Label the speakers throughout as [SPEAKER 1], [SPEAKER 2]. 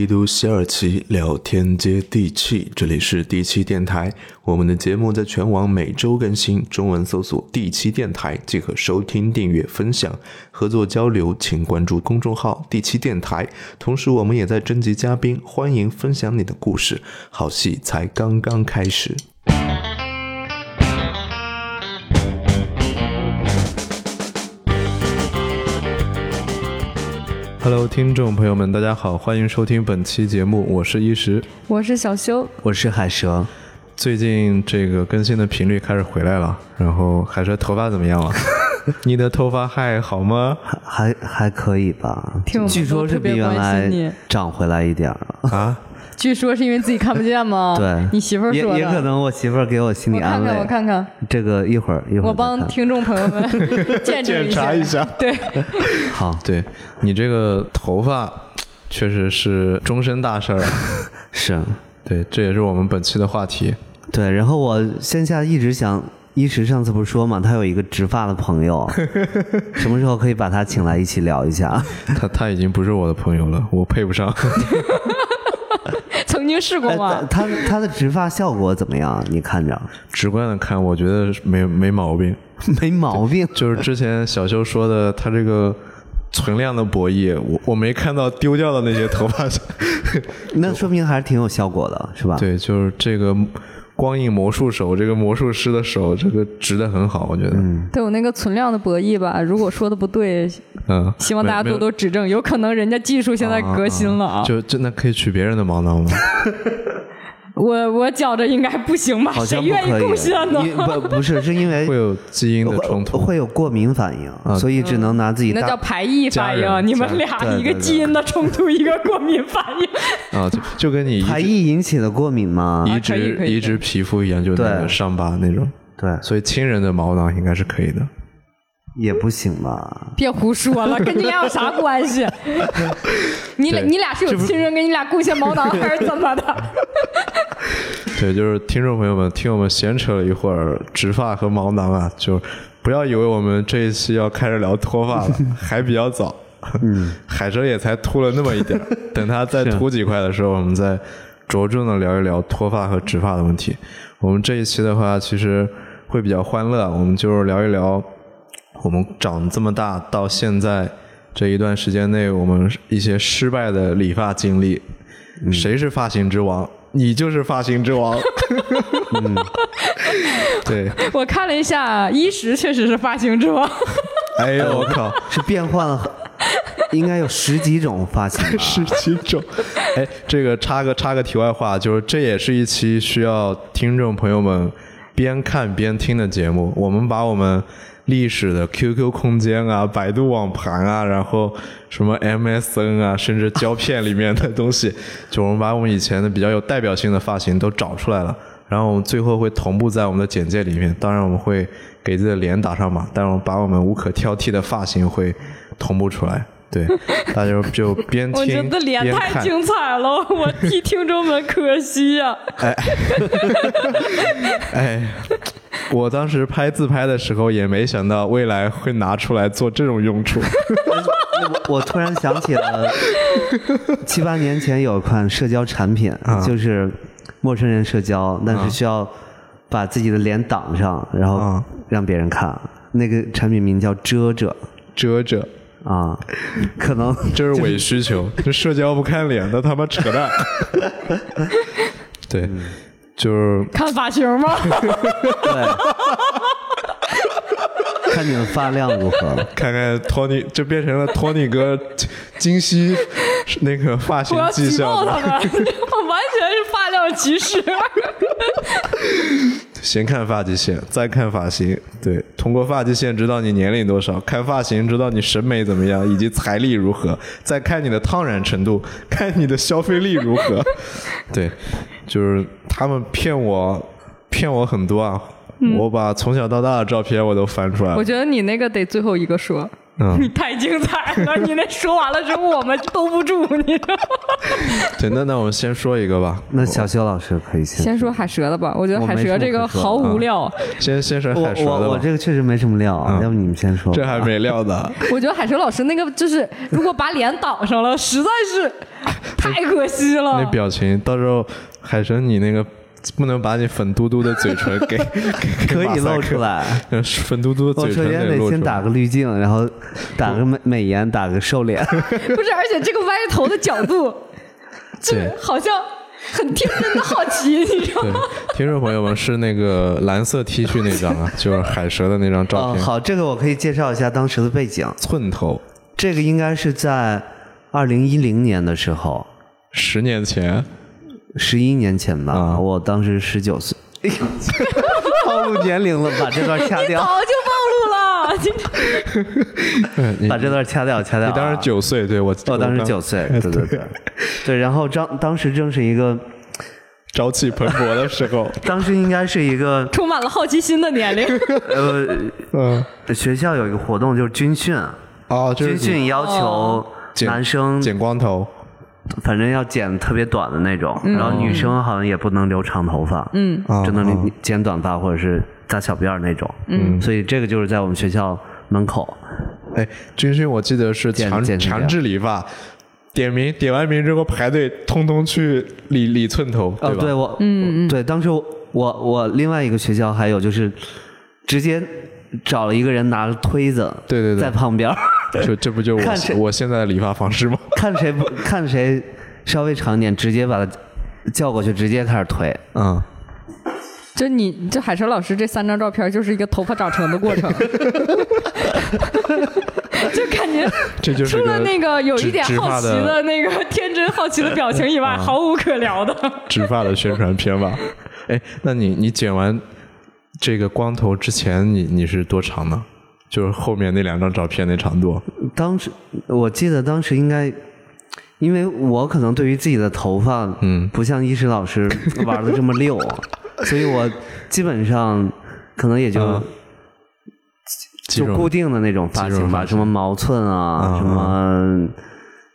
[SPEAKER 1] 一都西二旗聊天接地气，这里是第七电台。我们的节目在全网每周更新，中文搜索“第七电台”即可收听、订阅、分享。合作交流，请关注公众号“第七电台”。同时，我们也在征集嘉宾，欢迎分享你的故事。好戏才刚刚开始。Hello，听众朋友们，大家好，欢迎收听本期节目，我是一石。
[SPEAKER 2] 我是小修，
[SPEAKER 3] 我是海蛇，
[SPEAKER 1] 最近这个更新的频率开始回来了，然后海蛇头发怎么样了？你的头发还好吗？
[SPEAKER 3] 还还可以吧
[SPEAKER 2] 听我？们
[SPEAKER 3] 据说是比原
[SPEAKER 2] 特别关心
[SPEAKER 3] 来
[SPEAKER 2] 你
[SPEAKER 3] 长回来一点儿了。？
[SPEAKER 1] 啊，
[SPEAKER 2] 据说是因为自己看不见吗
[SPEAKER 3] 对，
[SPEAKER 2] 哦你媳妇儿
[SPEAKER 3] 也
[SPEAKER 2] 说的。
[SPEAKER 3] 也可能我媳妇儿给我心
[SPEAKER 2] 我
[SPEAKER 3] 理安
[SPEAKER 2] 看
[SPEAKER 3] 慰。
[SPEAKER 2] 看，我看看，
[SPEAKER 3] 这个一会儿一会儿
[SPEAKER 2] 我
[SPEAKER 3] 再
[SPEAKER 2] 帮
[SPEAKER 3] 看
[SPEAKER 2] 听众朋友们 见证
[SPEAKER 1] 检查一下
[SPEAKER 2] 下。 对，
[SPEAKER 3] 好，
[SPEAKER 1] 对你这个头发确实是终身大事儿啊。
[SPEAKER 3] 是
[SPEAKER 1] 对，这也是我们本期的话题。
[SPEAKER 3] 对。然后我线下一直想，一石上次不是说嘛，他有一个植发的朋 友，什么时候可以把他请来一起聊一下？
[SPEAKER 1] 他他已经不是我的朋友了，我配不上。
[SPEAKER 2] 曾经试过
[SPEAKER 3] 哎他
[SPEAKER 2] 吗？
[SPEAKER 3] 他他的植发效果怎么样？你看着
[SPEAKER 1] 直观的看，我觉得是没没毛病。
[SPEAKER 3] 没毛病。
[SPEAKER 1] 就是之前小修说的，他这个存量的博弈，我我没看到丢掉的那些头发。
[SPEAKER 3] 那说明还是挺有效果的，是吧？，
[SPEAKER 1] 对，就是这个光影魔术手，这个魔术师的手，这个值得很好，我觉得。嗯，
[SPEAKER 2] 都有那个存量的博弈吧。如果说的不对，
[SPEAKER 1] 嗯
[SPEAKER 2] 希望大家
[SPEAKER 1] 没有
[SPEAKER 2] 多多指正。有可能人家技术现在革新了啊。
[SPEAKER 1] 就真的可以取别人的毛囊吗？
[SPEAKER 2] 我我觉着应该不行吧？
[SPEAKER 3] 好
[SPEAKER 2] 谁
[SPEAKER 3] 像不
[SPEAKER 2] 愿意
[SPEAKER 3] 可
[SPEAKER 2] 贡献呢？
[SPEAKER 3] 以。不不是，是因为
[SPEAKER 1] 会有基因的冲
[SPEAKER 3] 会
[SPEAKER 1] 突。啊
[SPEAKER 3] 会有过敏反应，所以只能拿自己
[SPEAKER 2] 嗯那
[SPEAKER 3] 大
[SPEAKER 2] 叫排异
[SPEAKER 1] 家
[SPEAKER 2] 反
[SPEAKER 1] 人
[SPEAKER 2] 应，你
[SPEAKER 1] 家
[SPEAKER 2] 们
[SPEAKER 1] 人
[SPEAKER 2] 俩
[SPEAKER 3] 对
[SPEAKER 2] 一个
[SPEAKER 3] 对
[SPEAKER 2] 基因的冲突，一个过敏反应。
[SPEAKER 1] 啊，就就跟你移
[SPEAKER 3] 排
[SPEAKER 1] 植
[SPEAKER 3] 异引起的过敏嘛。
[SPEAKER 1] 移
[SPEAKER 2] 啊可以
[SPEAKER 1] 植
[SPEAKER 2] 可以
[SPEAKER 1] 移植皮肤一样，就那个
[SPEAKER 3] 对
[SPEAKER 1] 伤疤那种。
[SPEAKER 3] 对，
[SPEAKER 1] 所以亲人的毛囊应该是可以的。
[SPEAKER 3] 也不行吧？
[SPEAKER 2] 别胡说了，跟你俩有啥关系？你俩
[SPEAKER 1] 对
[SPEAKER 2] 你俩是有亲人给你俩贡献毛囊还是怎么的？
[SPEAKER 1] 对，就是听众朋友们，听我们闲扯了一会儿植发和毛囊啊，就不要以为我们这一期要开始聊脱发了，还比较早。嗯，海蛇也才秃了那么一点儿，等他再秃几块的时候，我们再着重的聊一聊脱发和植发的问题。我们这一期的话，其实会比较欢乐，我们就是聊一聊我们长这么大到现在这一段时间内，我们一些失败的理发经历。谁是发型之王？你就是发型之王。嗯对，
[SPEAKER 2] 我看了一下，一石确实是发型之王，
[SPEAKER 1] 哎呦我靠，
[SPEAKER 3] 是变换了很， 应该有十几种发型吧？
[SPEAKER 1] 十七种。哎，这个插个插个题外话，就是这也是一期需要听众朋友们边看边听的节目。我们把我们历史的 QQ 空间啊、百度网盘啊，然后什么 MSN 啊，甚至胶片里面的东西，就我们把我们以前的比较有代表性的发型都找出来了。然后我们最后会同步在我们的简介里面，当然我们会给自己的脸打上码，但是我们把我们无可挑剔的发型会同步出来。对，大家就边听
[SPEAKER 2] 我觉得脸
[SPEAKER 1] 边
[SPEAKER 2] 太
[SPEAKER 1] 看
[SPEAKER 2] 精彩了，我替听众们可惜呀、
[SPEAKER 1] 哎，我当时拍自拍的时候也没想到未来会拿出来做这种用处。
[SPEAKER 3] 我我突然想起了七八年前有一款社交产品，
[SPEAKER 1] 啊
[SPEAKER 3] 就是陌生人社交，但是需要把自己的脸挡上，然后
[SPEAKER 1] 啊
[SPEAKER 3] 让别人看。那个产品名叫遮遮
[SPEAKER 1] 遮着，
[SPEAKER 3] 啊，可能
[SPEAKER 1] 这是伪需 求，这社交不看脸，那他妈扯 淡。对，就是
[SPEAKER 2] 看发型吗？
[SPEAKER 3] 对，看你们发量如何。
[SPEAKER 1] 看看托尼，就变成了托尼哥 精细那个发型
[SPEAKER 2] 我要
[SPEAKER 1] 技
[SPEAKER 2] 举报
[SPEAKER 1] 巧
[SPEAKER 2] 他
[SPEAKER 1] 的。
[SPEAKER 2] 们，我完全是发量歧视。
[SPEAKER 1] 先看发际线，再看发型。对，通过发际线知道你年龄多少，看发型知道你审美怎么样，以及财力如何，再看你的烫染程度， 看你的消费力如何。 对，就是他们骗我，骗我很多啊！我把从小到大的照片我都翻出来了
[SPEAKER 2] 我。觉得你那个得最后一个说。你太精彩了！你那说完了之后，我们兜不住，你知道吗？
[SPEAKER 1] 对，那那我们先说一个吧。
[SPEAKER 3] 那小修老师可以先。
[SPEAKER 2] 先说海蛇的吧，我觉得
[SPEAKER 3] 我
[SPEAKER 2] 海
[SPEAKER 3] 没什
[SPEAKER 2] 蛇
[SPEAKER 3] 么
[SPEAKER 2] 这
[SPEAKER 3] 可
[SPEAKER 2] 个
[SPEAKER 3] 说
[SPEAKER 2] 毫无料。
[SPEAKER 1] 先先说
[SPEAKER 3] 我
[SPEAKER 1] 海蛇
[SPEAKER 3] 我
[SPEAKER 1] 的
[SPEAKER 3] 我
[SPEAKER 1] 吧，嗯
[SPEAKER 3] 这个确实没什么料，啊，要不你们先说。
[SPEAKER 1] 这还没料呢。
[SPEAKER 2] 我觉得海蛇老师那个就是，如果把脸挡上了，实在是太可惜了。
[SPEAKER 1] 哎那表情，到时候海神你那个不能把你粉嘟嘟的嘴唇给 给
[SPEAKER 3] 可以露 出，来。
[SPEAKER 1] 给马赛克粉嘟嘟的
[SPEAKER 3] 我
[SPEAKER 1] 嘴
[SPEAKER 3] 首
[SPEAKER 1] 唇
[SPEAKER 3] 先
[SPEAKER 1] 给
[SPEAKER 3] 得
[SPEAKER 1] 露出
[SPEAKER 3] 先打
[SPEAKER 1] 来。
[SPEAKER 3] 个滤镜，然后打 个美美颜，打个瘦脸。
[SPEAKER 2] 不是，而且这个歪头的角度，就是
[SPEAKER 1] 对
[SPEAKER 2] 好像很天真的好奇，你知道
[SPEAKER 1] 对
[SPEAKER 2] 吗？，
[SPEAKER 1] 听众朋友们是那个蓝色 T 恤那张啊，就是海蛇的那张 照
[SPEAKER 3] 哦，
[SPEAKER 1] 片，
[SPEAKER 3] 好，这个我可以介绍一下当时的背景。
[SPEAKER 1] 寸头，
[SPEAKER 3] 这个应该是在二零一零年的时候，
[SPEAKER 1] 十年前，
[SPEAKER 3] 十一年前吧，
[SPEAKER 1] 啊
[SPEAKER 3] 我当时十九岁。哎呦暴露年龄了，把这段掐掉，
[SPEAKER 2] 早就暴露了，经常
[SPEAKER 1] 嗯， 你
[SPEAKER 3] 把这段掐掉，掐掉啊、
[SPEAKER 1] 你当时九岁，对我，
[SPEAKER 3] 我哦当时
[SPEAKER 1] 刚
[SPEAKER 3] 九 岁，对对对，对。然后张当时正是一个，
[SPEAKER 1] 朝气蓬勃的时 候，
[SPEAKER 3] 当时应该是一个
[SPEAKER 2] 充满了好奇心的 年龄。
[SPEAKER 3] 呃，
[SPEAKER 1] 嗯，
[SPEAKER 3] 学校有一个活动就是军训，啊
[SPEAKER 1] 哦，就
[SPEAKER 3] 军
[SPEAKER 1] 是你
[SPEAKER 3] 训要求
[SPEAKER 1] 剪
[SPEAKER 3] 男生
[SPEAKER 1] 剪光头，
[SPEAKER 3] 反正要剪特别短的那种，然后女生好像也不能留长头发，嗯
[SPEAKER 1] 哦
[SPEAKER 3] 只能剪短发或者是扎小辫儿那种，嗯，所以这个就是在我们学校门口，
[SPEAKER 1] 哎，军训我记得是
[SPEAKER 3] 剪
[SPEAKER 1] 强
[SPEAKER 3] 剪成这样
[SPEAKER 1] 强制理发，点名点完名之后排队，通通去理理寸头，
[SPEAKER 3] 哦，
[SPEAKER 1] 吧？
[SPEAKER 3] 对我，嗯对，当时我我我另外一个学校还有就是直接找了一个人拿着推子，
[SPEAKER 1] 对对对
[SPEAKER 3] 在旁边儿
[SPEAKER 1] 就这不就我
[SPEAKER 3] 看谁
[SPEAKER 1] 我现在的理发方式吗？
[SPEAKER 3] 看谁不看谁稍微长一点，直接把他叫过去，直接开始推，
[SPEAKER 1] 嗯，
[SPEAKER 2] 就你就海蛇老师这三张照片，就是一个头发长成的过程， 就感觉
[SPEAKER 1] 这就是
[SPEAKER 2] 除
[SPEAKER 1] 个
[SPEAKER 2] 了那个有一点
[SPEAKER 1] 植植
[SPEAKER 2] 好
[SPEAKER 1] 发
[SPEAKER 2] 奇
[SPEAKER 1] 的嗯
[SPEAKER 2] 的那个天真好奇的表 情以外，毫无可聊的。
[SPEAKER 1] 植发的宣传片吧？哎，那你你剪完这个光头之前，你你是多长呢？就是后面那两张照片那长度，
[SPEAKER 3] 当时我记得当时应该，因为我可能对于自己的头发，
[SPEAKER 1] 嗯
[SPEAKER 3] 不像医师老 师玩的这么溜，所以我基本上可能也就、
[SPEAKER 1] 嗯
[SPEAKER 3] 就
[SPEAKER 1] 种
[SPEAKER 3] 固定的那种发
[SPEAKER 1] 几
[SPEAKER 3] 型
[SPEAKER 1] 种发
[SPEAKER 3] 吧，
[SPEAKER 1] 型
[SPEAKER 3] 什么毛寸啊，
[SPEAKER 1] 嗯
[SPEAKER 3] 什么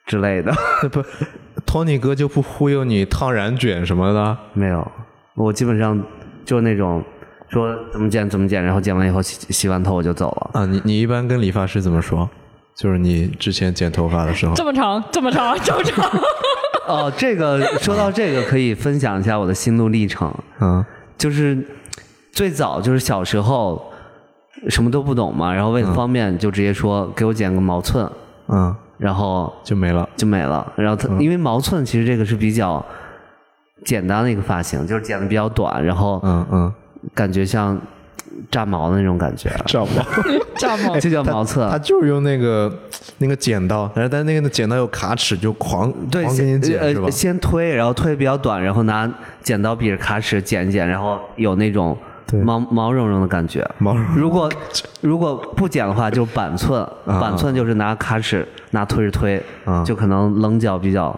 [SPEAKER 3] 之类的，
[SPEAKER 1] 不，托尼哥就不忽悠你烫染卷什么的。
[SPEAKER 3] 没有，我基本上就是那种说怎么剪怎么剪，然后剪完以后洗洗完头我就走了。
[SPEAKER 1] 啊，你你一般跟理发师怎么说？就是你之前剪头发的时候，
[SPEAKER 2] 这么长，这么长，这么长，
[SPEAKER 3] 哦，这个说到这个，可以分享一下我的心路历程。
[SPEAKER 1] 嗯
[SPEAKER 3] 就是最早就是小时候什么都不懂嘛，然后为了方便就直接说给我剪个毛寸，
[SPEAKER 1] 嗯，
[SPEAKER 3] 然后
[SPEAKER 1] 就没了。
[SPEAKER 3] 就没了。然后他、因为毛寸其实这个是比较简单的一个发型，就是剪的比较短，然后
[SPEAKER 1] 嗯嗯，
[SPEAKER 3] 感觉像炸毛的那种感觉，
[SPEAKER 1] 知道吗？
[SPEAKER 2] 这 么
[SPEAKER 3] 这叫 毛
[SPEAKER 1] 他
[SPEAKER 3] 寸。
[SPEAKER 1] 就是用那个那个剪刀，但是但是那个剪刀有卡齿，就狂
[SPEAKER 3] 对，
[SPEAKER 1] 狂给你
[SPEAKER 3] 先
[SPEAKER 1] 剪是吧
[SPEAKER 3] 呃，？先推，然后推比较短，然后拿剪刀比着卡尺剪一剪，然后有那种
[SPEAKER 1] 对
[SPEAKER 3] 毛毛茸茸的感觉。
[SPEAKER 1] 毛茸
[SPEAKER 3] 如果如果不剪的话，就是板寸，
[SPEAKER 1] 啊
[SPEAKER 3] 板寸就是拿卡尺拿推子推
[SPEAKER 1] 啊，
[SPEAKER 3] 就可能棱角比较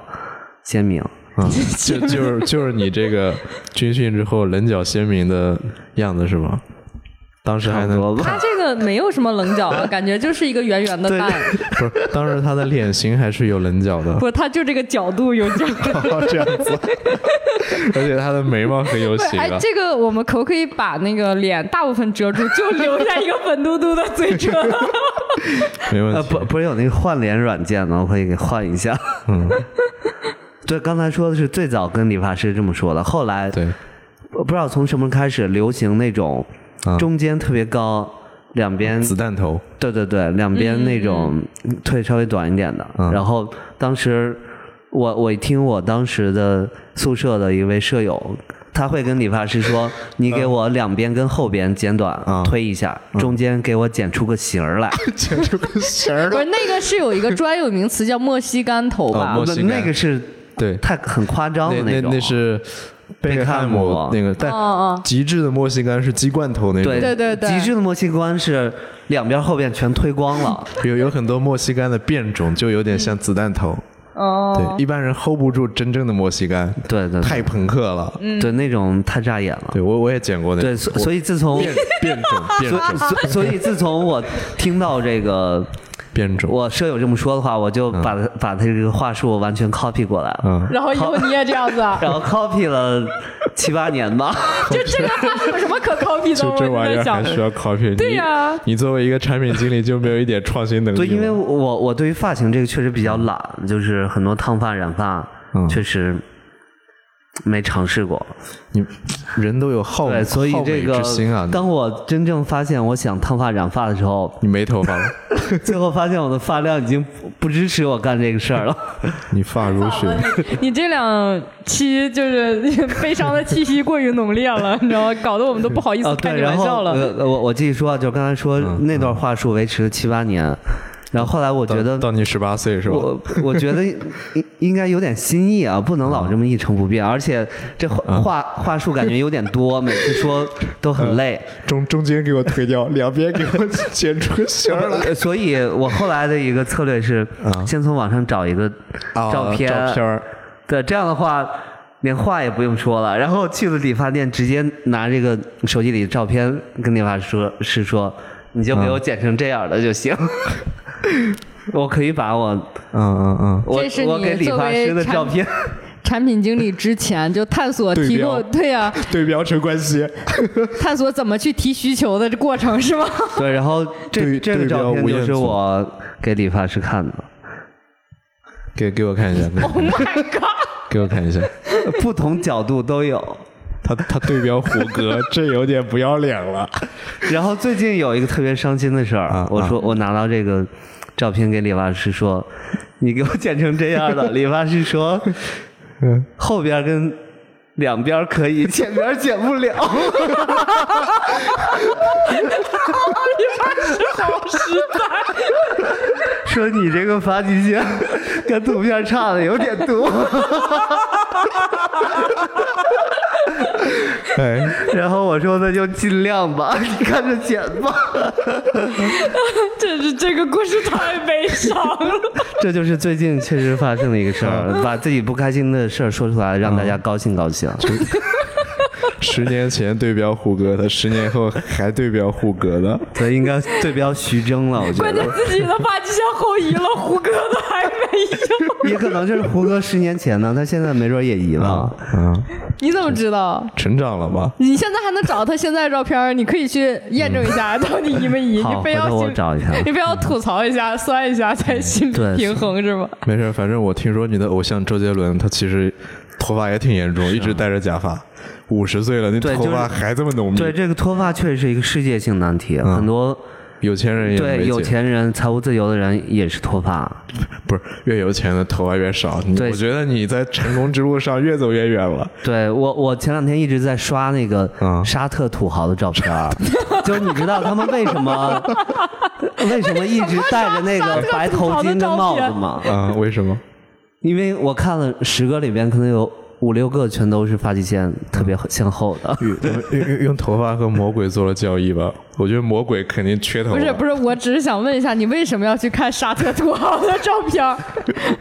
[SPEAKER 3] 鲜明。
[SPEAKER 1] 嗯，就就是就是你这个军训之后棱角鲜明的样子是吧？当时还
[SPEAKER 3] 差不
[SPEAKER 1] 能
[SPEAKER 3] 多吧
[SPEAKER 2] 它这个没有什么棱角啊，感觉就是一个圆圆的蛋，
[SPEAKER 1] 不是，当时他的脸型还是有棱角的，
[SPEAKER 2] 不，它就这个角度有角。
[SPEAKER 1] 这样 子，而且他的眉毛很有
[SPEAKER 2] 不是，
[SPEAKER 1] 型
[SPEAKER 2] 哎
[SPEAKER 1] 啊，。
[SPEAKER 2] 这个我们可不可以把那个脸大部分遮住，就留下一个粉嘟嘟的嘴 唇？
[SPEAKER 1] 没问
[SPEAKER 3] 呃，
[SPEAKER 1] 题
[SPEAKER 3] 不，，不是有那个换脸软件吗？我可以给换一下。
[SPEAKER 1] 嗯，
[SPEAKER 3] 对，刚才说的是最早跟理发师这么说的，后来
[SPEAKER 1] 对，
[SPEAKER 3] 我不知道从什么开始流行那种
[SPEAKER 1] 啊
[SPEAKER 3] 中间特别高，两边
[SPEAKER 1] 子弹头，
[SPEAKER 3] 对对对，两边
[SPEAKER 2] 嗯
[SPEAKER 3] 那种腿稍微短一点的。
[SPEAKER 1] 嗯
[SPEAKER 3] 然后当时我我一听我当时的宿舍的一位舍友，他会跟理发师
[SPEAKER 1] 啊
[SPEAKER 3] 说：“你给我两边跟后边剪短，
[SPEAKER 1] 嗯
[SPEAKER 3] 推一下，中间给我剪出个形儿来。
[SPEAKER 1] 剪出 个弦儿
[SPEAKER 2] 不是，那个是有一个专有名词叫莫西干头
[SPEAKER 1] 哦
[SPEAKER 2] 吧
[SPEAKER 1] 墨？
[SPEAKER 3] 那
[SPEAKER 1] 西哥
[SPEAKER 3] 那个是
[SPEAKER 1] 对，
[SPEAKER 3] 太很夸张的
[SPEAKER 1] 那那
[SPEAKER 3] 种。
[SPEAKER 1] 那是贝
[SPEAKER 3] 贝
[SPEAKER 1] 克
[SPEAKER 3] 克
[SPEAKER 1] 汉
[SPEAKER 3] 汉
[SPEAKER 1] 姆
[SPEAKER 3] 姆
[SPEAKER 1] 那个，但
[SPEAKER 2] 哦哦
[SPEAKER 1] 极致的墨西哥是鸡冠头那种，
[SPEAKER 3] 对
[SPEAKER 2] 对对对
[SPEAKER 3] 极致的墨西哥是两边后边全推 光了。
[SPEAKER 1] 有有很多墨西哥的变种，就有点像子弹头。
[SPEAKER 2] 哦
[SPEAKER 1] 对，，一般人 hold 不住真正的墨西哥，
[SPEAKER 3] 对对对
[SPEAKER 1] 太朋克了。
[SPEAKER 2] 嗯
[SPEAKER 3] 对，那种太扎眼了。
[SPEAKER 1] 对我我也剪过那
[SPEAKER 3] 对，
[SPEAKER 1] 种，
[SPEAKER 3] 所
[SPEAKER 1] 我
[SPEAKER 3] 所以自从
[SPEAKER 1] 变变种变
[SPEAKER 3] 所
[SPEAKER 1] 种，
[SPEAKER 3] 所所以，自从我听到这个
[SPEAKER 1] 变种，
[SPEAKER 3] 我舍友这么说的话，我就把、把他这个话术完全 copy 过来了，
[SPEAKER 1] 嗯，
[SPEAKER 2] 然后以后你也这样子 啊？
[SPEAKER 3] 然后 copy 了七八年吧。
[SPEAKER 2] 就这个话术有什么可 copy 的？
[SPEAKER 1] 就
[SPEAKER 2] 我
[SPEAKER 1] 这
[SPEAKER 2] 就
[SPEAKER 1] 玩意
[SPEAKER 2] 在
[SPEAKER 1] 儿
[SPEAKER 2] 想
[SPEAKER 1] 还，需要 copy？你
[SPEAKER 2] 对呀
[SPEAKER 1] 你作为一个产品经理就没有一点创新能力吗，
[SPEAKER 3] 对，因为我我对于发型这个确实比较懒，就是很多烫发、染发
[SPEAKER 1] 嗯
[SPEAKER 3] 确实没尝试过。
[SPEAKER 1] 你人都有好
[SPEAKER 3] 对，所以
[SPEAKER 1] 哦好
[SPEAKER 3] 这
[SPEAKER 1] 美
[SPEAKER 3] 个
[SPEAKER 1] 之心啊，
[SPEAKER 3] 当我真正发现我想烫发、染发的时候，
[SPEAKER 1] 你没头发了，
[SPEAKER 3] 最后发现我的发量已经不不支持我干这个事儿了。
[SPEAKER 1] 你发如雪，
[SPEAKER 2] 你这两期就是 悲伤的气息过于浓烈了，你知道吗？搞得我们都不好意
[SPEAKER 3] 哦，
[SPEAKER 2] 思 开
[SPEAKER 3] 对，
[SPEAKER 2] 你
[SPEAKER 3] 然
[SPEAKER 2] 玩
[SPEAKER 3] 后
[SPEAKER 2] 笑了。
[SPEAKER 3] 呃，我我继续说啊，就刚才说那段话术维持了七八年，然后后来我觉得
[SPEAKER 1] 嗯到你十八岁是吧？
[SPEAKER 3] 我我觉得应应 该有点新意啊，不能老
[SPEAKER 1] 嗯
[SPEAKER 3] 这么一成不变，而且这话话话术感觉有点多，每次说都
[SPEAKER 1] 嗯
[SPEAKER 3] 很累，
[SPEAKER 1] 中中间给我推掉，两边给我剪出个形儿来。
[SPEAKER 3] 呃所以我后来的一个策略是，先从网上找一个
[SPEAKER 1] 啊
[SPEAKER 3] 照片，
[SPEAKER 1] 嗯照片儿
[SPEAKER 3] 对，这样的话连话也不用说了，然后去了理发店直接拿这个手机里的照片跟理发师师说，你就给我剪成这样的 就行。我可以把我
[SPEAKER 1] 嗯嗯嗯，
[SPEAKER 3] 我
[SPEAKER 2] 这是
[SPEAKER 3] 我
[SPEAKER 2] 你
[SPEAKER 3] 给理
[SPEAKER 2] 作
[SPEAKER 3] 发
[SPEAKER 2] 为
[SPEAKER 3] 师的
[SPEAKER 2] 产
[SPEAKER 3] 照 片，
[SPEAKER 2] 产品经理之前就探索
[SPEAKER 1] 对
[SPEAKER 2] 提
[SPEAKER 1] 标
[SPEAKER 2] 供，对啊呀、
[SPEAKER 1] 对标成关系，
[SPEAKER 2] 探索怎么去提需求的这过程是 吗？
[SPEAKER 3] 对，然后这
[SPEAKER 1] 对
[SPEAKER 3] 这个
[SPEAKER 1] 对标
[SPEAKER 3] 照片
[SPEAKER 1] 吴
[SPEAKER 3] 就
[SPEAKER 1] 彦
[SPEAKER 3] 是
[SPEAKER 1] 祖
[SPEAKER 3] 我给理发师看的，
[SPEAKER 1] 给给我看一下，给我
[SPEAKER 2] Oh my god！
[SPEAKER 1] 给我看一下，
[SPEAKER 3] 不同角度都有。
[SPEAKER 1] 他他对标胡歌，这有点不要脸了。
[SPEAKER 3] 然后最近有一个特别伤心的事儿，
[SPEAKER 1] 啊
[SPEAKER 3] 我说我拿到这个照片给理发师说，你给我剪成这样的。理发 师说，
[SPEAKER 1] 嗯
[SPEAKER 3] 后边跟两边可以，前边剪 不了。说你这个发际线跟图片差的有点多，
[SPEAKER 1] 哎，
[SPEAKER 3] 然后我说那就尽量吧，你看着剪吧。
[SPEAKER 2] 这是这个故事太悲伤了。
[SPEAKER 3] 这就是最近确实发生的一个事
[SPEAKER 1] 嗯
[SPEAKER 3] 儿，把自己不开心的事儿说出来，让大家高兴高兴。
[SPEAKER 1] 嗯十年前对标胡歌的，十年后还对标胡歌 的，
[SPEAKER 3] 所以应该对标徐峥了，我觉
[SPEAKER 2] 关键
[SPEAKER 3] 得，
[SPEAKER 2] 自己的发际线后移了，胡歌的还没 有。
[SPEAKER 3] 也可能这是胡歌十年前呢，他现在没准也移了。
[SPEAKER 1] 嗯，
[SPEAKER 2] 你怎么知道？
[SPEAKER 1] 成长了吧？
[SPEAKER 2] 你现在还能找到他现在的照片儿，你可以去验证一下到底移没移。
[SPEAKER 3] 好
[SPEAKER 2] 你非要
[SPEAKER 3] 回头我
[SPEAKER 2] 去
[SPEAKER 3] 找一下
[SPEAKER 2] 你非要吐槽一下、酸一下，才心
[SPEAKER 3] 对
[SPEAKER 2] 里平衡是吗？
[SPEAKER 1] 没事儿，反正我听说你的偶像周杰伦，他其实头发也挺严重，一直戴着假发，五十岁了，那
[SPEAKER 3] 啊对
[SPEAKER 1] 头发
[SPEAKER 3] 就
[SPEAKER 1] 还这么浓密。
[SPEAKER 3] 对，这个脱发确实是一个世界性难题，很多
[SPEAKER 1] 有钱嗯人也没嗯
[SPEAKER 3] 对
[SPEAKER 1] 解
[SPEAKER 3] 有钱人、财务自由的人也是脱发。
[SPEAKER 1] 不是越有钱的头发越少。你
[SPEAKER 3] 对
[SPEAKER 1] 我觉得你在成功之路上越走越远了。
[SPEAKER 3] 对我，我前两天一直在刷那个
[SPEAKER 1] 嗯
[SPEAKER 3] 沙特土豪的照片儿， 就是你知道他们为什么为什么一直戴着 那个白头巾跟帽子吗？
[SPEAKER 1] 啊、为什么？
[SPEAKER 3] 因为我看了十个里边，可能有五六个全都是发际线特别向后的。
[SPEAKER 1] 用用用用头发和魔鬼做了交易吧？我觉得魔鬼肯定缺头啊发。
[SPEAKER 2] 不是不是，我只是想问一下，你为什么要去看沙特土豪的照片儿？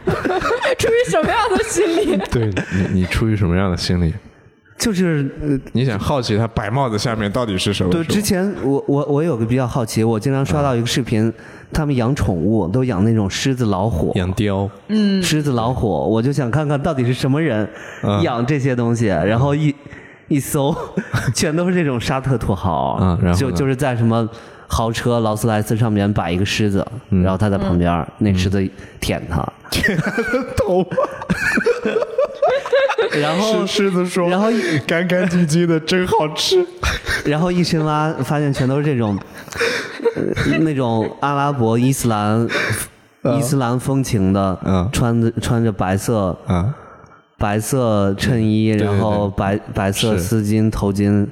[SPEAKER 2] 出于什么样的心理？
[SPEAKER 1] 对你你出于什么样的心理？
[SPEAKER 3] 就是呃，
[SPEAKER 1] 你想好奇他白帽子下面到底是什么？
[SPEAKER 3] 对，
[SPEAKER 1] 是吧
[SPEAKER 3] 之前我我我有个比较好奇，我经常刷到一个视频，他们养宠物都养那种狮子、老虎，
[SPEAKER 1] 养貂，
[SPEAKER 3] 狮子、老虎，我就想看看到底是什么人
[SPEAKER 1] 嗯
[SPEAKER 3] 养这些东西，然后一一搜， 全都是这种沙特土豪，
[SPEAKER 1] 嗯然后
[SPEAKER 3] 就
[SPEAKER 1] 呢
[SPEAKER 3] 就是在什么豪车劳斯莱斯上面摆一个狮子，
[SPEAKER 1] 嗯
[SPEAKER 3] 然后他在旁边儿，那狮子舔他，
[SPEAKER 1] 头发
[SPEAKER 3] 然后
[SPEAKER 1] 是狮子说，
[SPEAKER 3] 然后
[SPEAKER 1] 干干净净的真好吃。
[SPEAKER 3] 然后一深挖，发现全都是这种， 呃、那种阿拉伯伊斯兰、伊斯兰风情的，
[SPEAKER 1] 嗯
[SPEAKER 3] 穿着穿着白色
[SPEAKER 1] 啊，
[SPEAKER 3] 白色衬衣，
[SPEAKER 1] 对
[SPEAKER 3] 然后白白色
[SPEAKER 1] 是
[SPEAKER 3] 丝巾、头巾，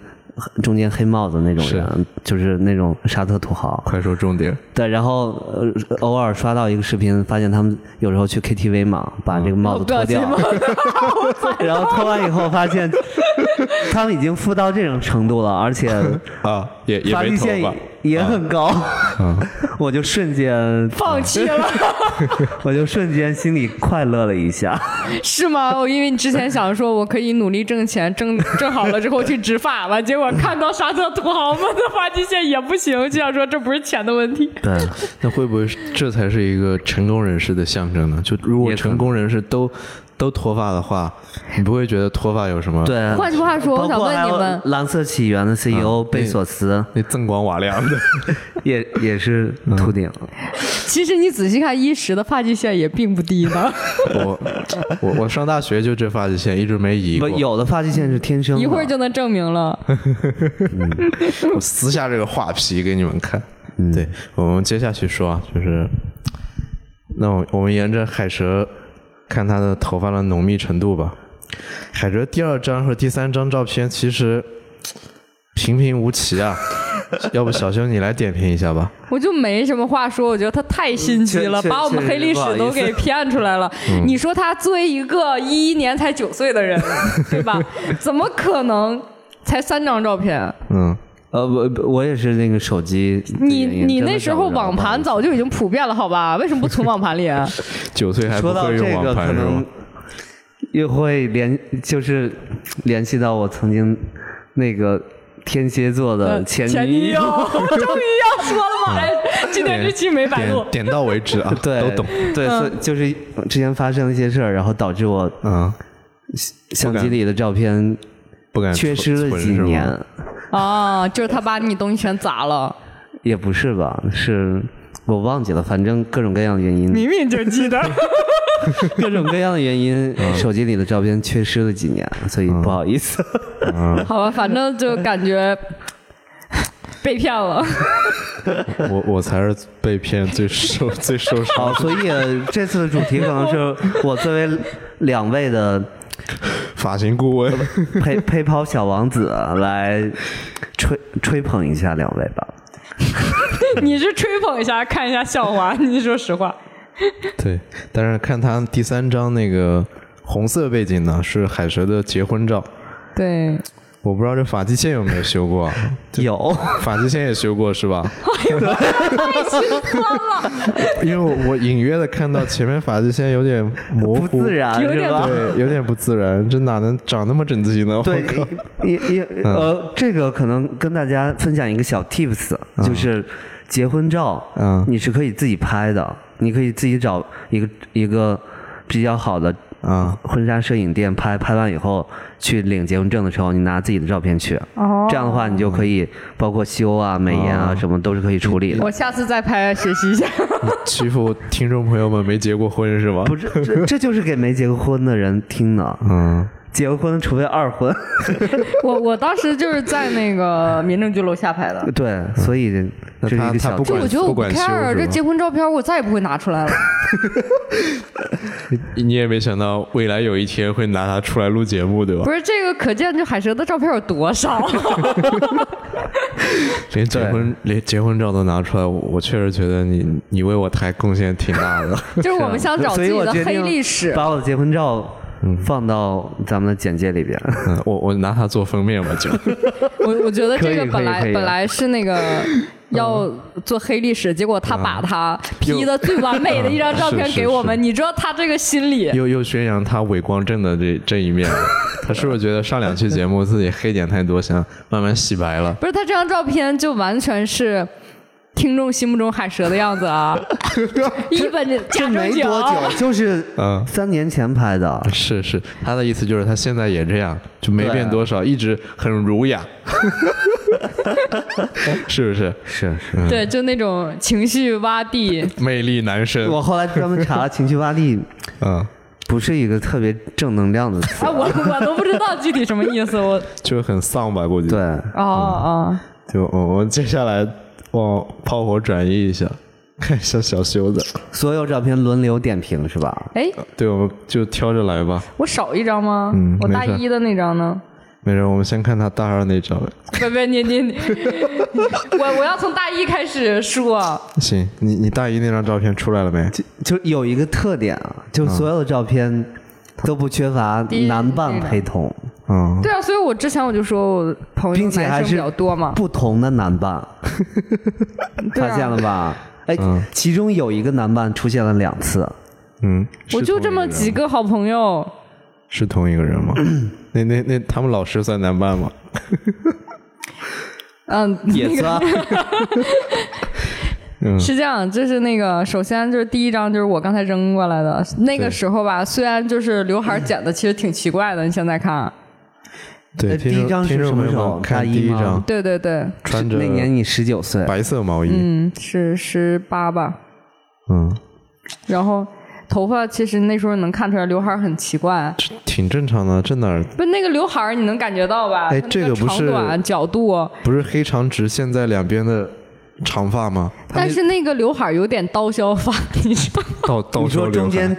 [SPEAKER 3] 中间黑帽子那种人，就是那种沙特土豪。
[SPEAKER 1] 快说重点。
[SPEAKER 3] 对，然后呃偶尔刷到一个视频，发现他们有时候去 KTV 嘛，把这个帽
[SPEAKER 1] 嗯
[SPEAKER 3] 子
[SPEAKER 2] 不要
[SPEAKER 3] 脱
[SPEAKER 2] 紧
[SPEAKER 3] 掉，
[SPEAKER 2] 吗？
[SPEAKER 3] 然后脱完以后发现他们已经富到这种程度了，而且。
[SPEAKER 1] 啊，也也
[SPEAKER 3] 发
[SPEAKER 1] 没啊
[SPEAKER 3] 际
[SPEAKER 1] 头
[SPEAKER 3] 线
[SPEAKER 1] 发，
[SPEAKER 3] 也很高，我就瞬间
[SPEAKER 2] 放弃了。
[SPEAKER 3] 我就瞬间心里快乐了一下。
[SPEAKER 2] 是吗？我因为你之前想说我可以努力挣钱，挣 挣好了之后去植发吧，结果看到沙特土豪们的发际线也不行，就想说这不是钱的问题。
[SPEAKER 1] 对，那会不会是这才是一个成功人士的象征呢？就如果
[SPEAKER 3] 也可能
[SPEAKER 1] 成功人士都都脱发的话，你不会觉得脱发有什么？，
[SPEAKER 3] 对，
[SPEAKER 2] 换句话说，
[SPEAKER 3] 包
[SPEAKER 2] 我想
[SPEAKER 3] 括还
[SPEAKER 2] 问你
[SPEAKER 3] 有
[SPEAKER 2] 们，
[SPEAKER 3] 蓝色起源
[SPEAKER 1] 啊
[SPEAKER 3] 的 CEO 贝
[SPEAKER 1] 那
[SPEAKER 3] 索斯
[SPEAKER 1] 那锃光瓦亮的，
[SPEAKER 3] 也也是
[SPEAKER 1] 嗯
[SPEAKER 3] 秃顶，
[SPEAKER 2] 其实你仔细看，伊什的发际线也并不低呢。
[SPEAKER 1] 我我我上大学就这发际线一直没移
[SPEAKER 3] 不
[SPEAKER 1] 过，
[SPEAKER 3] 有的发际线是天生的。
[SPEAKER 2] 一会儿就能证明了。
[SPEAKER 1] 我撕下这个画皮给你们看。
[SPEAKER 3] 嗯
[SPEAKER 1] 对，我们接下去说啊，就是那我我们沿着海蛇看它的头发的浓密程度吧。海蛇第二张和第三张照片其实平平无奇啊， 要不小修你来点评一下吧？
[SPEAKER 2] 我就没什么话说，我觉得他太心机了，
[SPEAKER 3] 确确
[SPEAKER 2] 把我们黑历史都给骗出来了。你说他作为一个一一年才九岁的人，对吧？怎么可能才三张照片？
[SPEAKER 1] 嗯，
[SPEAKER 3] 呃，我我也是那个手机的原
[SPEAKER 2] 你
[SPEAKER 3] 因。
[SPEAKER 2] 你
[SPEAKER 3] 真的
[SPEAKER 2] 那时候
[SPEAKER 3] 找不着
[SPEAKER 2] 网盘早就已经普遍了，好吧？为什么不存网盘里？啊
[SPEAKER 1] 九岁还不
[SPEAKER 3] 说到
[SPEAKER 1] 会
[SPEAKER 3] 这
[SPEAKER 1] 用网
[SPEAKER 3] 个，可
[SPEAKER 1] 盘是吗
[SPEAKER 3] 能？又会联，就是联系到我曾经那个天蝎座的前
[SPEAKER 2] 呃前女
[SPEAKER 3] 女，
[SPEAKER 2] 友， 终于要说了吗？哎，今天这期没白录
[SPEAKER 1] 点。点到为止啊
[SPEAKER 3] 对，
[SPEAKER 1] 都懂。
[SPEAKER 3] 对，
[SPEAKER 2] 嗯
[SPEAKER 3] 所以就是之前发生了一些事儿，然后导致我
[SPEAKER 1] 嗯，
[SPEAKER 3] 相机里的照片
[SPEAKER 1] 不敢
[SPEAKER 3] 缺失了
[SPEAKER 1] 嗯存
[SPEAKER 3] 几。
[SPEAKER 1] 存是
[SPEAKER 3] 年
[SPEAKER 1] 吗，
[SPEAKER 2] 啊，就是他把你东西全砸了，
[SPEAKER 3] 也不是吧，是我忘记了，反正各种各样的原 因，
[SPEAKER 2] 明明就记得。
[SPEAKER 3] 各种各样的 原因，
[SPEAKER 1] 嗯
[SPEAKER 3] 手机里的照片缺失了几年，所以不好 意思。
[SPEAKER 2] 好吧，反正就感觉被骗 了。
[SPEAKER 1] 我我才是被骗最受最受 伤
[SPEAKER 3] 好，所以呃这次的主题可能是我作为两位的
[SPEAKER 1] 发型顾问。
[SPEAKER 3] 陪陪跑小王子来吹吹捧一下两位吧。
[SPEAKER 2] 你是吹捧一下，看一下笑话。你说实话，
[SPEAKER 1] 对，但是看他第三张那个红色背景呢，是海蛇的结婚照。
[SPEAKER 2] 对，
[SPEAKER 1] 我不知道这发际线有没有修过啊，
[SPEAKER 3] 有，
[SPEAKER 1] 发际线也修过是吧？
[SPEAKER 2] 哎太心酸了，
[SPEAKER 1] 因为我我隐约的看到前面发际线有点模
[SPEAKER 3] 不
[SPEAKER 1] 糊，
[SPEAKER 3] 自然
[SPEAKER 2] 有
[SPEAKER 3] 是
[SPEAKER 2] 点
[SPEAKER 3] 吧？
[SPEAKER 1] 对，有点不自然，这哪能长那么整齐呢？我
[SPEAKER 3] 对
[SPEAKER 1] 靠，，
[SPEAKER 3] 也也
[SPEAKER 1] 嗯
[SPEAKER 3] 呃，这个可能跟大家分享一个小 tips，就是结婚照，
[SPEAKER 1] 嗯
[SPEAKER 3] 你是可以自己拍的，你可以自己找一个一个比较好的
[SPEAKER 1] 啊
[SPEAKER 3] 婚纱摄影店拍，拍完以后去领结婚证的时候，你拿自己的照片去，
[SPEAKER 2] 哦
[SPEAKER 3] 这样的话你就可以包括修啊、美颜
[SPEAKER 1] 哦
[SPEAKER 3] 啊什么都是可以处理的
[SPEAKER 2] 我。下次再拍学习一下。
[SPEAKER 1] 欺负听众朋友们没结过婚是吗？
[SPEAKER 3] 不是，这这就是给没结过婚的人听的。
[SPEAKER 1] 嗯，
[SPEAKER 3] 结过婚除非二婚，
[SPEAKER 2] 我我当时就是在那个民政局楼下拍的。
[SPEAKER 3] 对，所以
[SPEAKER 1] 嗯那
[SPEAKER 3] 这是
[SPEAKER 1] 他
[SPEAKER 3] 一个
[SPEAKER 1] 他
[SPEAKER 3] 小
[SPEAKER 1] 不
[SPEAKER 3] tips
[SPEAKER 2] 就我觉得我
[SPEAKER 1] 不
[SPEAKER 2] 不
[SPEAKER 1] 管修
[SPEAKER 2] care
[SPEAKER 1] 是吧
[SPEAKER 2] 这结婚照片，我再也不会拿出来了。
[SPEAKER 1] 你也没想到未来有一天会拿它出来录节目对吧
[SPEAKER 2] 不？是这个，可见这海蛇的照片有多 少。
[SPEAKER 1] 连结
[SPEAKER 3] 对
[SPEAKER 1] 婚连结婚照都拿出来，我我确实觉得你你为我台贡献挺大的。
[SPEAKER 2] 就是我们想找自己的黑历
[SPEAKER 3] 所以我决
[SPEAKER 2] 史
[SPEAKER 3] 啊 定。把我的结婚照放到咱们的简 介里边。
[SPEAKER 1] 嗯，我我拿它做封面吧，就
[SPEAKER 2] 我我觉得这
[SPEAKER 3] 可以
[SPEAKER 2] 个
[SPEAKER 3] 可以
[SPEAKER 2] 本来
[SPEAKER 3] 可以嗯
[SPEAKER 2] 本来是那个要做黑历史，结果他把他 P 的最完美的一
[SPEAKER 3] 嗯
[SPEAKER 2] 张照片
[SPEAKER 1] 是是
[SPEAKER 2] 给我们，
[SPEAKER 1] 是
[SPEAKER 2] 你知道他这个心理。
[SPEAKER 1] 又又宣扬他伪光正的这这一面了。他是不是觉得上两期节目自己黑点太多，想慢慢洗白了？
[SPEAKER 2] 不是他这张照片就完全是听众心目中海蛇的样子 啊，一本假
[SPEAKER 3] 这
[SPEAKER 2] 正
[SPEAKER 3] 没
[SPEAKER 2] 经。
[SPEAKER 3] 多久，就是
[SPEAKER 1] 嗯
[SPEAKER 3] 三年前拍的。
[SPEAKER 1] 是是，他的意思就是他现在也这样，就没变多少，一直很儒雅，是不是？
[SPEAKER 3] 是，
[SPEAKER 2] 对，就那种情绪洼
[SPEAKER 3] 嗯
[SPEAKER 2] 地，
[SPEAKER 1] 魅力男神，
[SPEAKER 3] 我后来专门查了，情绪洼地
[SPEAKER 1] 嗯，
[SPEAKER 3] 不是一个特别正能量的词
[SPEAKER 2] 啊，。我我都不知道具体什么意思，
[SPEAKER 3] 嗯
[SPEAKER 2] 我
[SPEAKER 1] 就很丧吧，估计。
[SPEAKER 3] 对，，
[SPEAKER 2] 哦哦，
[SPEAKER 1] 就我我们接下来往炮火转移一下，看一下小修的，
[SPEAKER 3] 所有照片轮流点评是吧？
[SPEAKER 2] 哎，
[SPEAKER 1] 对，我们就挑着来吧。
[SPEAKER 2] 我少一张吗？
[SPEAKER 1] 嗯
[SPEAKER 2] 我大
[SPEAKER 1] 没事
[SPEAKER 2] 一的那张呢？
[SPEAKER 1] 没事，我们先看他大二那张。
[SPEAKER 2] 不不，你你 你，我我要从大一开始说，
[SPEAKER 1] 行，你你大一那张照片出来了没？
[SPEAKER 3] 就有一个特点啊，就所有的照片都不缺乏
[SPEAKER 2] 第一
[SPEAKER 3] 男伴陪同，
[SPEAKER 1] 嗯，
[SPEAKER 2] 对啊，所以我之前我就说我朋友
[SPEAKER 3] 并且
[SPEAKER 2] 男
[SPEAKER 3] 还
[SPEAKER 2] 生比
[SPEAKER 3] 是
[SPEAKER 2] 较多嘛，
[SPEAKER 3] 不同的男伴，
[SPEAKER 2] 对啊
[SPEAKER 3] 发现了吧？哎，其中有一个男伴出现了两次，
[SPEAKER 1] 嗯，
[SPEAKER 2] 我
[SPEAKER 1] 是
[SPEAKER 2] 就
[SPEAKER 1] 同
[SPEAKER 2] 这
[SPEAKER 1] 一
[SPEAKER 2] 么
[SPEAKER 1] 个人
[SPEAKER 2] 几
[SPEAKER 1] 吗，
[SPEAKER 2] 个好朋友，
[SPEAKER 1] 是同一个人 吗？那那那他们老师算男伴吗？
[SPEAKER 3] 哎
[SPEAKER 2] 嗯，
[SPEAKER 3] 也 算
[SPEAKER 2] 是这样，就是那个，首先就是第一张就是我刚才扔过来的那个
[SPEAKER 1] 对
[SPEAKER 2] 时候吧，虽然就是刘海剪的其实挺奇怪的，你现在看，
[SPEAKER 1] 对，
[SPEAKER 3] 呃
[SPEAKER 1] 听
[SPEAKER 3] 第一
[SPEAKER 1] 众
[SPEAKER 3] 张是
[SPEAKER 1] 听众
[SPEAKER 3] 什么
[SPEAKER 1] 朋友
[SPEAKER 3] 时
[SPEAKER 1] 们
[SPEAKER 3] 候
[SPEAKER 1] 看
[SPEAKER 3] 大一
[SPEAKER 1] 第一
[SPEAKER 3] 吗
[SPEAKER 1] 张，
[SPEAKER 2] 对对对，
[SPEAKER 1] 穿着
[SPEAKER 3] 那年你十九岁，
[SPEAKER 1] 白色毛衣，
[SPEAKER 2] 嗯，是十八吧，
[SPEAKER 1] 嗯，
[SPEAKER 2] 然后头发其实那时候能看出来刘海儿很奇怪，
[SPEAKER 1] 这挺正常的。这哪儿
[SPEAKER 2] 不那个刘海儿你能感觉到吧？
[SPEAKER 1] 哎
[SPEAKER 2] 它那
[SPEAKER 1] 这个不
[SPEAKER 2] 长
[SPEAKER 1] 是
[SPEAKER 2] 短啊角度，
[SPEAKER 1] 不是黑长直现在两边的长发 吗？
[SPEAKER 2] 但是那个刘海儿有点刀削发， 你知道吗？
[SPEAKER 1] 到到
[SPEAKER 3] 你
[SPEAKER 1] 时候
[SPEAKER 3] 说中间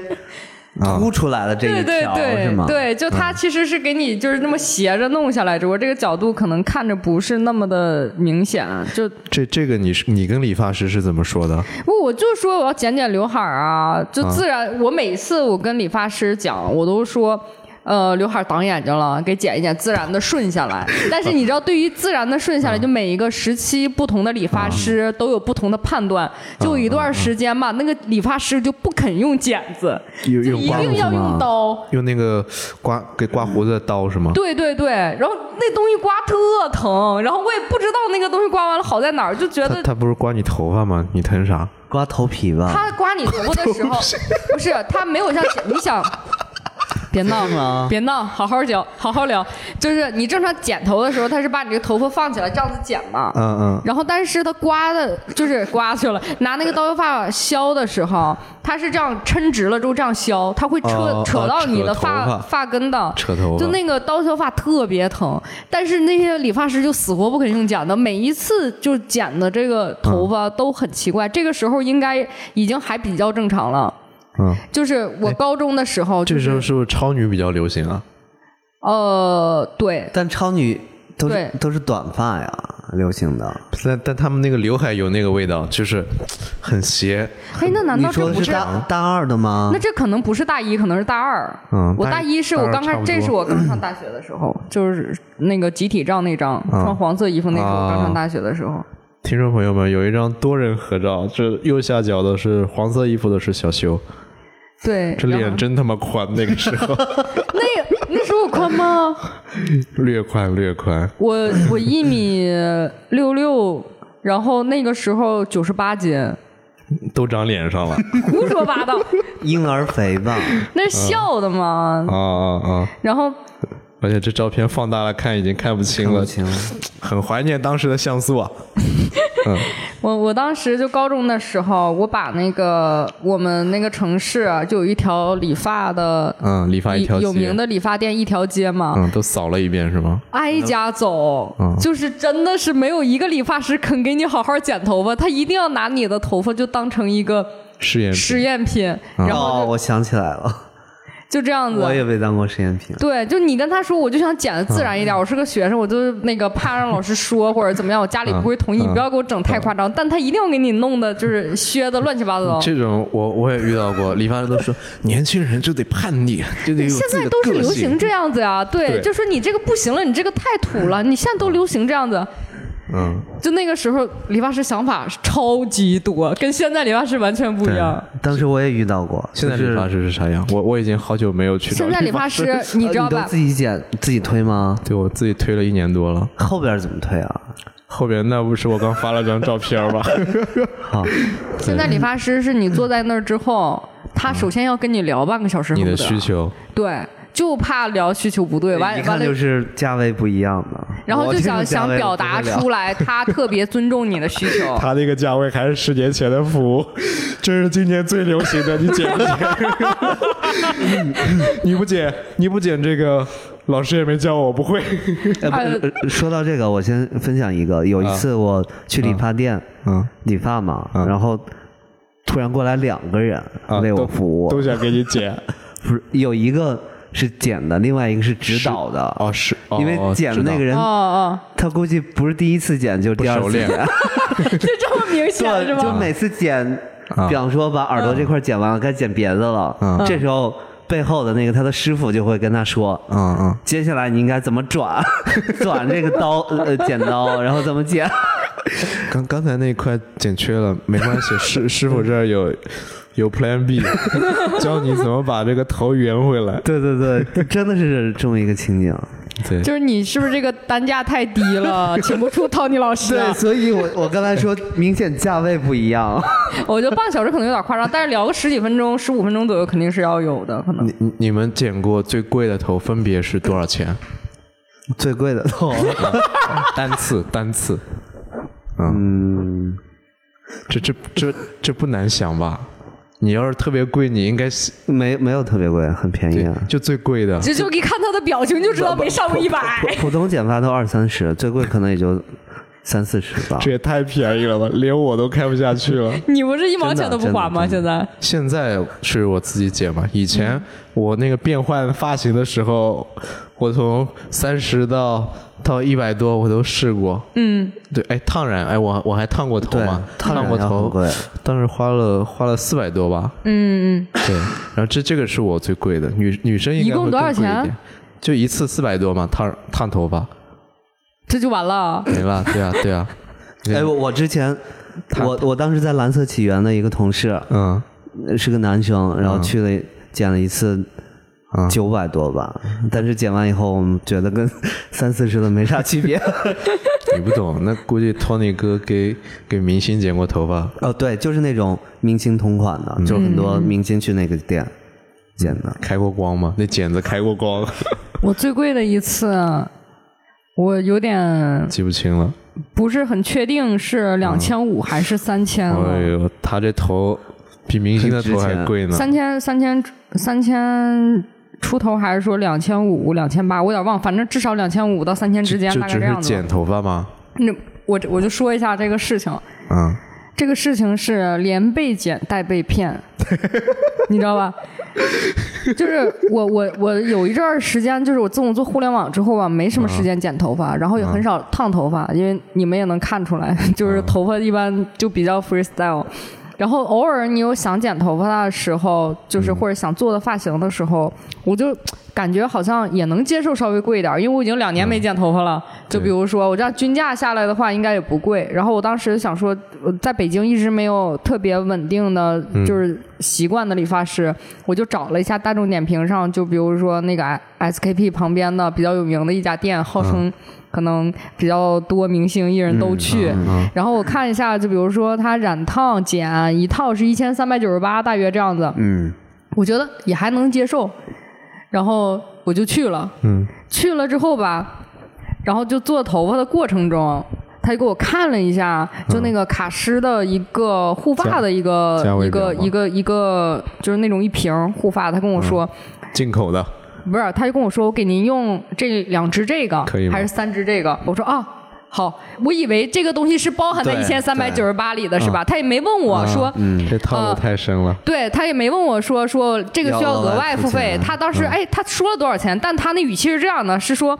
[SPEAKER 3] 凸出来了这
[SPEAKER 2] 对
[SPEAKER 3] 一
[SPEAKER 2] 对
[SPEAKER 3] 条是
[SPEAKER 2] 对
[SPEAKER 3] 吗？嗯
[SPEAKER 2] 对，就它其实是给你就是那么斜着弄下来，只不过这个角度可能看着不是那么的明显，啊就
[SPEAKER 1] 这这个你是你跟理发师是怎么说的？
[SPEAKER 2] 不，我就说我要剪剪刘海儿啊，就自然。我每次我跟理发师讲，我都说。呃，刘海儿挡眼睛了，给剪一剪，自然的顺下 来。但是你知道，对于自然的顺下来，就每一个时期不同的理发师都有不同的判断。
[SPEAKER 1] 啊
[SPEAKER 2] 就有一段时间吧，那个理发师就不肯用剪子，
[SPEAKER 1] 用
[SPEAKER 2] 就
[SPEAKER 1] 啊用
[SPEAKER 2] 一
[SPEAKER 1] 刮
[SPEAKER 2] 定
[SPEAKER 1] 胡
[SPEAKER 2] 要用
[SPEAKER 1] 吗？
[SPEAKER 2] 刀。
[SPEAKER 1] 用那个刮给刮胡子的刀是吗？
[SPEAKER 2] 对对对，然后那东西刮特疼，然后我也不知道那个东西刮完了好在哪儿，就觉
[SPEAKER 1] 他
[SPEAKER 2] 得
[SPEAKER 1] 他不是刮你头发吗？你疼啥？
[SPEAKER 3] 刮头皮吧？
[SPEAKER 2] 他刮你头发的 时候，不是他没有像你想。别 闹
[SPEAKER 1] 啊
[SPEAKER 3] 吗
[SPEAKER 2] 别闹，好好聊，好好聊。就是你正常剪头的时候，他是把你这个头发放起来这样子剪嘛。
[SPEAKER 1] 嗯嗯，
[SPEAKER 2] 然后，但是他刮的，就是刮去了，拿那个刀发削的时候，他是这样抻直了之后这样削，他会扯、
[SPEAKER 1] 哦哦
[SPEAKER 2] 扯到你的
[SPEAKER 1] 扯头
[SPEAKER 2] 发
[SPEAKER 1] 发
[SPEAKER 2] 发根的，
[SPEAKER 1] 扯头发
[SPEAKER 2] 就那个刀削发特别疼。但是那些理发师就死活不肯用剪的，每一次就剪的这个头发
[SPEAKER 1] 嗯
[SPEAKER 2] 都很奇怪。这个时候应该已经还比较正常了。
[SPEAKER 1] 嗯，
[SPEAKER 2] 就是我高中的时候，就
[SPEAKER 1] 这时候
[SPEAKER 2] 是
[SPEAKER 1] 是不是超女比较流行啊？
[SPEAKER 2] 呃，对，
[SPEAKER 3] 但超女都是
[SPEAKER 2] 对啊
[SPEAKER 3] 都是短发呀，流行的。
[SPEAKER 1] 但但他们那个刘海有那个味道，就是很邪。
[SPEAKER 2] 哎，那难
[SPEAKER 3] 你
[SPEAKER 2] 道这
[SPEAKER 3] 说的
[SPEAKER 2] 不
[SPEAKER 3] 是
[SPEAKER 2] 是
[SPEAKER 3] 大大二的吗
[SPEAKER 2] 那？这可能不是大一，可能是大二。
[SPEAKER 1] 嗯
[SPEAKER 2] 我
[SPEAKER 1] 大
[SPEAKER 2] 大
[SPEAKER 1] 一
[SPEAKER 2] 一是
[SPEAKER 1] 大
[SPEAKER 2] 我
[SPEAKER 1] 二
[SPEAKER 2] 刚
[SPEAKER 1] 差
[SPEAKER 2] 开，
[SPEAKER 1] 不
[SPEAKER 2] 这
[SPEAKER 1] 多嗯
[SPEAKER 2] 是我刚上大学的时候，就是那个集体照那张，穿黄色衣服那是我
[SPEAKER 1] 啊
[SPEAKER 2] 刚上大学的时候。
[SPEAKER 1] 听众朋友们，有一张多人合照，这右下角的是黄色衣服的是小修，
[SPEAKER 2] 对，
[SPEAKER 1] 这
[SPEAKER 2] 然
[SPEAKER 1] 脸
[SPEAKER 2] 后
[SPEAKER 1] 真他妈宽，那个时候
[SPEAKER 2] 那那时候我宽吗？
[SPEAKER 1] 略宽略宽。
[SPEAKER 2] 我我一米六六，然后那个时候九十八斤，
[SPEAKER 1] 都长脸上了
[SPEAKER 2] 胡说八道，
[SPEAKER 3] 婴儿肥吧？
[SPEAKER 1] 呃
[SPEAKER 2] 那
[SPEAKER 1] 嗯
[SPEAKER 2] 是笑的嘛。
[SPEAKER 1] 啊啊啊！
[SPEAKER 2] 然后
[SPEAKER 1] 而且这照片放大了看，已经看不清了，
[SPEAKER 3] 看不
[SPEAKER 1] 很怀念当时的像素啊。
[SPEAKER 2] 我我当时就高中的时候，我把那个我们那个城市啊、就有一条理发的。
[SPEAKER 1] 嗯，理发一条街，
[SPEAKER 2] 有名的理发店一条街嘛，
[SPEAKER 1] 嗯，都嗯扫了一遍是吗？
[SPEAKER 2] 挨家走，就是真的是没有一个理发师肯给你好好剪头发，他一定要拿你的头发就当成一个
[SPEAKER 1] 试验
[SPEAKER 2] 实验品，
[SPEAKER 1] 嗯
[SPEAKER 2] 然后
[SPEAKER 3] 哦，我想起来了，
[SPEAKER 2] 就这样
[SPEAKER 3] 我
[SPEAKER 2] 子。
[SPEAKER 3] 也被当过实验品。
[SPEAKER 2] 对，就你跟他说，我就想剪的自然一
[SPEAKER 1] 嗯
[SPEAKER 2] 点，我是个学生，我就是那个怕让老师说或者怎么样，我家里不会
[SPEAKER 1] 嗯
[SPEAKER 2] 同意，你不要给我整太夸张，但他一定要给你弄的就是削的乱七八糟。
[SPEAKER 1] 这种我我也遇到过，理发师都说年轻人就得叛逆，就得有
[SPEAKER 2] 现
[SPEAKER 1] 自己
[SPEAKER 2] 在
[SPEAKER 1] 的
[SPEAKER 2] 都是
[SPEAKER 1] 个
[SPEAKER 2] 流
[SPEAKER 1] 性
[SPEAKER 2] 行。这样子呀、对，
[SPEAKER 1] 对
[SPEAKER 2] 就说你这个不行了，你这个太土了，你现在都流行这样子。
[SPEAKER 1] 嗯，
[SPEAKER 2] 就那个时候，理发师想法超级多，跟现在理发师完全不一样。
[SPEAKER 3] 当时我也遇到过，
[SPEAKER 1] 嗯现在
[SPEAKER 3] 就
[SPEAKER 1] 理
[SPEAKER 3] 是
[SPEAKER 1] 发师是啥样？我我已经好久没有去找
[SPEAKER 2] 现在理发
[SPEAKER 1] 发
[SPEAKER 2] 师，你知道
[SPEAKER 3] 呃
[SPEAKER 2] 吧
[SPEAKER 3] 都？自己剪自己推吗？
[SPEAKER 1] 对我自己推了一年多了。
[SPEAKER 3] 后边怎么推啊？
[SPEAKER 1] 后边那不是我刚发了张照片吗？
[SPEAKER 2] 现在理发师是你坐在那儿之后，他首先要跟你聊半个小时
[SPEAKER 1] 嗯
[SPEAKER 2] 恨
[SPEAKER 1] 你
[SPEAKER 2] 不得，
[SPEAKER 1] 的需求，
[SPEAKER 2] 对，就怕聊需求不
[SPEAKER 1] 哎
[SPEAKER 2] 对，完
[SPEAKER 3] 一
[SPEAKER 2] 完
[SPEAKER 3] 看
[SPEAKER 2] 了
[SPEAKER 3] 就。是价位不一样的。
[SPEAKER 2] 然后
[SPEAKER 3] 我
[SPEAKER 2] 就
[SPEAKER 3] 这种
[SPEAKER 2] 想
[SPEAKER 3] 价
[SPEAKER 2] 想
[SPEAKER 3] 位
[SPEAKER 2] 表
[SPEAKER 3] 我不会
[SPEAKER 2] 达
[SPEAKER 3] 聊
[SPEAKER 2] 出来，他特别尊重你的需求。
[SPEAKER 1] 他那个价位还是十年前的服务，这是今年最流行的，你剪不剪？ 你不剪，你不剪这个，老师也没教我，不会。
[SPEAKER 3] 呃不
[SPEAKER 2] 呃
[SPEAKER 3] 呃说到这个，我先分享一个。有
[SPEAKER 1] 啊
[SPEAKER 3] 一次我去理发店，
[SPEAKER 1] 嗯，
[SPEAKER 3] 理发嘛，然后突然过来两个人
[SPEAKER 1] 啊
[SPEAKER 3] 为我
[SPEAKER 1] 都
[SPEAKER 3] 服务，
[SPEAKER 1] 都想给你剪。
[SPEAKER 3] 不是有一个是剪的，另外一个是指导的。
[SPEAKER 1] 哦，是，哦
[SPEAKER 3] 因为剪的那个，人
[SPEAKER 2] 哦，哦，
[SPEAKER 3] 他估计不是第一次剪，就是第二
[SPEAKER 1] 不
[SPEAKER 3] 次
[SPEAKER 1] 熟练
[SPEAKER 3] 剪，
[SPEAKER 2] 就这么明显是嗯
[SPEAKER 3] 对，就
[SPEAKER 2] 吧？
[SPEAKER 3] 每次剪，
[SPEAKER 1] 啊
[SPEAKER 3] 比方说把耳朵这块剪完了，该剪别的了。嗯这时候背后的那个他的师傅就会跟他说，
[SPEAKER 1] 知道嗯嗯，
[SPEAKER 3] 接下来你应该怎么转，转这个刀呃剪刀，然后怎么剪。
[SPEAKER 1] 刚刚才那一块剪缺了，没关系，师师傅这儿有有 Plan B，教你怎么把这个头圆回来。
[SPEAKER 3] 对对对， 真的是这么一个情景。
[SPEAKER 1] 对，
[SPEAKER 2] 就是你是不是这个单价太低了，请不出 Tony 老师啊
[SPEAKER 3] 对，？所以我我刚才说，明显价位不一样。
[SPEAKER 2] 我觉得半个小时可能有点夸张，但是聊个十几分钟、十五分钟左右肯定是要有的，可能。
[SPEAKER 1] 你你们剪过最贵的头分别是多少钱？
[SPEAKER 3] 最贵 的头，
[SPEAKER 1] 单次单次，嗯，这这这这不难想吧？你要是特别贵，你应该是
[SPEAKER 3] 没没有特别贵，很便宜啊。
[SPEAKER 1] 就最贵的，
[SPEAKER 2] 就就一看他的表情就知道没上过一百。
[SPEAKER 3] 普普通剪发都二三十，最贵可能也就三四十吧。
[SPEAKER 1] 这也太便宜了吧，连我都开不下去了。
[SPEAKER 2] 你不是一毛钱都不花吗？现在
[SPEAKER 1] 现在是我自己剪嘛，以前我那个变换发型的时候，我从三十到到一百多我都试过。嗯，对，哎，烫染，哎，我我还烫过头
[SPEAKER 3] 对
[SPEAKER 1] 嘛，，
[SPEAKER 3] 烫染
[SPEAKER 1] 过
[SPEAKER 3] 要很
[SPEAKER 1] 头，
[SPEAKER 3] 贵。
[SPEAKER 1] 当时花了花了四百多吧。
[SPEAKER 2] 嗯，
[SPEAKER 1] 对，然后这这个是我最贵的，女女生应该
[SPEAKER 2] 一共
[SPEAKER 1] 会
[SPEAKER 2] 多少
[SPEAKER 1] 更贵一
[SPEAKER 2] 钱
[SPEAKER 1] 点？就一次四百多嘛，烫烫头发
[SPEAKER 2] 这就完了。
[SPEAKER 1] 没了，对啊对啊，对
[SPEAKER 3] 哎，我我之前，我我当时在蓝色起源的一个同事
[SPEAKER 1] 嗯，
[SPEAKER 3] 呃是个男生，然后去了剪了一次
[SPEAKER 1] 啊
[SPEAKER 3] 九百多吧，但是剪完以后我们觉得跟三四十的没啥区别。
[SPEAKER 1] 你不懂，那估计托尼哥给给明星剪过头发，
[SPEAKER 3] 哦，对，就是那种明星同款的，
[SPEAKER 1] 嗯
[SPEAKER 3] 就很多明星去那个店剪的。
[SPEAKER 1] 开过光吗？那剪子开过光，
[SPEAKER 2] 我最贵的一次，我有点
[SPEAKER 1] 记不清了。
[SPEAKER 2] 不是很确定是两千五还是三千
[SPEAKER 1] 哎
[SPEAKER 2] 了。
[SPEAKER 1] 呦，他这头比明星的头还贵呢。
[SPEAKER 2] 三千三千三千出头，还是说两千五、两千八？我有点忘，反正至少两千五到三千之间，
[SPEAKER 1] 就
[SPEAKER 2] 大概
[SPEAKER 1] 只
[SPEAKER 2] 这
[SPEAKER 1] 是
[SPEAKER 2] 样子吧
[SPEAKER 1] 剪。头发吗？
[SPEAKER 2] 那我我就说一下这个事情，
[SPEAKER 1] 嗯，
[SPEAKER 2] 这个事情是连被剪带被骗，你知道吧？就是我我我有一阵儿时间，就是我自从做互联网之后吧，没什么时间剪头发，然后也很少烫头发，因为你们也能看出来，就是头发一般就比较 freestyle。然后偶尔你有想剪头发的时候，就是或者想做的发型的时候，我就感觉好像也能接受稍微贵一点儿，因为我已经两年没剪头发了。就比如说我这样均价下来的话，应该也不贵。然后我当时想说，我在北京一直没有特别稳定的就是习惯的理发师，我就找了一下大众点评上，就比如说那个哎 SKP 旁边的比较有名的一家店，号称可能比较多明星艺人都去。
[SPEAKER 1] 嗯
[SPEAKER 2] 然后我看一下，就比如说它染烫剪一套是一千三百九十八，大约这样子。
[SPEAKER 3] 嗯，
[SPEAKER 2] 我觉得也还能接受，然后我就去了。
[SPEAKER 1] 嗯，
[SPEAKER 2] 去了之后吧，然后就做头发的过程中。他就给我看了一下，就那个卡诗的一个护发的一个
[SPEAKER 1] 嗯加加微
[SPEAKER 2] 一
[SPEAKER 1] 表
[SPEAKER 2] 个
[SPEAKER 1] 吗
[SPEAKER 2] 一个一个，就是那种一瓶儿护发。他跟我说，
[SPEAKER 1] 进口的，
[SPEAKER 2] 不是，他就跟我说，我给您用这两支这个，
[SPEAKER 1] 可以吗
[SPEAKER 2] 还是三支这个？我说啊。好，我以为这个东西是包含在一
[SPEAKER 3] 对
[SPEAKER 2] 千三百九十八里的是
[SPEAKER 1] 嗯
[SPEAKER 2] 吧？他也没问我说，
[SPEAKER 1] 啊
[SPEAKER 2] 呃
[SPEAKER 1] 这套路太深了。
[SPEAKER 2] 对他也没问我说说这个需要额外付
[SPEAKER 3] 要额外
[SPEAKER 2] 费
[SPEAKER 3] 付钱，嗯
[SPEAKER 2] 他当时、哎他说了多少钱，但他那语气是这样的，是说。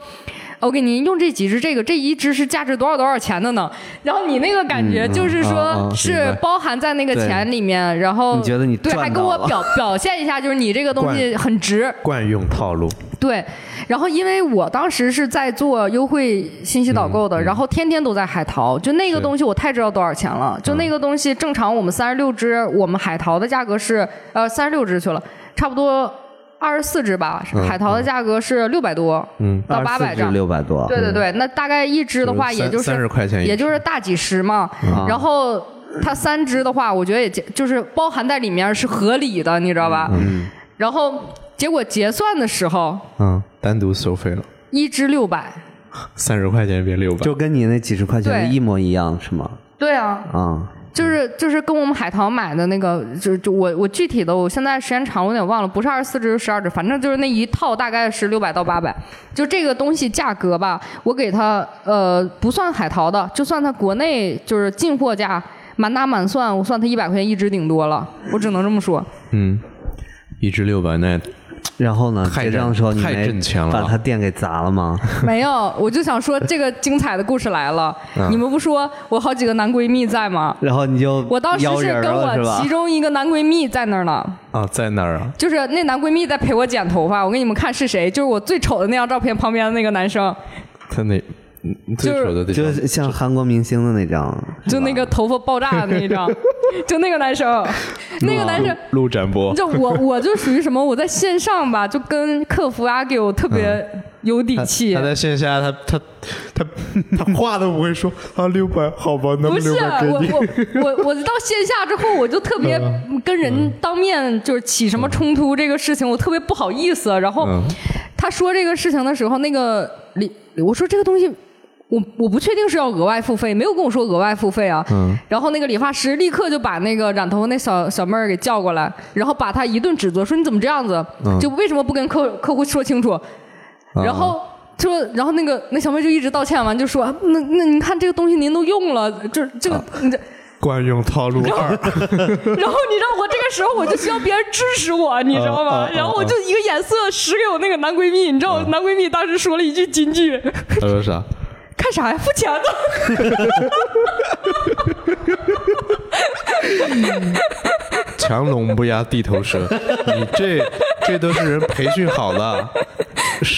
[SPEAKER 2] 我给您用这几支，这个这一支是价值多少多少钱的呢？然后你那个感觉就是
[SPEAKER 1] 嗯嗯
[SPEAKER 2] 说
[SPEAKER 1] 嗯明
[SPEAKER 2] 是
[SPEAKER 1] 白
[SPEAKER 2] 包含在那个
[SPEAKER 3] 对
[SPEAKER 2] 钱里面，然后
[SPEAKER 3] 你觉得你
[SPEAKER 2] 对
[SPEAKER 3] 赚
[SPEAKER 2] 还跟
[SPEAKER 3] 到
[SPEAKER 2] 我
[SPEAKER 3] 了
[SPEAKER 2] 表表现一下，就是你这个东 西很值，
[SPEAKER 1] 惯用套路，
[SPEAKER 2] 对，然后因为我当时是在做优惠信息导购的，然后天天都在海淘，就那
[SPEAKER 1] 嗯
[SPEAKER 2] 个
[SPEAKER 1] 是嗯
[SPEAKER 2] 东西我太知道多少钱了。就那个东西，正常我们三十六支，我们海淘的价格是呃三十六支去了，差不多二十四支吧，
[SPEAKER 1] 嗯
[SPEAKER 2] 海淘的价格是六百多，嗯，到八百这样。
[SPEAKER 3] 六百多。
[SPEAKER 2] 对对对，那大概一支的话，
[SPEAKER 1] 嗯就是
[SPEAKER 2] 也就是
[SPEAKER 1] 三30块嗯钱一支
[SPEAKER 2] 也就是大几十嘛。然后它三支的话，我觉得也就就是包含在里面是合理的，你知道吧？嗯。然后结果结算的时候，
[SPEAKER 1] 嗯，单独收费了，
[SPEAKER 2] 一支六百。
[SPEAKER 1] 三十块钱变六百，
[SPEAKER 3] 就跟你那几十块钱的
[SPEAKER 2] 对
[SPEAKER 3] 一模一样，是吗？
[SPEAKER 2] 对啊，
[SPEAKER 1] 嗯
[SPEAKER 3] 啊、
[SPEAKER 2] 就是就是跟我们海淘买的那个，就就我我具体的，我现在时间长了我有点忘了，不是二十四支，十二支，反正就是那一套大概是六百到八百。就这个东西价格吧，我给它呃不算海淘的，就算它国内就是进货价，满打满算我算它一百块钱一支顶多了，我只能这么 说。
[SPEAKER 1] 嗯，一支六百，那
[SPEAKER 3] 然后呢？
[SPEAKER 1] 太
[SPEAKER 3] 结
[SPEAKER 1] 挣
[SPEAKER 3] 账的时候你
[SPEAKER 1] 太
[SPEAKER 3] 没
[SPEAKER 1] 挣钱了
[SPEAKER 3] 把他店给砸 了吗？
[SPEAKER 2] 没有，我就想说这个精彩的故事来了，
[SPEAKER 3] 嗯
[SPEAKER 2] 你们不说我好几个男闺蜜在吗？
[SPEAKER 3] 然后你就
[SPEAKER 2] 我当时
[SPEAKER 3] 邀
[SPEAKER 2] 是
[SPEAKER 3] 人
[SPEAKER 2] 跟
[SPEAKER 3] 了是
[SPEAKER 2] 我
[SPEAKER 3] 吧
[SPEAKER 2] 其中一个男闺蜜在那儿呢。
[SPEAKER 1] 啊，在那儿啊？
[SPEAKER 2] 就是那男闺蜜在陪我剪头发，我给你们看是谁，就是我最丑的那张照片旁边的那个男生，
[SPEAKER 1] 他那你最
[SPEAKER 2] 就是
[SPEAKER 1] 丑的地
[SPEAKER 3] 就
[SPEAKER 1] 方，
[SPEAKER 3] 是像韩国明星的那张，
[SPEAKER 2] 就那个头发爆炸的那 一张，就那个男生，那个男生。
[SPEAKER 1] 陆展波，
[SPEAKER 2] 就我，我就属于什么？我在线上吧，就跟客服 argue 特别有底气
[SPEAKER 1] 嗯他。在线下他他他他话都不会说啊，六百好吧，那
[SPEAKER 2] 不
[SPEAKER 1] 么
[SPEAKER 2] 是啊
[SPEAKER 1] 六百给
[SPEAKER 2] 我
[SPEAKER 1] 你。
[SPEAKER 2] 我我我到线下之后，我就特别
[SPEAKER 1] 嗯
[SPEAKER 2] 跟人当面就是起什么冲突这个事情，我特别不好意思。然后
[SPEAKER 1] 嗯
[SPEAKER 2] 他说这个事情的时候，那个李我说这个东西。我我不确定是要额外付费，没有跟我说额外付费啊。
[SPEAKER 1] 嗯
[SPEAKER 2] 然后那个理发师立刻就把那个染头发那小小妹儿给叫过来，然后把她一顿指责，说你怎么这样子？
[SPEAKER 1] 嗯啊
[SPEAKER 2] 就为什么不跟客客户说清楚？然后说，然后那个那小妹就一直道歉完就说，啊那那您看这个东西您都用了，这这
[SPEAKER 1] 啊
[SPEAKER 2] 个，你这
[SPEAKER 1] 惯用套路二，
[SPEAKER 2] 然后你知道我这个时候我就需要别人支持我，你知道
[SPEAKER 1] 啊啊
[SPEAKER 2] 吗
[SPEAKER 1] 啊？
[SPEAKER 2] 然后我就一个眼色使给我那个男闺蜜，你知道我男闺蜜当时说了一句金句，
[SPEAKER 1] 他说啥？
[SPEAKER 2] 看啥呀，付钱的。
[SPEAKER 1] 强龙不压地头 蛇，你这这都是人培训好的，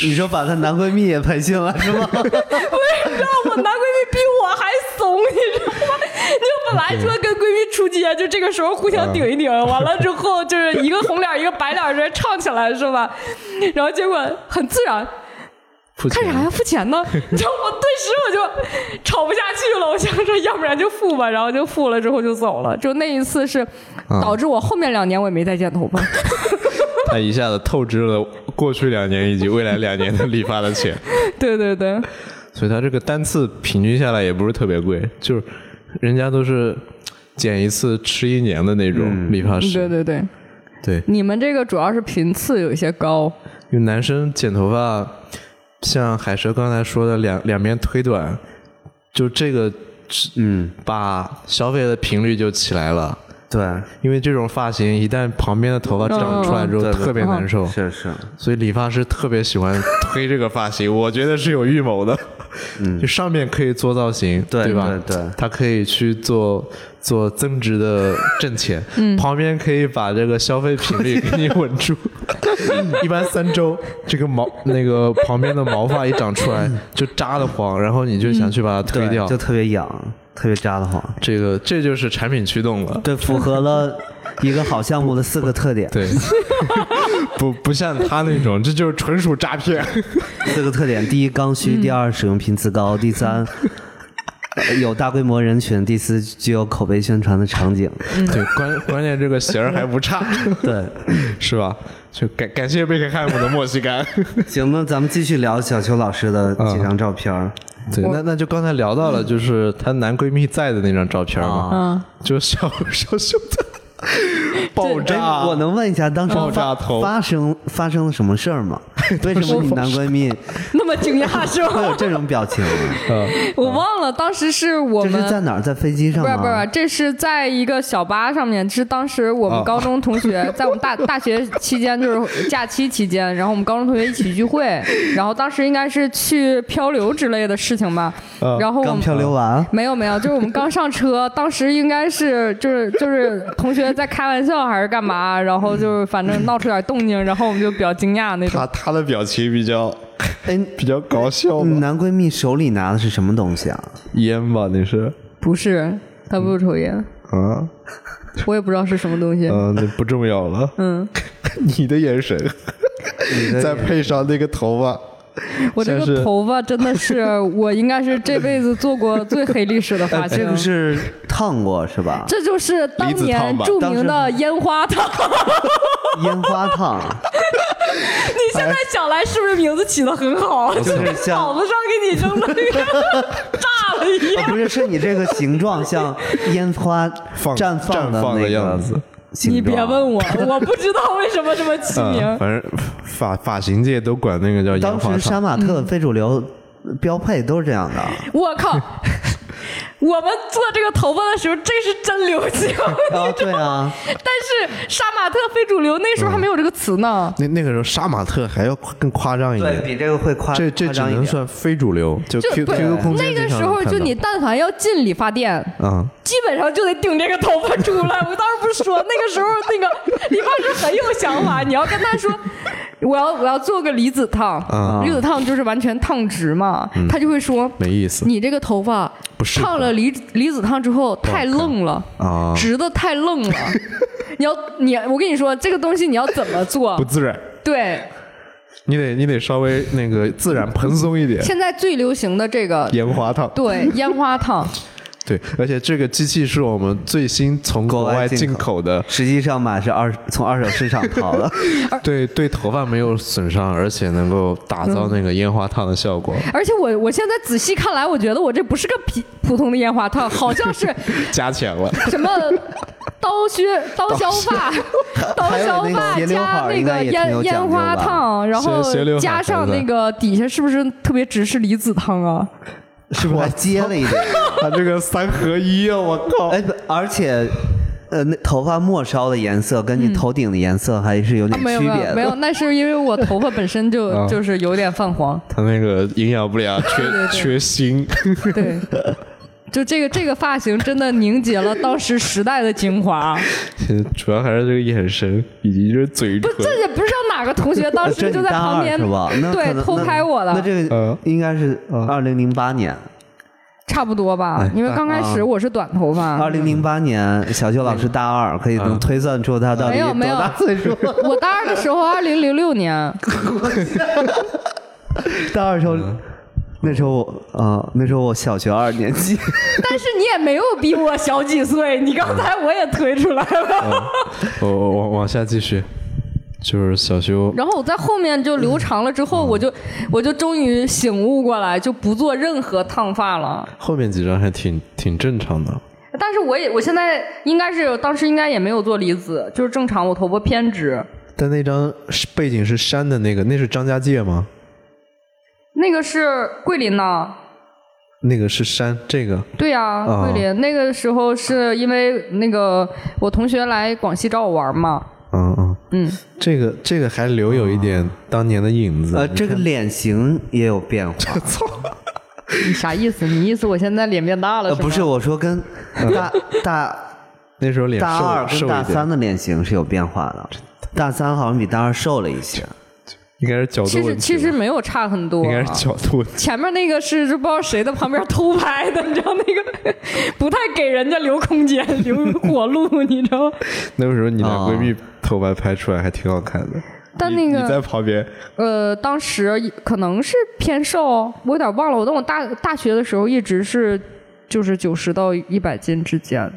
[SPEAKER 3] 你说把她男闺蜜也培训了是吗？
[SPEAKER 2] 不是，你知道我男闺蜜比我还怂，你知道吗？就本来说跟闺蜜出街，就这个时候互相顶一顶，完了之后就是一个红脸一个白脸，人唱起来是吧？然后结果很自然，
[SPEAKER 1] 付
[SPEAKER 2] 看
[SPEAKER 1] 钱
[SPEAKER 2] 啥呀？付钱呢？你知道我顿时我就吵不下去了，我想说要不然就付吧，然后就付了之后就走了。就那一次是导致我后面两年我也没再剪头发。
[SPEAKER 1] 他一下子透支了过去两年以及未来两年的理发的钱，
[SPEAKER 2] 对对对，
[SPEAKER 1] 所以他这个单次平均下来也不是特别贵，就是人家都是剪一次吃一年的那种理发师，
[SPEAKER 2] 对对对，
[SPEAKER 1] 对
[SPEAKER 2] 你们这个主要是频次有一些高。
[SPEAKER 1] 因为男生剪头发，像海蛇刚才说的两两边推短，就这个，嗯，把消费的频率就起来了。
[SPEAKER 3] 对，
[SPEAKER 1] 因为这种发型一旦旁边的头发长出来之后，
[SPEAKER 3] 嗯嗯嗯
[SPEAKER 1] 特别难受，
[SPEAKER 3] 是是，
[SPEAKER 1] 所以理发师特别喜欢推这个发 型，我觉得是有预谋的。嗯，就上面可以做造型，
[SPEAKER 3] 对
[SPEAKER 1] 吧？
[SPEAKER 3] 对对
[SPEAKER 1] 他可以去做做增值的挣 钱，
[SPEAKER 3] 嗯
[SPEAKER 1] 旁边可以把这个消费频率给你稳 住。一般三周，这个毛那个旁边的毛发一长出来就扎得慌，然后你就想去把它推
[SPEAKER 3] 对
[SPEAKER 1] 掉
[SPEAKER 3] 就。特别痒，特别扎得慌。
[SPEAKER 1] 这个这就是产品驱动了。
[SPEAKER 3] 对，符合了一个好项目的四个特点。
[SPEAKER 1] 对，不不像他那种，这就是纯属诈骗。
[SPEAKER 3] 四个特点：第一，刚需；第二，使用频次高；第三， 呃有大规模人群；第四，具有口碑宣传的场景。
[SPEAKER 1] 对，关关键这个弦儿还不差，
[SPEAKER 3] 对，
[SPEAKER 1] 是吧？就感感谢贝克汉姆的墨西干。
[SPEAKER 3] 行，那咱们继续聊小邱老师的几张照片儿。
[SPEAKER 1] 对，那那就刚才聊到了，就是她男闺蜜在的那张照片嘛，
[SPEAKER 2] 嗯，
[SPEAKER 1] 就小 小秀的爆炸，
[SPEAKER 2] 啊
[SPEAKER 3] 我能问一下，当时
[SPEAKER 1] 爆
[SPEAKER 3] 发
[SPEAKER 1] 炸头
[SPEAKER 3] 发生发生了什么事儿 吗？为什么你男闺蜜
[SPEAKER 2] 那么惊讶是
[SPEAKER 3] 会
[SPEAKER 2] 吧？
[SPEAKER 3] 有这种表情啊？
[SPEAKER 2] 我忘了，当时是 我
[SPEAKER 3] 这
[SPEAKER 2] 们
[SPEAKER 3] 是在哪儿？在飞机上
[SPEAKER 2] 不是
[SPEAKER 3] 吗？
[SPEAKER 2] 不是，这是在一个小巴上面，是当时我们高中同学，在我们大大学期间，就是假期期间，然后我们高中同学一起聚会，然后当时应该是去漂流之类的事情吧，然后我
[SPEAKER 3] 刚
[SPEAKER 2] 们
[SPEAKER 3] 漂流完。
[SPEAKER 2] 没有没有，就是我们刚上车，当时应该是就是就是同学在开玩笑还是干嘛，然后就是反正闹出点动静，然后我们就比较惊讶那种
[SPEAKER 1] 她。她的表情比较
[SPEAKER 3] 哎，
[SPEAKER 1] 比较搞笑
[SPEAKER 3] 你
[SPEAKER 1] 吧，
[SPEAKER 3] 男闺蜜手里拿的是什么东西啊？
[SPEAKER 1] 烟吧那是
[SPEAKER 2] 不是，他不抽烟，
[SPEAKER 1] 啊，
[SPEAKER 2] 我也不知道是什么东西。
[SPEAKER 1] 嗯，那不重要了。
[SPEAKER 2] 嗯，
[SPEAKER 1] 你的眼神，再配上那个头发，
[SPEAKER 2] 我这
[SPEAKER 1] 像是
[SPEAKER 2] 个头发真 的是，我应该是这辈子做过最黑历史的发
[SPEAKER 3] 呃，
[SPEAKER 1] 哎
[SPEAKER 2] 型。
[SPEAKER 3] 这个是烫过 是吧？
[SPEAKER 2] 这就是当
[SPEAKER 1] 离子烫
[SPEAKER 2] 年
[SPEAKER 1] 吧哎
[SPEAKER 2] 著名的烟花烫。
[SPEAKER 3] 烟花烫，
[SPEAKER 2] 你现在想来，是不是名字起的很好？就
[SPEAKER 3] 就是
[SPEAKER 2] 是
[SPEAKER 3] 像
[SPEAKER 2] 脑子上给你扔的那个炸了一 样。
[SPEAKER 3] 啊、不是，是你这个形状像烟花
[SPEAKER 1] 放
[SPEAKER 3] 绽的
[SPEAKER 1] 绽放的
[SPEAKER 3] 那个
[SPEAKER 1] 样子
[SPEAKER 3] 形状。
[SPEAKER 2] 你别 问我，我不知道为什么这么起名。
[SPEAKER 1] 嗯，反正发发型界都管那个叫烟
[SPEAKER 3] 当
[SPEAKER 1] 花烫
[SPEAKER 3] 时杀。马特
[SPEAKER 2] 嗯
[SPEAKER 3] 非主流标配都是这样的。
[SPEAKER 2] 我 靠！我们做这个头发的时候，这是真流 行。
[SPEAKER 3] 啊，对啊，
[SPEAKER 2] 但是杀马特非主流那时候还没有这个词呢。
[SPEAKER 1] 那那个时候杀马特还要更夸张一
[SPEAKER 3] 对
[SPEAKER 1] 点，
[SPEAKER 3] 比这个会夸
[SPEAKER 1] 这这
[SPEAKER 3] 夸
[SPEAKER 1] 只
[SPEAKER 3] 张一
[SPEAKER 1] 能
[SPEAKER 3] 点。
[SPEAKER 1] 算非主流，就
[SPEAKER 2] 就
[SPEAKER 1] Q
[SPEAKER 2] 不是
[SPEAKER 1] Q 空间
[SPEAKER 2] 那个时候，就你但凡要进理发店，
[SPEAKER 1] 啊，
[SPEAKER 2] 基本上就得顶这个头发出来。我当时不是说那个时候那个理发师很有想法，你要跟他说 我要我要做个离子烫，
[SPEAKER 1] 啊嗯
[SPEAKER 2] 离子烫就是完全烫直嘛，他就会说
[SPEAKER 1] 没意思
[SPEAKER 2] 你这个头发
[SPEAKER 1] 不适合
[SPEAKER 2] 烫了离离子烫之后太愣了，
[SPEAKER 1] 啊，
[SPEAKER 2] 直的太愣 了。你要你，我跟你说，这个东西你要怎么做
[SPEAKER 1] 不？自然。
[SPEAKER 2] 对，
[SPEAKER 1] 你得你得稍微那个自然蓬松 一点，
[SPEAKER 2] 现在最流行的这个，
[SPEAKER 1] 烟花烫。
[SPEAKER 2] 对，烟花烫，
[SPEAKER 1] 对，而且这个机器是我们最新从国
[SPEAKER 3] 外
[SPEAKER 1] 外
[SPEAKER 3] 进
[SPEAKER 1] 进
[SPEAKER 3] 口
[SPEAKER 1] 口 的，
[SPEAKER 3] 实际上嘛是二从二手市场淘 的，
[SPEAKER 1] 对对头发没有损伤，而且能够打造那个烟花烫的效 果，
[SPEAKER 2] 而且我我现在仔细看来，我觉得我这不是个普普通的烟花烫，好像是
[SPEAKER 1] 加钱了。
[SPEAKER 2] 什么刀 削、刀削发、刀
[SPEAKER 3] 还有
[SPEAKER 2] 削
[SPEAKER 3] 那个
[SPEAKER 2] 发
[SPEAKER 3] 斜溜
[SPEAKER 2] 加
[SPEAKER 3] 海儿
[SPEAKER 2] 那
[SPEAKER 3] 应该
[SPEAKER 2] 个
[SPEAKER 3] 也挺有
[SPEAKER 2] 烟
[SPEAKER 3] 讲
[SPEAKER 2] 烟
[SPEAKER 3] 究
[SPEAKER 2] 花
[SPEAKER 3] 吧
[SPEAKER 2] 烫，然后
[SPEAKER 1] 斜斜溜海
[SPEAKER 2] 加
[SPEAKER 1] 儿
[SPEAKER 2] 上
[SPEAKER 1] 现在
[SPEAKER 2] 那个底下是不是特别直是离子烫 啊？
[SPEAKER 3] 是不是还接了一 点？
[SPEAKER 1] 它这个三合一啊，我靠！
[SPEAKER 3] 哎，不而且。呃，那头发末梢的颜色跟你头顶的颜色还是
[SPEAKER 2] 嗯
[SPEAKER 3] 有
[SPEAKER 2] 啊
[SPEAKER 3] 点
[SPEAKER 2] 没有
[SPEAKER 3] 区
[SPEAKER 2] 没
[SPEAKER 3] 别
[SPEAKER 2] 有
[SPEAKER 3] 的。
[SPEAKER 2] 没有，那是因为我头发本身就、
[SPEAKER 1] 啊
[SPEAKER 2] 就是有点泛 黄，
[SPEAKER 1] 它那个营养不良，缺
[SPEAKER 2] 对
[SPEAKER 1] 缺锌。
[SPEAKER 2] 对。就这个这个发型真的凝结了当时时代的精 华，啊
[SPEAKER 1] 现在 主要还是这个眼神以及这嘴
[SPEAKER 2] 不
[SPEAKER 1] 唇，，
[SPEAKER 2] 这也不知道哪个同学当
[SPEAKER 3] 呃这
[SPEAKER 2] 时就在
[SPEAKER 3] 你大
[SPEAKER 2] 旁
[SPEAKER 3] 二
[SPEAKER 2] 边
[SPEAKER 3] 是吧？那可
[SPEAKER 2] 对
[SPEAKER 3] 能
[SPEAKER 2] 偷
[SPEAKER 3] 那
[SPEAKER 2] 拍我
[SPEAKER 3] 那
[SPEAKER 2] 的，
[SPEAKER 3] 这个
[SPEAKER 1] 呃
[SPEAKER 3] 应该是二零零八年，
[SPEAKER 2] 差不多吧
[SPEAKER 1] 哎，
[SPEAKER 2] 因为刚
[SPEAKER 3] 啊
[SPEAKER 2] 开始我是短头发，
[SPEAKER 3] 二零零八年小舅老师大二，可以能推算出他到底
[SPEAKER 2] 没有
[SPEAKER 3] 多
[SPEAKER 2] 没有
[SPEAKER 3] 大岁数。
[SPEAKER 2] 我大二的时候，二零零六年，
[SPEAKER 3] 大二时候，
[SPEAKER 1] 嗯
[SPEAKER 3] 那时候我啊，那时候我小学二年级。
[SPEAKER 2] 但是你也没有比我小几岁，你刚才我也推出来了。
[SPEAKER 1] 我我往往下继续，就是小修
[SPEAKER 2] 然后我在后面就留长了之后，我就我就终于醒悟过来，就不做任何烫发了。
[SPEAKER 1] 后面几张还挺挺正常的，
[SPEAKER 2] 但是我也我现在应该是当时应该也没有做离子，就是正常，我头发偏直。
[SPEAKER 1] 但那张是背景是山的那个，那是张家界吗？
[SPEAKER 2] 那个是桂林呢？
[SPEAKER 1] 那个是山，这个
[SPEAKER 2] 对呀、
[SPEAKER 1] 哦
[SPEAKER 2] 桂林那个时候是因为那个我同学来广西找我玩嘛，
[SPEAKER 1] 嗯嗯，
[SPEAKER 2] 嗯，
[SPEAKER 1] 这个这个还留有一点当年的影子。
[SPEAKER 3] 呃，这个脸型也有变化。
[SPEAKER 2] 你啥意思？你意思我现在脸变大了？
[SPEAKER 3] 呃，
[SPEAKER 2] 吗
[SPEAKER 3] 不是，我说跟大大
[SPEAKER 1] 那时候脸
[SPEAKER 3] 大二
[SPEAKER 1] 嗯瘦
[SPEAKER 3] 跟
[SPEAKER 1] 瘦
[SPEAKER 3] 大
[SPEAKER 1] 一点
[SPEAKER 3] 三，的脸型是有变化的。大三好像比大二瘦了一些，
[SPEAKER 1] 应该是角
[SPEAKER 2] 其
[SPEAKER 1] 度
[SPEAKER 2] 实
[SPEAKER 1] 问题
[SPEAKER 2] 其
[SPEAKER 1] 吧。
[SPEAKER 2] 实没有差很 多、啊
[SPEAKER 1] 应该是角度问题。
[SPEAKER 2] 前面那个是就不知道谁在旁边偷拍的，你知道那个 不太给人家留空间、留活路，你知道吗？
[SPEAKER 1] 那时候你俩闺蜜头发拍出来还挺好看的，
[SPEAKER 2] 但
[SPEAKER 1] 你
[SPEAKER 2] 那
[SPEAKER 1] 你在
[SPEAKER 2] 个
[SPEAKER 1] 旁边
[SPEAKER 2] 呃，当时可能是偏瘦，我有点忘了。我但我大大学的时候一直是就是九十到一百斤之间，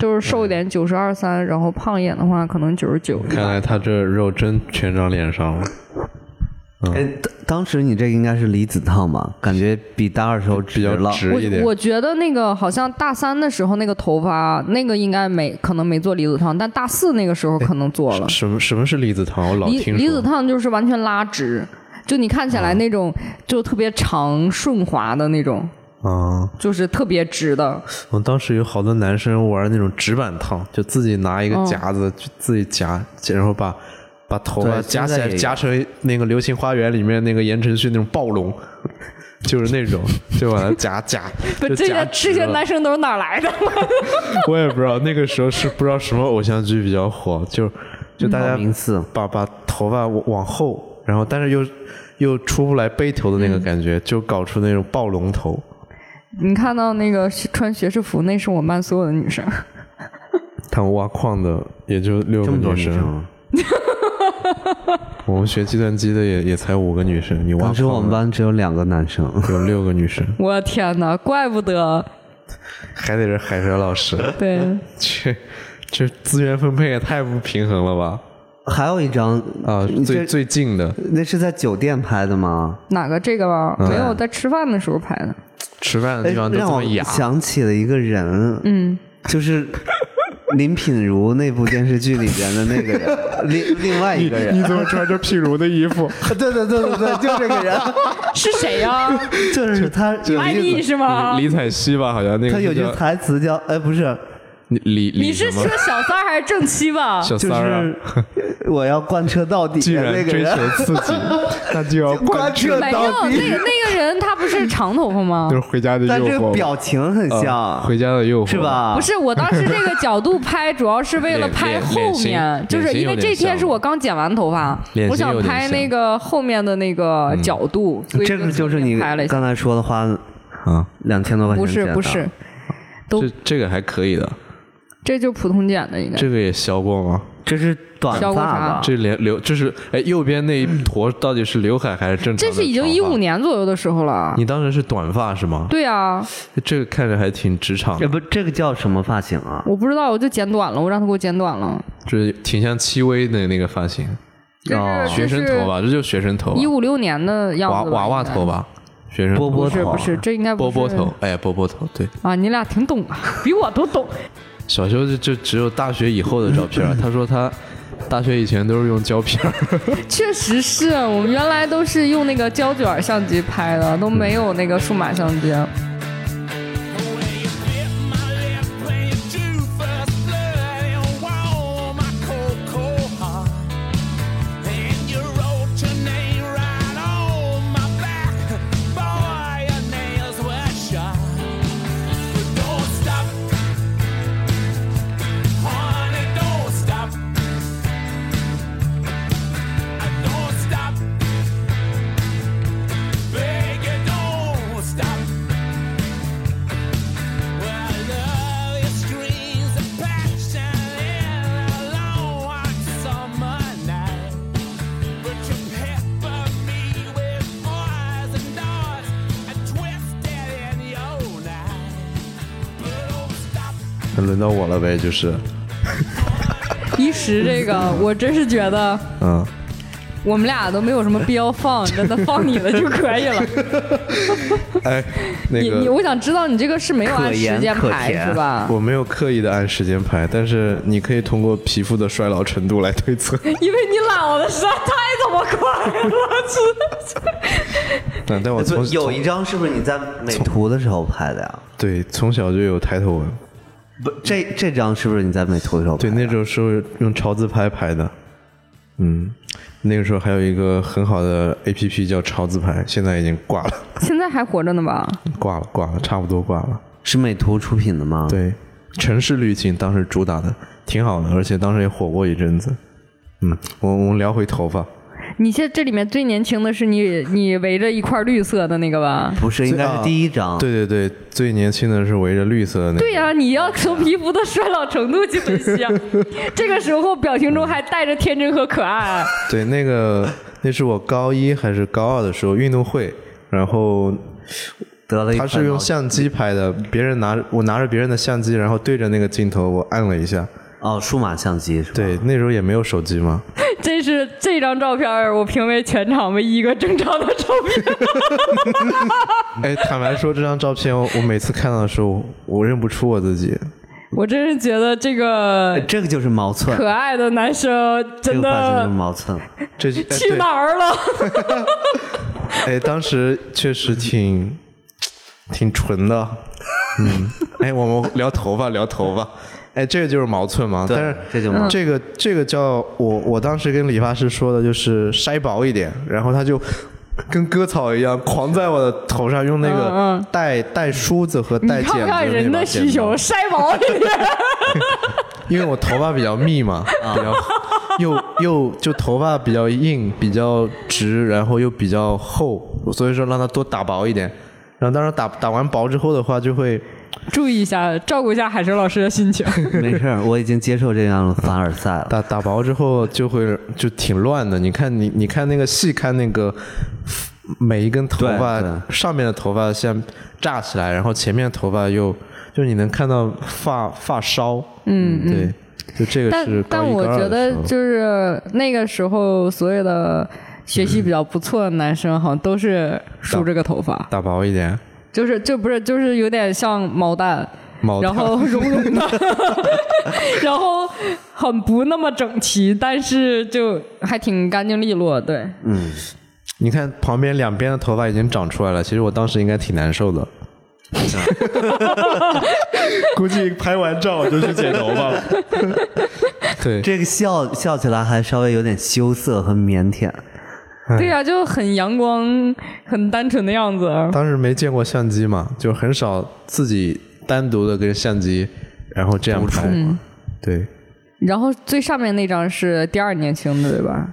[SPEAKER 2] 就是瘦一点九十二三，然后胖一点的话可能九十九。
[SPEAKER 1] 看来她这肉真全长脸上了。嗯
[SPEAKER 3] 哎，当当时你这个应该是离子烫吧？感觉比大二时候
[SPEAKER 1] 比
[SPEAKER 3] 直
[SPEAKER 1] 较
[SPEAKER 3] 了。
[SPEAKER 1] 直一点
[SPEAKER 2] 我我觉得那个好像大三的时候那个头发那个应该没可能没做离子烫，但大四那个时候可能做了。
[SPEAKER 1] 什么什么是离子烫？我老
[SPEAKER 2] 离
[SPEAKER 1] 听
[SPEAKER 2] 离子
[SPEAKER 1] 说。
[SPEAKER 2] 烫就是完全拉直，就你看起来那种就特别长顺滑的那种，
[SPEAKER 1] 啊，
[SPEAKER 2] 就是特别直的。
[SPEAKER 1] 我当时有好多男生玩那种直板烫，就自己拿一个
[SPEAKER 2] 嗯
[SPEAKER 1] 夹子就自己夹，然后把把头发
[SPEAKER 3] 对
[SPEAKER 1] 夹起
[SPEAKER 3] 现在
[SPEAKER 1] 来，
[SPEAKER 3] 也有
[SPEAKER 1] 夹成那个《流星花园》里面那个言承旭那种暴龙， 就是那种，就把它 夹夹，
[SPEAKER 2] 不，
[SPEAKER 1] 就
[SPEAKER 2] 这
[SPEAKER 1] 夹
[SPEAKER 2] 些
[SPEAKER 1] 直
[SPEAKER 2] 这些
[SPEAKER 1] 了
[SPEAKER 2] 男生都是哪儿来的？
[SPEAKER 1] 我也不知道，那个时候是不知道什么偶像剧比较火，就就大
[SPEAKER 3] 大
[SPEAKER 1] 家
[SPEAKER 3] 名次，
[SPEAKER 1] 把把头发往往后，然后但是又又出不来背头的那
[SPEAKER 3] 嗯
[SPEAKER 1] 个感觉，就搞出那种暴龙头。
[SPEAKER 2] 你看到那个学穿学士服，那是我们班所有的女生。
[SPEAKER 1] 他们挖矿的也就六
[SPEAKER 3] 这
[SPEAKER 1] 个
[SPEAKER 3] 么多啊
[SPEAKER 1] 女
[SPEAKER 3] 女
[SPEAKER 1] 生，
[SPEAKER 3] 生。
[SPEAKER 1] 我们学计算机的也也才五个女生，你挖
[SPEAKER 3] 当时我
[SPEAKER 1] 矿
[SPEAKER 3] 们
[SPEAKER 1] 的
[SPEAKER 3] 班只有两个男生。
[SPEAKER 1] 有六个女生，
[SPEAKER 2] 我天哪，怪不得
[SPEAKER 1] 还得是海蛇老师，
[SPEAKER 2] 对。
[SPEAKER 1] 这这资源分配也太不平衡了吧？
[SPEAKER 3] 还有一张
[SPEAKER 1] 啊，
[SPEAKER 3] 你
[SPEAKER 1] 最
[SPEAKER 3] 这
[SPEAKER 1] 最近的
[SPEAKER 3] 那是在酒店拍的吗？
[SPEAKER 2] 哪个这个吧？没有，在吃饭的时候拍的。
[SPEAKER 1] 吃饭的
[SPEAKER 3] 哎
[SPEAKER 1] 地方都这
[SPEAKER 3] 让
[SPEAKER 1] 么
[SPEAKER 3] 我
[SPEAKER 1] 雅，
[SPEAKER 3] 想起了一个人，嗯，就是林品如那部电视剧里边的那个 人，另另外一个人，
[SPEAKER 1] 怎么穿着譬如的衣 服？
[SPEAKER 3] 对对对对 对，就这个人，
[SPEAKER 2] 是谁呀、
[SPEAKER 3] 就是他有
[SPEAKER 2] 艾
[SPEAKER 3] 一
[SPEAKER 2] 丽
[SPEAKER 3] 个，
[SPEAKER 2] 是吗？
[SPEAKER 1] 李采曦吧，好像那个
[SPEAKER 3] 他有句
[SPEAKER 1] 叫
[SPEAKER 3] 台词叫，哎，不是，
[SPEAKER 1] 李李
[SPEAKER 2] 你是
[SPEAKER 1] 什么
[SPEAKER 2] 说小三儿还是正妻吧？
[SPEAKER 1] 小
[SPEAKER 3] 就
[SPEAKER 1] 三儿啊
[SPEAKER 3] 是我要贯彻到底
[SPEAKER 1] 既
[SPEAKER 3] 的
[SPEAKER 1] 然
[SPEAKER 3] 那个
[SPEAKER 1] 追
[SPEAKER 3] 人
[SPEAKER 1] 求，刺 激， 那就要
[SPEAKER 3] 贯
[SPEAKER 1] 贯 彻，
[SPEAKER 3] 彻
[SPEAKER 2] 没有
[SPEAKER 3] 到
[SPEAKER 2] 那
[SPEAKER 3] 底。
[SPEAKER 2] 个那个人他不是长头发吗
[SPEAKER 1] 就？是回家的
[SPEAKER 3] 但
[SPEAKER 1] 诱
[SPEAKER 3] 这个
[SPEAKER 1] 惑，呃
[SPEAKER 3] 表情很像，
[SPEAKER 1] 回家的诱惑
[SPEAKER 3] 是？吧？
[SPEAKER 2] 不，是，我当时这个角度拍，主要是为了
[SPEAKER 1] 啊 脸
[SPEAKER 2] 拍
[SPEAKER 1] 脸
[SPEAKER 2] 后面
[SPEAKER 1] 脸型，
[SPEAKER 2] 就是因为这天是
[SPEAKER 1] 脸型有
[SPEAKER 2] 我
[SPEAKER 1] 点像
[SPEAKER 2] 刚剪完头发
[SPEAKER 1] 脸，型
[SPEAKER 2] 我想拍那个后面的那个
[SPEAKER 1] 嗯
[SPEAKER 2] 角度，所以
[SPEAKER 3] 这个就是你
[SPEAKER 2] 拍了一下。
[SPEAKER 3] 刚才说的花
[SPEAKER 1] 啊，
[SPEAKER 3] 两千多块钱
[SPEAKER 2] 不是
[SPEAKER 3] 剪的
[SPEAKER 2] 不是，，都
[SPEAKER 1] 这这个还可以的，
[SPEAKER 2] 这就普通剪的应该。
[SPEAKER 1] 这个也削过吗？
[SPEAKER 3] 这是短
[SPEAKER 2] 削
[SPEAKER 3] 发
[SPEAKER 2] 过啥
[SPEAKER 3] 吧？
[SPEAKER 1] 这连刘就是哎，右边那一坨到底是刘海还是正常的
[SPEAKER 2] 这
[SPEAKER 1] 长发？
[SPEAKER 2] 是已经一五年左右的时候了。
[SPEAKER 1] 你当时是短发是吗？
[SPEAKER 2] 对啊，
[SPEAKER 1] 这个看着还挺职场
[SPEAKER 3] 这
[SPEAKER 1] 的，
[SPEAKER 3] 呃不这个叫什么发型啊？
[SPEAKER 2] 我不知道，我就剪短了，我让他给我剪短
[SPEAKER 1] 哦
[SPEAKER 2] 了。
[SPEAKER 1] 就是挺像戚薇的那个发型，
[SPEAKER 2] 这是
[SPEAKER 3] 哦
[SPEAKER 1] 学生头，吧，这就是学生头吧
[SPEAKER 2] 一，五六年的
[SPEAKER 1] 娃
[SPEAKER 2] 样子吧。
[SPEAKER 1] 娃娃头吧，学生
[SPEAKER 3] 波
[SPEAKER 1] 头
[SPEAKER 3] 波
[SPEAKER 2] 应该？不是
[SPEAKER 3] 头啊，
[SPEAKER 2] 不是，这应该不
[SPEAKER 1] 波
[SPEAKER 2] 是
[SPEAKER 1] 波头，哎，波波头，对，
[SPEAKER 2] 啊！你俩挺懂啊，比我都懂。
[SPEAKER 1] 小时候就就只有大学以后的照片 儿，他说他大学以前都是用胶片儿，
[SPEAKER 2] 确实是我们原来都是用那个胶卷相机拍的，都没有那个数码相机。
[SPEAKER 4] Stop. Well, I love your screams of passion in a long hot summer night. But you pepper me with boys and dolls and twisted in your night. But oh, stop.
[SPEAKER 1] 轮到我了呗，就是，
[SPEAKER 2] 一时这个，我真是觉得
[SPEAKER 1] 嗯，
[SPEAKER 2] 我们俩都没有什么必要放，真的放你的就可以了。
[SPEAKER 1] 哎，那
[SPEAKER 2] 你你，
[SPEAKER 1] 个
[SPEAKER 2] 我想知道你这个是没有按
[SPEAKER 3] 可
[SPEAKER 2] 时
[SPEAKER 3] 盐
[SPEAKER 2] 间
[SPEAKER 3] 可
[SPEAKER 2] 排
[SPEAKER 3] 甜
[SPEAKER 2] 是 吧？
[SPEAKER 1] 我没有刻意的按时间排，但是你可以通过皮肤的衰老程度来推 测，
[SPEAKER 2] 因为你老的实在太他妈快了，真的是。
[SPEAKER 1] 但但我哦从
[SPEAKER 3] 有一张是不是你在美图的时候拍的呀？
[SPEAKER 1] 对从小就有抬头纹，
[SPEAKER 3] 不，这这张是不是你在美图的时候拍
[SPEAKER 1] 对，
[SPEAKER 3] 的？
[SPEAKER 1] 那时候是用超自拍拍的，嗯，那个时候还有一个很好的 A P P 叫超自拍，现在已经挂了，
[SPEAKER 2] 现在还活着呢吧？
[SPEAKER 1] 挂了，挂了，差不多挂了。
[SPEAKER 3] 是美图出品的吗？，
[SPEAKER 1] 对，城市滤镜当时主打的挺好的，而且当时也火过一阵子。嗯，我我们聊回头发，
[SPEAKER 2] 你现在这里面最年轻的是你，你围着一块绿色的那个吧？
[SPEAKER 3] 不是，应该是第一张。
[SPEAKER 1] 啊对对对，最年轻的是围着绿色的那个。
[SPEAKER 2] 对 呀、你要
[SPEAKER 1] 哎
[SPEAKER 2] 从皮肤的衰老程度去分析啊。这个时候表情中还带着天真和可爱。啊
[SPEAKER 1] 对，那个那是我高一还是高二的时候运动会，然后
[SPEAKER 3] 得了一
[SPEAKER 1] 他
[SPEAKER 3] 块
[SPEAKER 1] 是用
[SPEAKER 3] 脑
[SPEAKER 1] 相机拍的，别人拿我拿着别人的相机，然后对着那个镜头我按了一下。
[SPEAKER 3] 哦，数码相机是吧？
[SPEAKER 1] 对，那时候也没有手机嘛，
[SPEAKER 2] 这是这张照片儿，我评为全场唯一一个正常的照片。
[SPEAKER 1] 哎，坦白说，这张照片我我每次看到的时候，我认不出我自己。
[SPEAKER 2] 我真是觉得这个
[SPEAKER 3] 哎，这个就是毛寸，
[SPEAKER 2] 可爱的男生
[SPEAKER 3] 这
[SPEAKER 2] 真
[SPEAKER 3] 个发型
[SPEAKER 1] 哎
[SPEAKER 2] 的
[SPEAKER 3] 就是毛寸。
[SPEAKER 1] 这哎
[SPEAKER 2] 去
[SPEAKER 1] 对
[SPEAKER 2] 哪儿了？
[SPEAKER 1] 哎，当时确 实挺挺纯的，嗯，哎，我们聊头发，聊头发，哎，这个就是毛寸嘛，
[SPEAKER 3] 对
[SPEAKER 1] 但是嗯
[SPEAKER 3] 这就毛寸
[SPEAKER 1] 这个这个叫我我当时跟理发师说的就是筛薄一点，然后他就。跟割草一样，狂在我的头上用那
[SPEAKER 2] 嗯
[SPEAKER 1] 个
[SPEAKER 2] 嗯
[SPEAKER 1] 带带梳子和带
[SPEAKER 2] 你
[SPEAKER 1] 剪子
[SPEAKER 2] 看不看
[SPEAKER 1] 那
[SPEAKER 2] 人
[SPEAKER 1] 把
[SPEAKER 2] 的
[SPEAKER 1] 剪
[SPEAKER 2] 需
[SPEAKER 1] 刀
[SPEAKER 2] 求，筛毛一点。
[SPEAKER 1] 因为我头发比较密嘛，比较又又就头发比较硬、比较直，然后又比较厚，所以说让它多打薄一点。然后当时打打完薄之后的话，就会
[SPEAKER 2] 注意一下，照顾一下海神老师的心情。
[SPEAKER 3] 没事儿，我已经接受这样的凡尔赛了。
[SPEAKER 1] 打打薄之后就会就挺乱的。你看你你看那个细看那个每一根头发
[SPEAKER 3] 对
[SPEAKER 1] 上面的头发像炸起来，然后前面的头发又就你能看到发发梢，嗯，对，就这个
[SPEAKER 2] 但
[SPEAKER 1] 是高
[SPEAKER 2] 但
[SPEAKER 1] 一
[SPEAKER 2] 我
[SPEAKER 1] 高二的
[SPEAKER 2] 觉得
[SPEAKER 1] 时候
[SPEAKER 2] 就是那个时候所有的学习比较不错的男生，好像都是梳这个头发，
[SPEAKER 1] 打薄一点，
[SPEAKER 2] 就是就不是就是有点像毛蛋，
[SPEAKER 1] 毛
[SPEAKER 2] 然
[SPEAKER 1] 蛋
[SPEAKER 2] 后绒绒的，然后很不那么整齐，但是就还挺干净利落。对，
[SPEAKER 1] 你看旁边两边的头发已经长出来了，其实我当时应该挺难受的。估计拍完照我就去剪头发了。 对，
[SPEAKER 3] 这个笑笑起来还稍微有点羞涩和腼腆。
[SPEAKER 2] 对呀、就很阳光、很单纯的样子。啊
[SPEAKER 1] 当时没见过相机嘛，就很少自己单独的跟相机，然后这样拍。对
[SPEAKER 2] 然后最上面那张是第二年清的，对吧？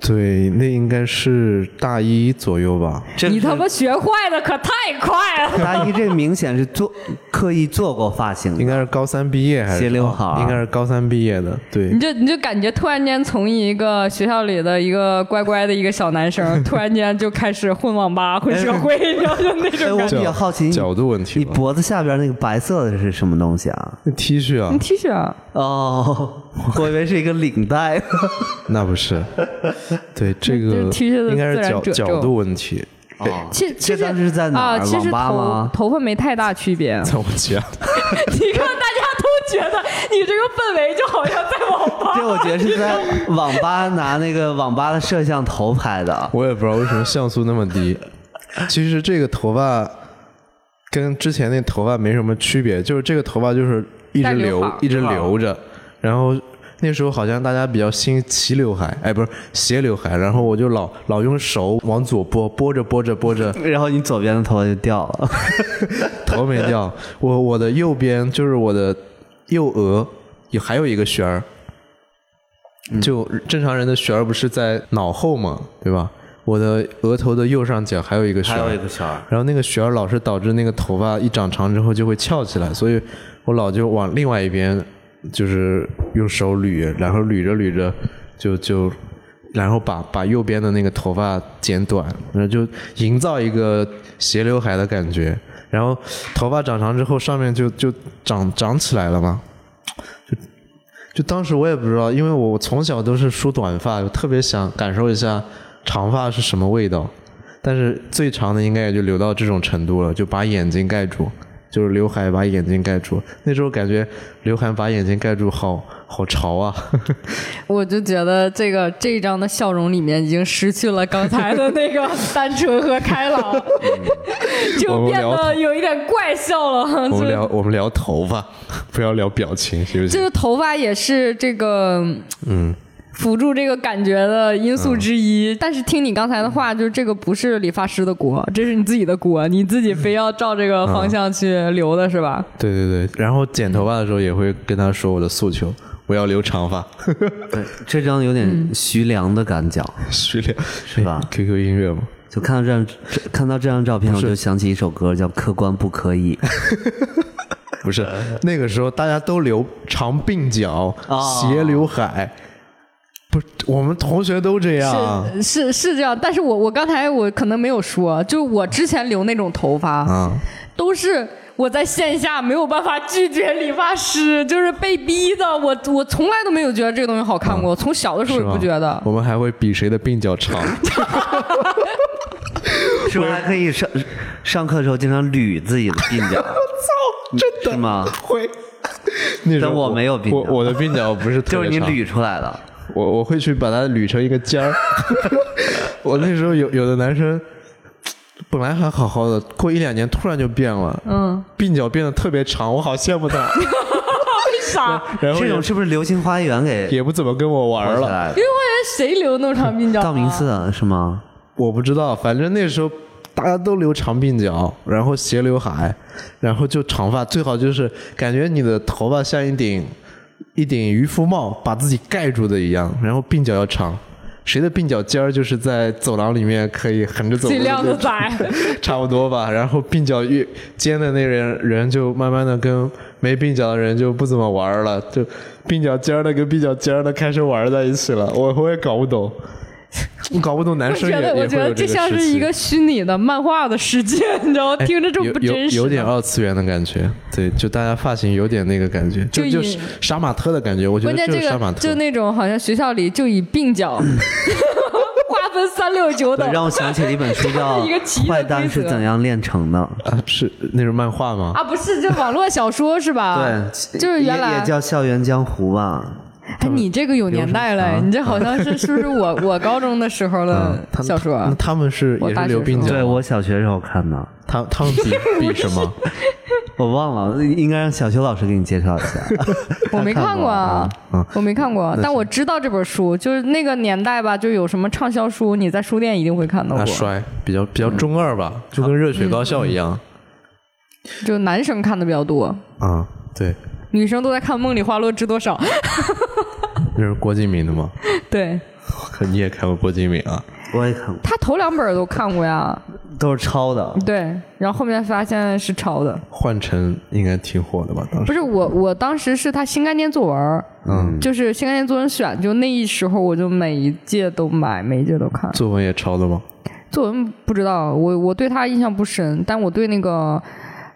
[SPEAKER 1] 对，那应该是大一左右吧。
[SPEAKER 3] 这
[SPEAKER 2] 你他
[SPEAKER 3] 是
[SPEAKER 2] 妈学坏的可太快了！
[SPEAKER 3] 大一，这明显是做刻意做过发型的
[SPEAKER 1] 应。该是高三毕业还是
[SPEAKER 3] 斜刘海儿
[SPEAKER 1] 应该是高三毕业的，对
[SPEAKER 3] 嗯
[SPEAKER 2] 你，就你就感觉突然间从一个学校里的一个乖乖的一个小男生，突然间就开始混网吧、混社会，然后就那
[SPEAKER 3] 哎，
[SPEAKER 2] 种
[SPEAKER 3] 我
[SPEAKER 2] 感觉。
[SPEAKER 3] 比较好奇你，
[SPEAKER 1] 角度问题
[SPEAKER 3] 你
[SPEAKER 1] 吧
[SPEAKER 3] 脖子下边那个白色的是什么东西啊？
[SPEAKER 1] 那 T 恤啊
[SPEAKER 2] 你，T 恤啊，
[SPEAKER 3] 哦，我以为是一个 领带。
[SPEAKER 1] 那不是，对这
[SPEAKER 2] 就
[SPEAKER 1] 个
[SPEAKER 2] 是 T 恤的
[SPEAKER 1] 应该
[SPEAKER 2] 自
[SPEAKER 1] 是
[SPEAKER 2] 然
[SPEAKER 1] 角
[SPEAKER 2] 褶皱
[SPEAKER 1] 角度问题，哦
[SPEAKER 2] 其其实
[SPEAKER 3] 当时是在哪儿
[SPEAKER 2] 啊？其实
[SPEAKER 3] 网吧
[SPEAKER 2] 头
[SPEAKER 3] 吗
[SPEAKER 2] 头发没太大区 别。
[SPEAKER 1] 怎么讲？
[SPEAKER 2] 你看大家都觉得你这个氛围就好像在网 吧。
[SPEAKER 3] 这我觉得是在网吧拿那个网吧的摄像头拍的。
[SPEAKER 1] 我也不知道为什么像素那么 低。其实这个头发跟之前那头发没什么区别，就是这个头发就是一
[SPEAKER 2] 带
[SPEAKER 1] 直
[SPEAKER 2] 刘海
[SPEAKER 1] 留
[SPEAKER 2] 儿，
[SPEAKER 1] 一直留着。然后那时候好像大家比较兴齐刘海，哎，不是斜刘海，然后我就老老用手往左拨，拨着拨着拨着，
[SPEAKER 3] 然后你左边的头发就掉了，
[SPEAKER 1] 头没掉。我我的右边就是我的右额有还有一个旋儿，就正常人的旋儿不是在脑后嘛，对吧？我的额头的右上角还有一个旋儿，
[SPEAKER 3] 小儿。
[SPEAKER 1] 然后那个旋儿老是导致那个头发一长长之后就会翘起来，所以我老就往另外一边就是用手捋，然后捋着捋着就就，然后把把右边的那个头发剪短，然后就营造一个斜刘海的感觉。然后头发长长之后，上面就就长长起来了嘛，就当时我也不知道，因为我从小都是梳短发，我特别想感受一下长发是什么味道。但是最长的应该也就留到这种程度了，就把眼睛盖住，就是刘海把眼睛盖住。那时候感觉刘海把眼睛盖住好好潮啊！
[SPEAKER 2] 我就觉得这个这一张的笑容里面已经失去了刚才的那个单纯和开朗，
[SPEAKER 1] 我
[SPEAKER 2] 就
[SPEAKER 3] 嗯
[SPEAKER 1] 们
[SPEAKER 2] 变
[SPEAKER 1] 聊
[SPEAKER 2] 得有一点怪笑了。
[SPEAKER 1] 我
[SPEAKER 2] 就
[SPEAKER 1] 们
[SPEAKER 2] 是
[SPEAKER 1] 聊我们聊头发，不要聊表情，行不
[SPEAKER 2] 就
[SPEAKER 1] 行？
[SPEAKER 2] 是头发也是这个
[SPEAKER 1] 嗯，
[SPEAKER 2] 辅助这个感觉的因素之一。但是听你刚才的话，就是这个不是理发师的锅，这是你自己的锅，你自己非要照这个
[SPEAKER 1] 嗯
[SPEAKER 2] 方向去留的是吧？
[SPEAKER 1] 对对对。然后剪头发的时候也会跟他说我的诉求，我要留长发。
[SPEAKER 3] 对， 这张有点徐良的感觉。
[SPEAKER 1] 徐亮是
[SPEAKER 3] 吧
[SPEAKER 1] ？QQ 音乐嘛，
[SPEAKER 3] 就看到这张这看到这张照片，我就想起一首歌叫《客观不 可以》。
[SPEAKER 1] 不是
[SPEAKER 3] 呃
[SPEAKER 1] 那个时候大家都留长鬓角、
[SPEAKER 3] 哦
[SPEAKER 1] 斜刘海，不是我们同学都这样。
[SPEAKER 2] 是呃是是这样，但是我我刚才我可能没有说，就是我之前留那种头发，
[SPEAKER 1] 啊，
[SPEAKER 2] 都是我在线下没有办法拒绝理发师，就是被逼的。我我从来都没有觉得这个东西好看过，从小的时候
[SPEAKER 1] 嗯是
[SPEAKER 2] 也
[SPEAKER 1] 吧
[SPEAKER 2] 不觉得。
[SPEAKER 1] 我们还会比谁的鬓角 长。
[SPEAKER 3] 是不是还可以上上课的时候经常捋自己的鬓角？
[SPEAKER 1] 真
[SPEAKER 3] 是吗？
[SPEAKER 1] 会。 那时候
[SPEAKER 3] 但我没有鬓角
[SPEAKER 1] 我我的鬓角不是特
[SPEAKER 3] 就是
[SPEAKER 1] 别
[SPEAKER 3] 你
[SPEAKER 1] 长
[SPEAKER 3] 捋出来的。
[SPEAKER 1] 我我会去把它捋成一个尖 儿。 我那时候有有的男生本来还好好的，过一两年突然就变了，嗯，鬓角变得特别长，我好羡慕 他。
[SPEAKER 2] 傻，
[SPEAKER 1] 然后
[SPEAKER 3] 这
[SPEAKER 1] 也
[SPEAKER 3] 种是不是《流星花园》给
[SPEAKER 1] 也不怎么跟我玩
[SPEAKER 3] 玩起
[SPEAKER 1] 了，
[SPEAKER 3] 来的
[SPEAKER 2] 因？为我觉得谁留那么长鬓角啊？
[SPEAKER 3] 道明寺是吗？
[SPEAKER 1] 我不知道，反正那时候。大家都留长鬓角，然后斜刘海，然后就长发，最好就是感觉你的头发像一顶一顶渔夫帽把自己盖住的一样，然后鬓角要长。谁的鬓角尖儿就是在走廊里面可以横着走路
[SPEAKER 2] 尽量的
[SPEAKER 1] 就
[SPEAKER 2] 宰。
[SPEAKER 1] 差不多吧。然后鬓角越尖的那人人就慢慢的跟没鬓角的人就不怎么玩了，就鬓角尖儿的跟鬓角尖儿的开始玩在一起了。 我我也搞不懂，我搞不懂男
[SPEAKER 2] 我
[SPEAKER 1] 生也
[SPEAKER 2] 觉得，
[SPEAKER 1] 也
[SPEAKER 2] 我
[SPEAKER 1] 会
[SPEAKER 2] 觉得
[SPEAKER 1] 有这
[SPEAKER 2] 这像
[SPEAKER 1] 时
[SPEAKER 2] 是
[SPEAKER 1] 期
[SPEAKER 2] 一个虚拟的漫画的世界，你知道吗？
[SPEAKER 1] 哎
[SPEAKER 2] 听着这种不
[SPEAKER 1] 有
[SPEAKER 2] 真实
[SPEAKER 1] 有有点啊二次元的感觉，对，就大家发型有点那个感觉，就
[SPEAKER 2] 就
[SPEAKER 1] 就
[SPEAKER 2] 以
[SPEAKER 1] 是杀马特的感觉，我觉
[SPEAKER 2] 关
[SPEAKER 1] 得
[SPEAKER 2] 键这
[SPEAKER 1] 是杀马
[SPEAKER 2] 个
[SPEAKER 1] 特
[SPEAKER 2] 就。那种好像学校里就以 鬓角划分三六九
[SPEAKER 3] 对
[SPEAKER 2] 等，
[SPEAKER 3] 让我想起了一本书叫
[SPEAKER 2] 这是一个奇异
[SPEAKER 3] 《
[SPEAKER 2] 的
[SPEAKER 3] 坏蛋是怎样炼成的
[SPEAKER 1] 啊，是那是漫画吗？
[SPEAKER 2] 啊，不是，就网络小说是》。吧？
[SPEAKER 3] 对，
[SPEAKER 2] 啊就是原
[SPEAKER 3] 也
[SPEAKER 2] 来
[SPEAKER 3] 也叫《校园江湖》吧？
[SPEAKER 2] 哎，你这个有年代了，你这好像是是不是 我我高中的时候的
[SPEAKER 1] 啊嗯他们
[SPEAKER 2] 小说
[SPEAKER 1] 那
[SPEAKER 2] 啊？
[SPEAKER 1] 他们是
[SPEAKER 2] 我
[SPEAKER 1] 也
[SPEAKER 2] 大
[SPEAKER 1] 是留
[SPEAKER 2] 学时
[SPEAKER 1] 鬓
[SPEAKER 2] 候
[SPEAKER 1] 角吗，
[SPEAKER 3] 对我小学时候看的，
[SPEAKER 1] 他他们比比什么？
[SPEAKER 3] 我忘了，应该让小修老师给你介绍一 下。
[SPEAKER 2] 我没
[SPEAKER 3] 他看
[SPEAKER 2] 看过啊，
[SPEAKER 1] 嗯
[SPEAKER 2] 我没看过，但我知道这本书，就是那个年代吧，就有什么畅销书，你在书店一定会看到
[SPEAKER 1] 那
[SPEAKER 2] 过，
[SPEAKER 1] 衰啊比较比较中二吧，就跟热血高校一样
[SPEAKER 2] 就男生看的比较多，
[SPEAKER 1] 啊。对，
[SPEAKER 2] 女生都在看《梦里花落知多 少》。
[SPEAKER 1] 那是郭敬明的吗？
[SPEAKER 2] 对
[SPEAKER 1] 我靠，你也看过郭敬明啊？
[SPEAKER 3] 我也看过，
[SPEAKER 2] 他头两本都看过呀，
[SPEAKER 3] 都是抄的。
[SPEAKER 2] 对，然后后面发现是抄的，
[SPEAKER 1] 幻城应该挺火的吧？当时
[SPEAKER 2] 不是我，我当时是他新概念作文儿，
[SPEAKER 1] 嗯
[SPEAKER 2] 就是新概念作文选，就那一时候我就每一届都买，每一届都看。
[SPEAKER 1] 作文也抄的吗？
[SPEAKER 2] 作文不知道，我我对他印象不深，但我对那个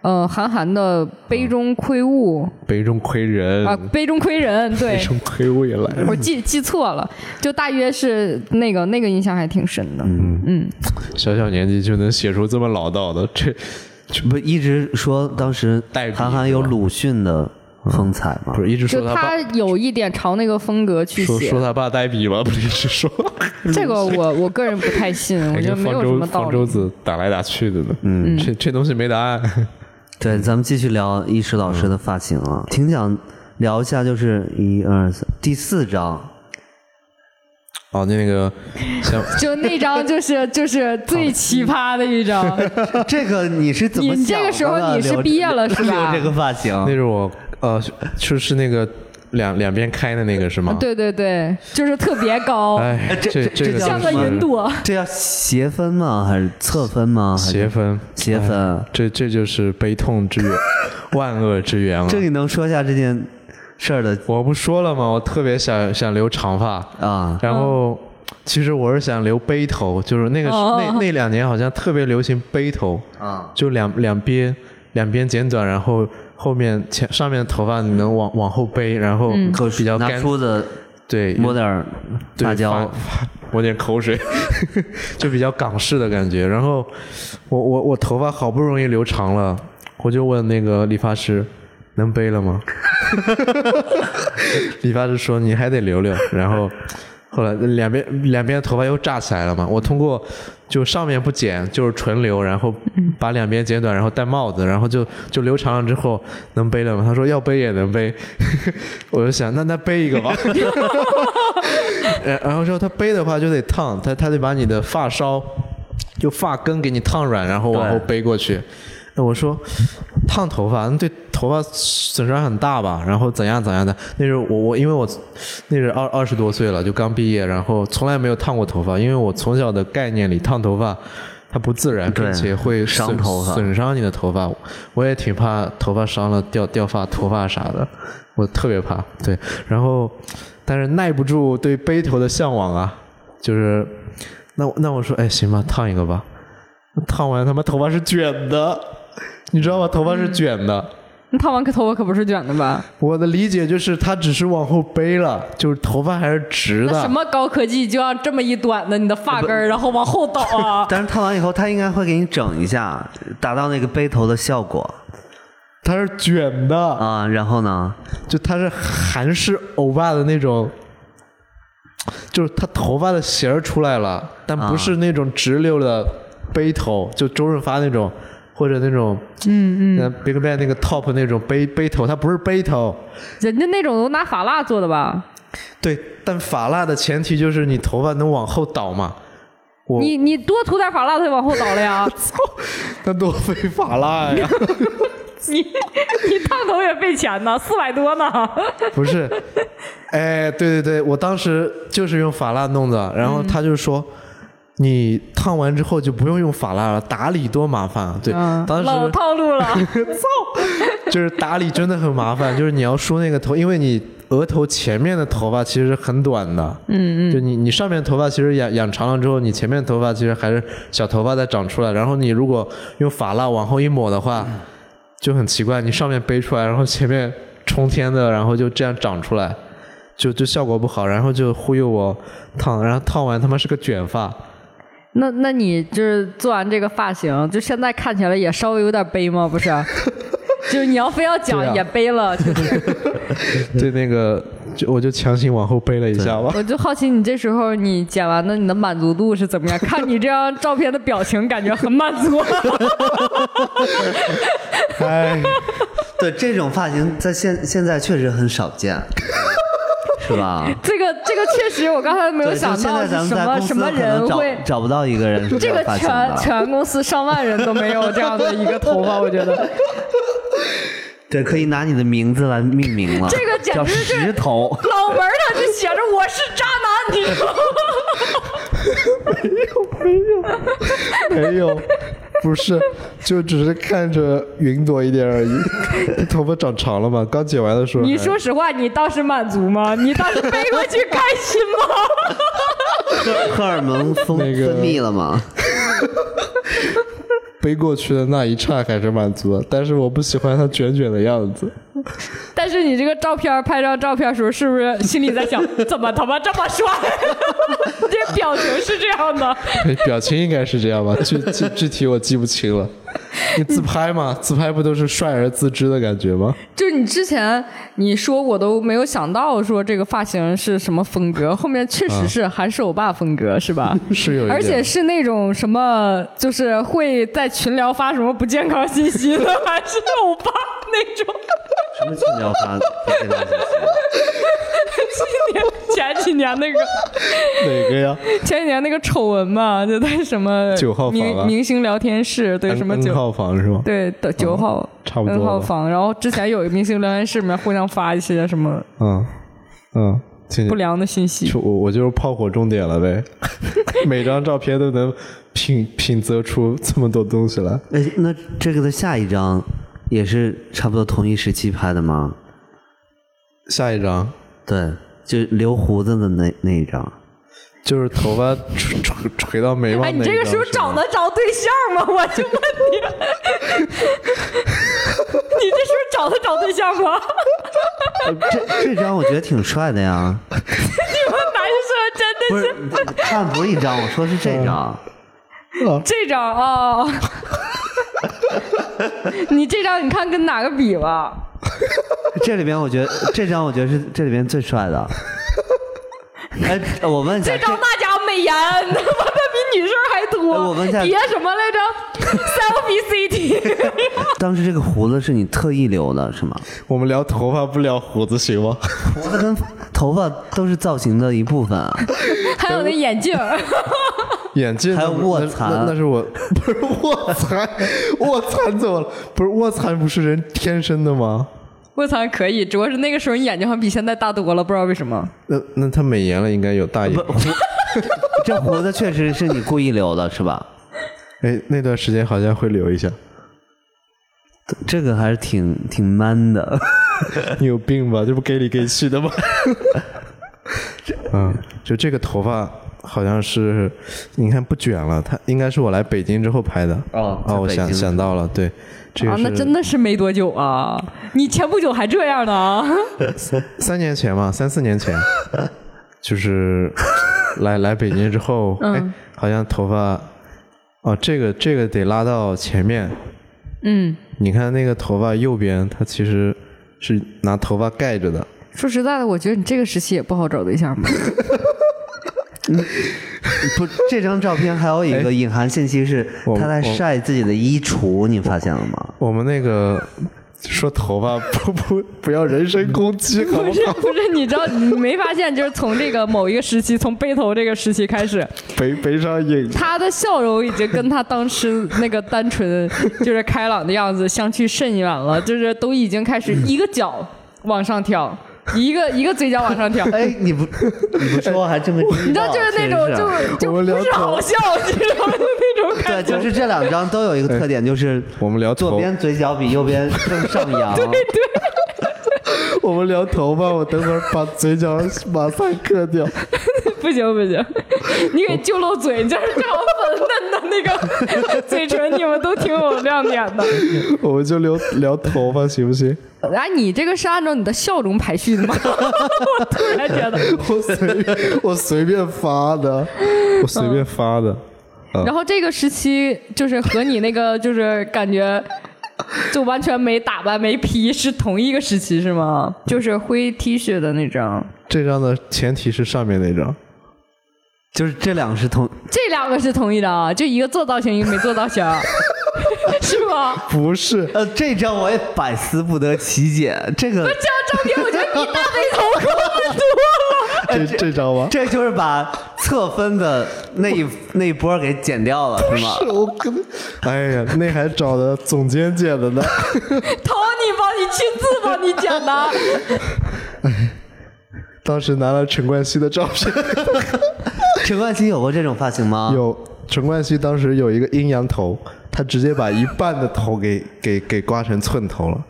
[SPEAKER 2] 呃韩寒的《杯中窥雾》
[SPEAKER 1] 杯中窥人，
[SPEAKER 2] 啊，《杯中窥人》对
[SPEAKER 1] 嗯杯，中窥未来。
[SPEAKER 2] 我记记错了，就大约是那个那个印象还挺深的。
[SPEAKER 1] 嗯小小年纪就能写出这么老道的，这
[SPEAKER 3] 不一直说当时
[SPEAKER 1] 代笔
[SPEAKER 3] 韩寒有
[SPEAKER 1] 是吧嗯
[SPEAKER 3] 鲁迅的风采吗？
[SPEAKER 1] 不是一直
[SPEAKER 2] 就
[SPEAKER 1] 说
[SPEAKER 2] 他
[SPEAKER 1] 爸
[SPEAKER 2] 有一点朝那个风格去
[SPEAKER 1] 说
[SPEAKER 2] 写，
[SPEAKER 1] 说他爸呆逼吗？不是一直说，
[SPEAKER 2] 这个我我个人不太信，我
[SPEAKER 1] 还
[SPEAKER 2] 觉得
[SPEAKER 1] 跟
[SPEAKER 2] 没
[SPEAKER 1] 嗯方
[SPEAKER 2] 有什
[SPEAKER 1] 舟
[SPEAKER 2] 么道
[SPEAKER 1] 方
[SPEAKER 2] 理
[SPEAKER 1] 舟。子打来打去的呢。嗯，这这东西没答案。
[SPEAKER 3] 对，咱们继续聊一石老师
[SPEAKER 1] 嗯
[SPEAKER 3] 的发型啊，挺想聊一下，就是一二三第 四章，
[SPEAKER 1] 哦，那个像
[SPEAKER 2] 就那张就是就是最奇葩的一张，
[SPEAKER 3] 这个你是怎么
[SPEAKER 2] 你这
[SPEAKER 3] 想的呢？
[SPEAKER 2] 个时候你是
[SPEAKER 3] 留
[SPEAKER 2] 毕业了是吧
[SPEAKER 3] 留这个发型，
[SPEAKER 1] 那是我呃，就是那个两两边开的那个是吗？。
[SPEAKER 2] 对对对，就是特别高，
[SPEAKER 1] 哎，
[SPEAKER 3] 这
[SPEAKER 1] 这
[SPEAKER 3] 这这
[SPEAKER 1] 个
[SPEAKER 3] 叫
[SPEAKER 2] 像个
[SPEAKER 1] 真是
[SPEAKER 2] 云朵。
[SPEAKER 3] 这要斜分吗？还是侧分吗？还是
[SPEAKER 1] 邪分，
[SPEAKER 3] 斜分
[SPEAKER 1] 哎这这就是悲痛之源，万恶之源了
[SPEAKER 3] 这。你能说一下这件事儿的
[SPEAKER 1] 我不说了吗？我特别想想留长发，
[SPEAKER 3] 啊？
[SPEAKER 1] 然后其实我是想留背头，就是那个时
[SPEAKER 2] 哦
[SPEAKER 1] 那那两年好像特别流行背头
[SPEAKER 3] 啊，
[SPEAKER 1] 就两两边两边剪短，然后后面前上面的头发你能往往后背，然后
[SPEAKER 3] 可
[SPEAKER 1] 比较
[SPEAKER 3] 拿
[SPEAKER 1] 干，
[SPEAKER 3] 梳子
[SPEAKER 1] 对，
[SPEAKER 3] 抹点儿
[SPEAKER 1] 对
[SPEAKER 3] 辣椒
[SPEAKER 1] 发，发抹点口水， 就比较港式的感觉。然后我我我头发好不容易留长了，我就问那个理发师能背了吗？ 理发师说你还得留留。然后后来两边两边的头发又炸起来了嘛。我通过就上面不剪，就是纯留，然后把两边剪短，然后戴帽子，然后就就留长了之后能背了吗？他说要背也能背。我就想那那背一个吧。 然然后说他背的话就得烫，他他得把你的发梢就发根给你烫软，然后往后背过去。那我说烫头发那对头发损伤很大吧？然后怎样怎样的？那时候我我因为我那时候二二十多岁了，就刚毕业，然后从来没有烫过头发，因为我从小的概念里烫头发。它不自然，
[SPEAKER 3] 对
[SPEAKER 1] 并且会
[SPEAKER 3] 伤
[SPEAKER 1] 损
[SPEAKER 3] 头发？
[SPEAKER 1] 损伤你的头发。我也挺怕头发伤了掉掉发、脱发啥的，我特别怕。对，然后但是耐不住对背头的向往啊，就是那我那我说，哎，行吧，烫一个吧。烫完他妈头发是卷的，你知道吗？头发是卷的。
[SPEAKER 2] 你烫完可头发可不是卷的吧？
[SPEAKER 1] 我的理解就是，它只是往后背了，就是头发还是直
[SPEAKER 2] 那
[SPEAKER 1] 的
[SPEAKER 2] 什。么高科技就要这么一短的你的
[SPEAKER 1] 呃
[SPEAKER 2] 发根儿，然后往后倒啊
[SPEAKER 3] 但是烫完以后他应该会给你整一下，达到那个背头的效果
[SPEAKER 1] 它是卷的，
[SPEAKER 3] 啊。然后呢，
[SPEAKER 1] 就它是韩式欧巴的那种，就是他头发的型儿出来了，但不是那种直溜的背头，就周润发那种，或者那种，嗯嗯，Big Bang 那个 Top 那种背背头，它不是背头，
[SPEAKER 2] 人家那种都拿发蜡做的吧？
[SPEAKER 1] 对，但发蜡的前提就是你头发能往后倒嘛。我
[SPEAKER 2] 你你多涂点发蜡，它就往后倒 了呀。
[SPEAKER 1] 那多费发蜡呀！
[SPEAKER 2] 你你烫头也费钱呢，四百多呢。
[SPEAKER 1] 不是，哎，对对对，我当时就是用发蜡弄的，然后他就说。你烫完之后就不用用发蜡了，打理多麻烦啊！对，当时
[SPEAKER 2] 老套路 了，
[SPEAKER 1] 就是打理真的很麻烦，就是你要梳那个头，因为你额头前面的头发其实很短的，嗯嗯，就你你上面头发其实养养长了之后，你前面头发其实还是小头发在长出来，然后你如果用发蜡往后一抹的话，就很奇怪，你上面背出来，然后前面冲天的，然后就这样长出来，就就效果不好，然后就忽悠我烫，然后烫完他妈是个卷 发，
[SPEAKER 2] 那那你就是做完这个发型，就现在看起来也稍微有点背吗？不 是，就是你要非要讲
[SPEAKER 1] 对啊
[SPEAKER 2] 也背了，就是
[SPEAKER 1] 对那个就我就强行往后背了一下吧。
[SPEAKER 2] 我就好奇你这时候你剪完的你的满足度是怎么样？看你这张照片的表情，感觉很满足。
[SPEAKER 1] 哎，
[SPEAKER 3] 对，这种发型在现现在确实很少 见，是吧？
[SPEAKER 2] 这个这个确实，我刚才没有
[SPEAKER 3] 对，就
[SPEAKER 2] 想
[SPEAKER 3] 现
[SPEAKER 2] 到
[SPEAKER 3] 在
[SPEAKER 2] 是
[SPEAKER 3] 咱们
[SPEAKER 2] 什
[SPEAKER 3] 在
[SPEAKER 2] 么
[SPEAKER 3] 公司
[SPEAKER 2] 什么
[SPEAKER 3] 可能
[SPEAKER 2] 人
[SPEAKER 3] 找
[SPEAKER 2] 会
[SPEAKER 3] 找不到一个人是
[SPEAKER 2] 这
[SPEAKER 3] 样
[SPEAKER 2] 个
[SPEAKER 3] 发型
[SPEAKER 2] 全
[SPEAKER 3] 的。
[SPEAKER 2] 全公司上万人都没有这样的一个头发，我觉得
[SPEAKER 3] 对，可以拿你的名字来命名了。
[SPEAKER 2] 这个简
[SPEAKER 3] 叫
[SPEAKER 2] 直是
[SPEAKER 3] 石头，
[SPEAKER 2] 老门儿他就写着我是渣男，你知道吗？
[SPEAKER 1] 没 有，不是，就只是看着云朵一点而 已。头发长长了嘛，刚剪完的时候还。
[SPEAKER 2] 你说实话，你当时满足吗？你当时背过去开心吗？
[SPEAKER 3] 荷尔 蒙分
[SPEAKER 1] 那个
[SPEAKER 3] 分泌了吗？
[SPEAKER 1] 背过去的那一刹还是满足的，但是我不喜欢它卷卷的样 子。
[SPEAKER 2] 但是你这个照片儿拍张照片儿时候，是不是心里在想，怎么他妈这么帅？ 这表情是这样的，
[SPEAKER 1] 表情应该是这样吧？具具具体我记不清 了。你自拍嘛，自拍不都是帅而自知的感觉吗？
[SPEAKER 2] 就是你之前你说我都没有想到说这个发型是什么风格，后面确实是韩式欧巴风格，是吧？
[SPEAKER 1] 是有一点，
[SPEAKER 2] 而且是那种什么，就是会在群聊发什么不健康信息的，还是欧巴那种。
[SPEAKER 3] 什么群聊发这个东西？
[SPEAKER 2] 今年前几年那个
[SPEAKER 1] 哪个 呀？
[SPEAKER 2] 前几年那个丑闻嘛，就在什么
[SPEAKER 1] 九号房
[SPEAKER 2] 明
[SPEAKER 1] 啊
[SPEAKER 2] 明星聊天室，对什么
[SPEAKER 1] N
[SPEAKER 2] 九
[SPEAKER 1] 号房是吗？
[SPEAKER 2] 对的九号
[SPEAKER 1] 差不多
[SPEAKER 2] N 号
[SPEAKER 1] 吧
[SPEAKER 2] 房，然后之前有一个明星聊天室里面互相发一些 什么
[SPEAKER 1] 嗯嗯，请
[SPEAKER 2] 不良的信息
[SPEAKER 1] 就。我我就是炮火重点了 呗，每张照片都能品品择出这么多东西来。
[SPEAKER 3] 哎， 那这个的下一张也是差不多同一时期拍的吗？
[SPEAKER 1] 下一张
[SPEAKER 3] 对，就留胡子的那那一张。
[SPEAKER 1] 就是头发垂垂垂到眉毛
[SPEAKER 2] 哎，
[SPEAKER 1] 那一张。
[SPEAKER 2] 你这个时候
[SPEAKER 1] 是吗
[SPEAKER 2] 找得着对象吗？我就问你， 你这时候找得着对象吗？
[SPEAKER 3] 这呃这张我觉得挺帅的呀，
[SPEAKER 2] 你们男生真的
[SPEAKER 3] 不是，看不是一张，我说是这张，
[SPEAKER 2] 这张哦， 你这张你看跟哪个比吧？
[SPEAKER 3] 这里边我觉得这张我觉得是这里边最帅 的。哎，我问一下，
[SPEAKER 2] 这张大家美颜， 他妈的比女生还多。
[SPEAKER 3] 哎我问一下
[SPEAKER 2] 底下什么来着？selfie CT。
[SPEAKER 3] 当时这个胡子是你特意留的，是吗？
[SPEAKER 1] 我们聊头发不聊胡子行吗？
[SPEAKER 3] 胡子跟头发都是造型的一部分啊。
[SPEAKER 2] 还有那眼镜儿，
[SPEAKER 1] 眼镜
[SPEAKER 3] 还有
[SPEAKER 1] 那不
[SPEAKER 3] 卧
[SPEAKER 1] 那
[SPEAKER 3] 蚕
[SPEAKER 1] 那那 是我不是卧蚕，卧蚕怎么了？不是卧蚕不是人天生的吗？
[SPEAKER 2] 卧蚕可以，只不过是那个时候你眼睛好像比现在大多了，不知道为什么。
[SPEAKER 1] 那那他美颜了，应该有大眼
[SPEAKER 3] 不。，胡这胡子确实是你故意留的，是吧？
[SPEAKER 1] 哎，那段时间好像会留一下。
[SPEAKER 3] 这个还是挺挺 man 的。
[SPEAKER 1] 你有病吧？这不给里给气的吗？ 嗯，就这个头发好像是，你看不卷了，它应该是我来北京之后拍的。
[SPEAKER 3] 哦
[SPEAKER 1] 哦，我
[SPEAKER 3] 在北京
[SPEAKER 1] 想
[SPEAKER 3] 的时候
[SPEAKER 1] 想到了，对，这个
[SPEAKER 2] 啊，
[SPEAKER 1] 是
[SPEAKER 2] 那真的是没多久啊！你前不久还这样呢 啊，
[SPEAKER 1] 三年前嘛，三四年 前，就是来来北京之后，
[SPEAKER 2] 嗯
[SPEAKER 1] 哎、好像头发，哦，这个这个得拉到前面。
[SPEAKER 2] 嗯，
[SPEAKER 1] 你看那个头发右边，它其实是拿头发盖着的。
[SPEAKER 2] 说实在的，我觉得你这个时期也不好找对象吧。
[SPEAKER 3] 不，这张照片还有一个隐含信息是
[SPEAKER 1] 我
[SPEAKER 3] 他在
[SPEAKER 1] 我
[SPEAKER 3] 晒自己的衣橱，你发现了吗？
[SPEAKER 1] 我们那个说头发 不不不要人身攻击，好 不
[SPEAKER 2] 不是
[SPEAKER 1] 好？
[SPEAKER 2] 不是，你知道你没发现，就是从这个某一个时期，从背头这个时期开始，
[SPEAKER 1] 背背上影子。
[SPEAKER 2] 他的笑容已经跟他当时那个单纯就是开朗的样子相去甚远了，就是都已经开始一个脚往上 挑，一个一个嘴角往上挑。
[SPEAKER 3] 哎，你不你不说我还真没注意
[SPEAKER 2] 你知道，就是那种
[SPEAKER 3] 确实是
[SPEAKER 2] 就就
[SPEAKER 1] 我们聊
[SPEAKER 2] 不是好笑，你知 道吗？就那种
[SPEAKER 3] 对，
[SPEAKER 2] 感觉。
[SPEAKER 3] 就是这两张都有一个特点，就是
[SPEAKER 1] 我们聊
[SPEAKER 3] 左
[SPEAKER 1] 头，
[SPEAKER 3] 边嘴角比右边更上 扬。
[SPEAKER 1] 我们聊头发，我等会儿把嘴角马赛克掉。
[SPEAKER 2] 不行不 行，你给就露嘴，就是这样粉嫩的那 个嘴唇，你们都挺有亮点的。
[SPEAKER 1] 我们就聊聊头发行不行？
[SPEAKER 2] 哎，你这个是按照你的笑容排序 的吗？我突然觉得。
[SPEAKER 1] 我随我随便发的，我随便发的。
[SPEAKER 2] 嗯然后这个时期就是和你那个就是感觉 就完全没打扮没 P，是同一个时期是吗？就是灰 T 恤的那张，
[SPEAKER 1] 这张的前提是上面那张，
[SPEAKER 3] 就是这两个是同
[SPEAKER 2] 这两个是同一张，就一个做造型，一个没做造 型，是吗？
[SPEAKER 1] 不是
[SPEAKER 3] 呃，这张我也百思不得其解。这 个
[SPEAKER 2] 这样照片，我觉得比大背头高得多了。
[SPEAKER 1] 哎这这张吗？
[SPEAKER 3] 这就是把测分的那一那一波给剪掉了，是吗？
[SPEAKER 1] 是我跟，哎呀，那还找的总监剪的呢。
[SPEAKER 2] 陶你帮你亲自帮你剪 的，
[SPEAKER 1] 当时拿了陈冠希的照片，
[SPEAKER 3] 陈冠希有过这种发型吗？。
[SPEAKER 1] 有陈冠希当时有一个阴阳头，他直接把一半的头给给给刮成寸头了。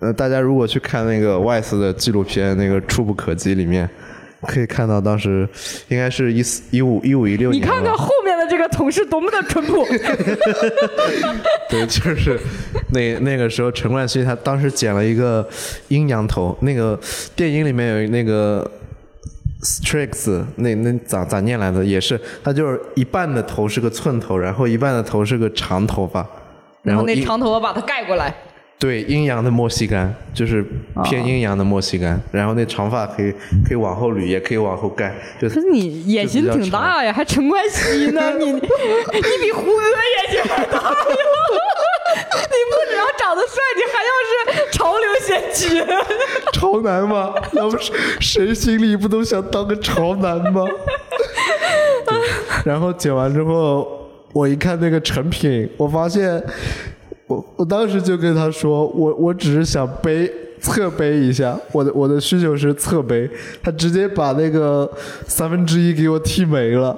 [SPEAKER 1] 呃，大家如果去看那个 Wise 的纪录片，那个《触不可及》里面，可以看到当时应该是一四一五一五一六
[SPEAKER 2] 你
[SPEAKER 1] 年吧，
[SPEAKER 2] 看看后面的这个同事多么的淳 朴，
[SPEAKER 1] 对，就是那那个时候，陈冠希他当时剪了一个阴阳头，那个电影里面有那个 Strix，那那咋咋念来的？也是，他就是一半的头是个寸头，然后一半的头是个长头发，然
[SPEAKER 2] 然后
[SPEAKER 1] 后
[SPEAKER 2] 那
[SPEAKER 1] 阴
[SPEAKER 2] 长头发把它盖过来，
[SPEAKER 1] 对阴阳的莫西干，就是
[SPEAKER 2] 啊
[SPEAKER 1] 偏阴阳的莫西干，然后那长发可以可以往后捋，也可以往后盖，就
[SPEAKER 2] 可是你野心挺大呀，还陈冠希 呢，你你比胡歌野心还大呀！你不只要长得帅，你还要是潮流先驱。
[SPEAKER 1] 潮男吗？那不是谁心里不都想当个潮男吗？对然后剪完之后，我一看那个成品，我发现，我我当时就跟他说，我我只是想背侧背一下，我的我的需求是侧背，他直接把那个三分之一给我剃没了。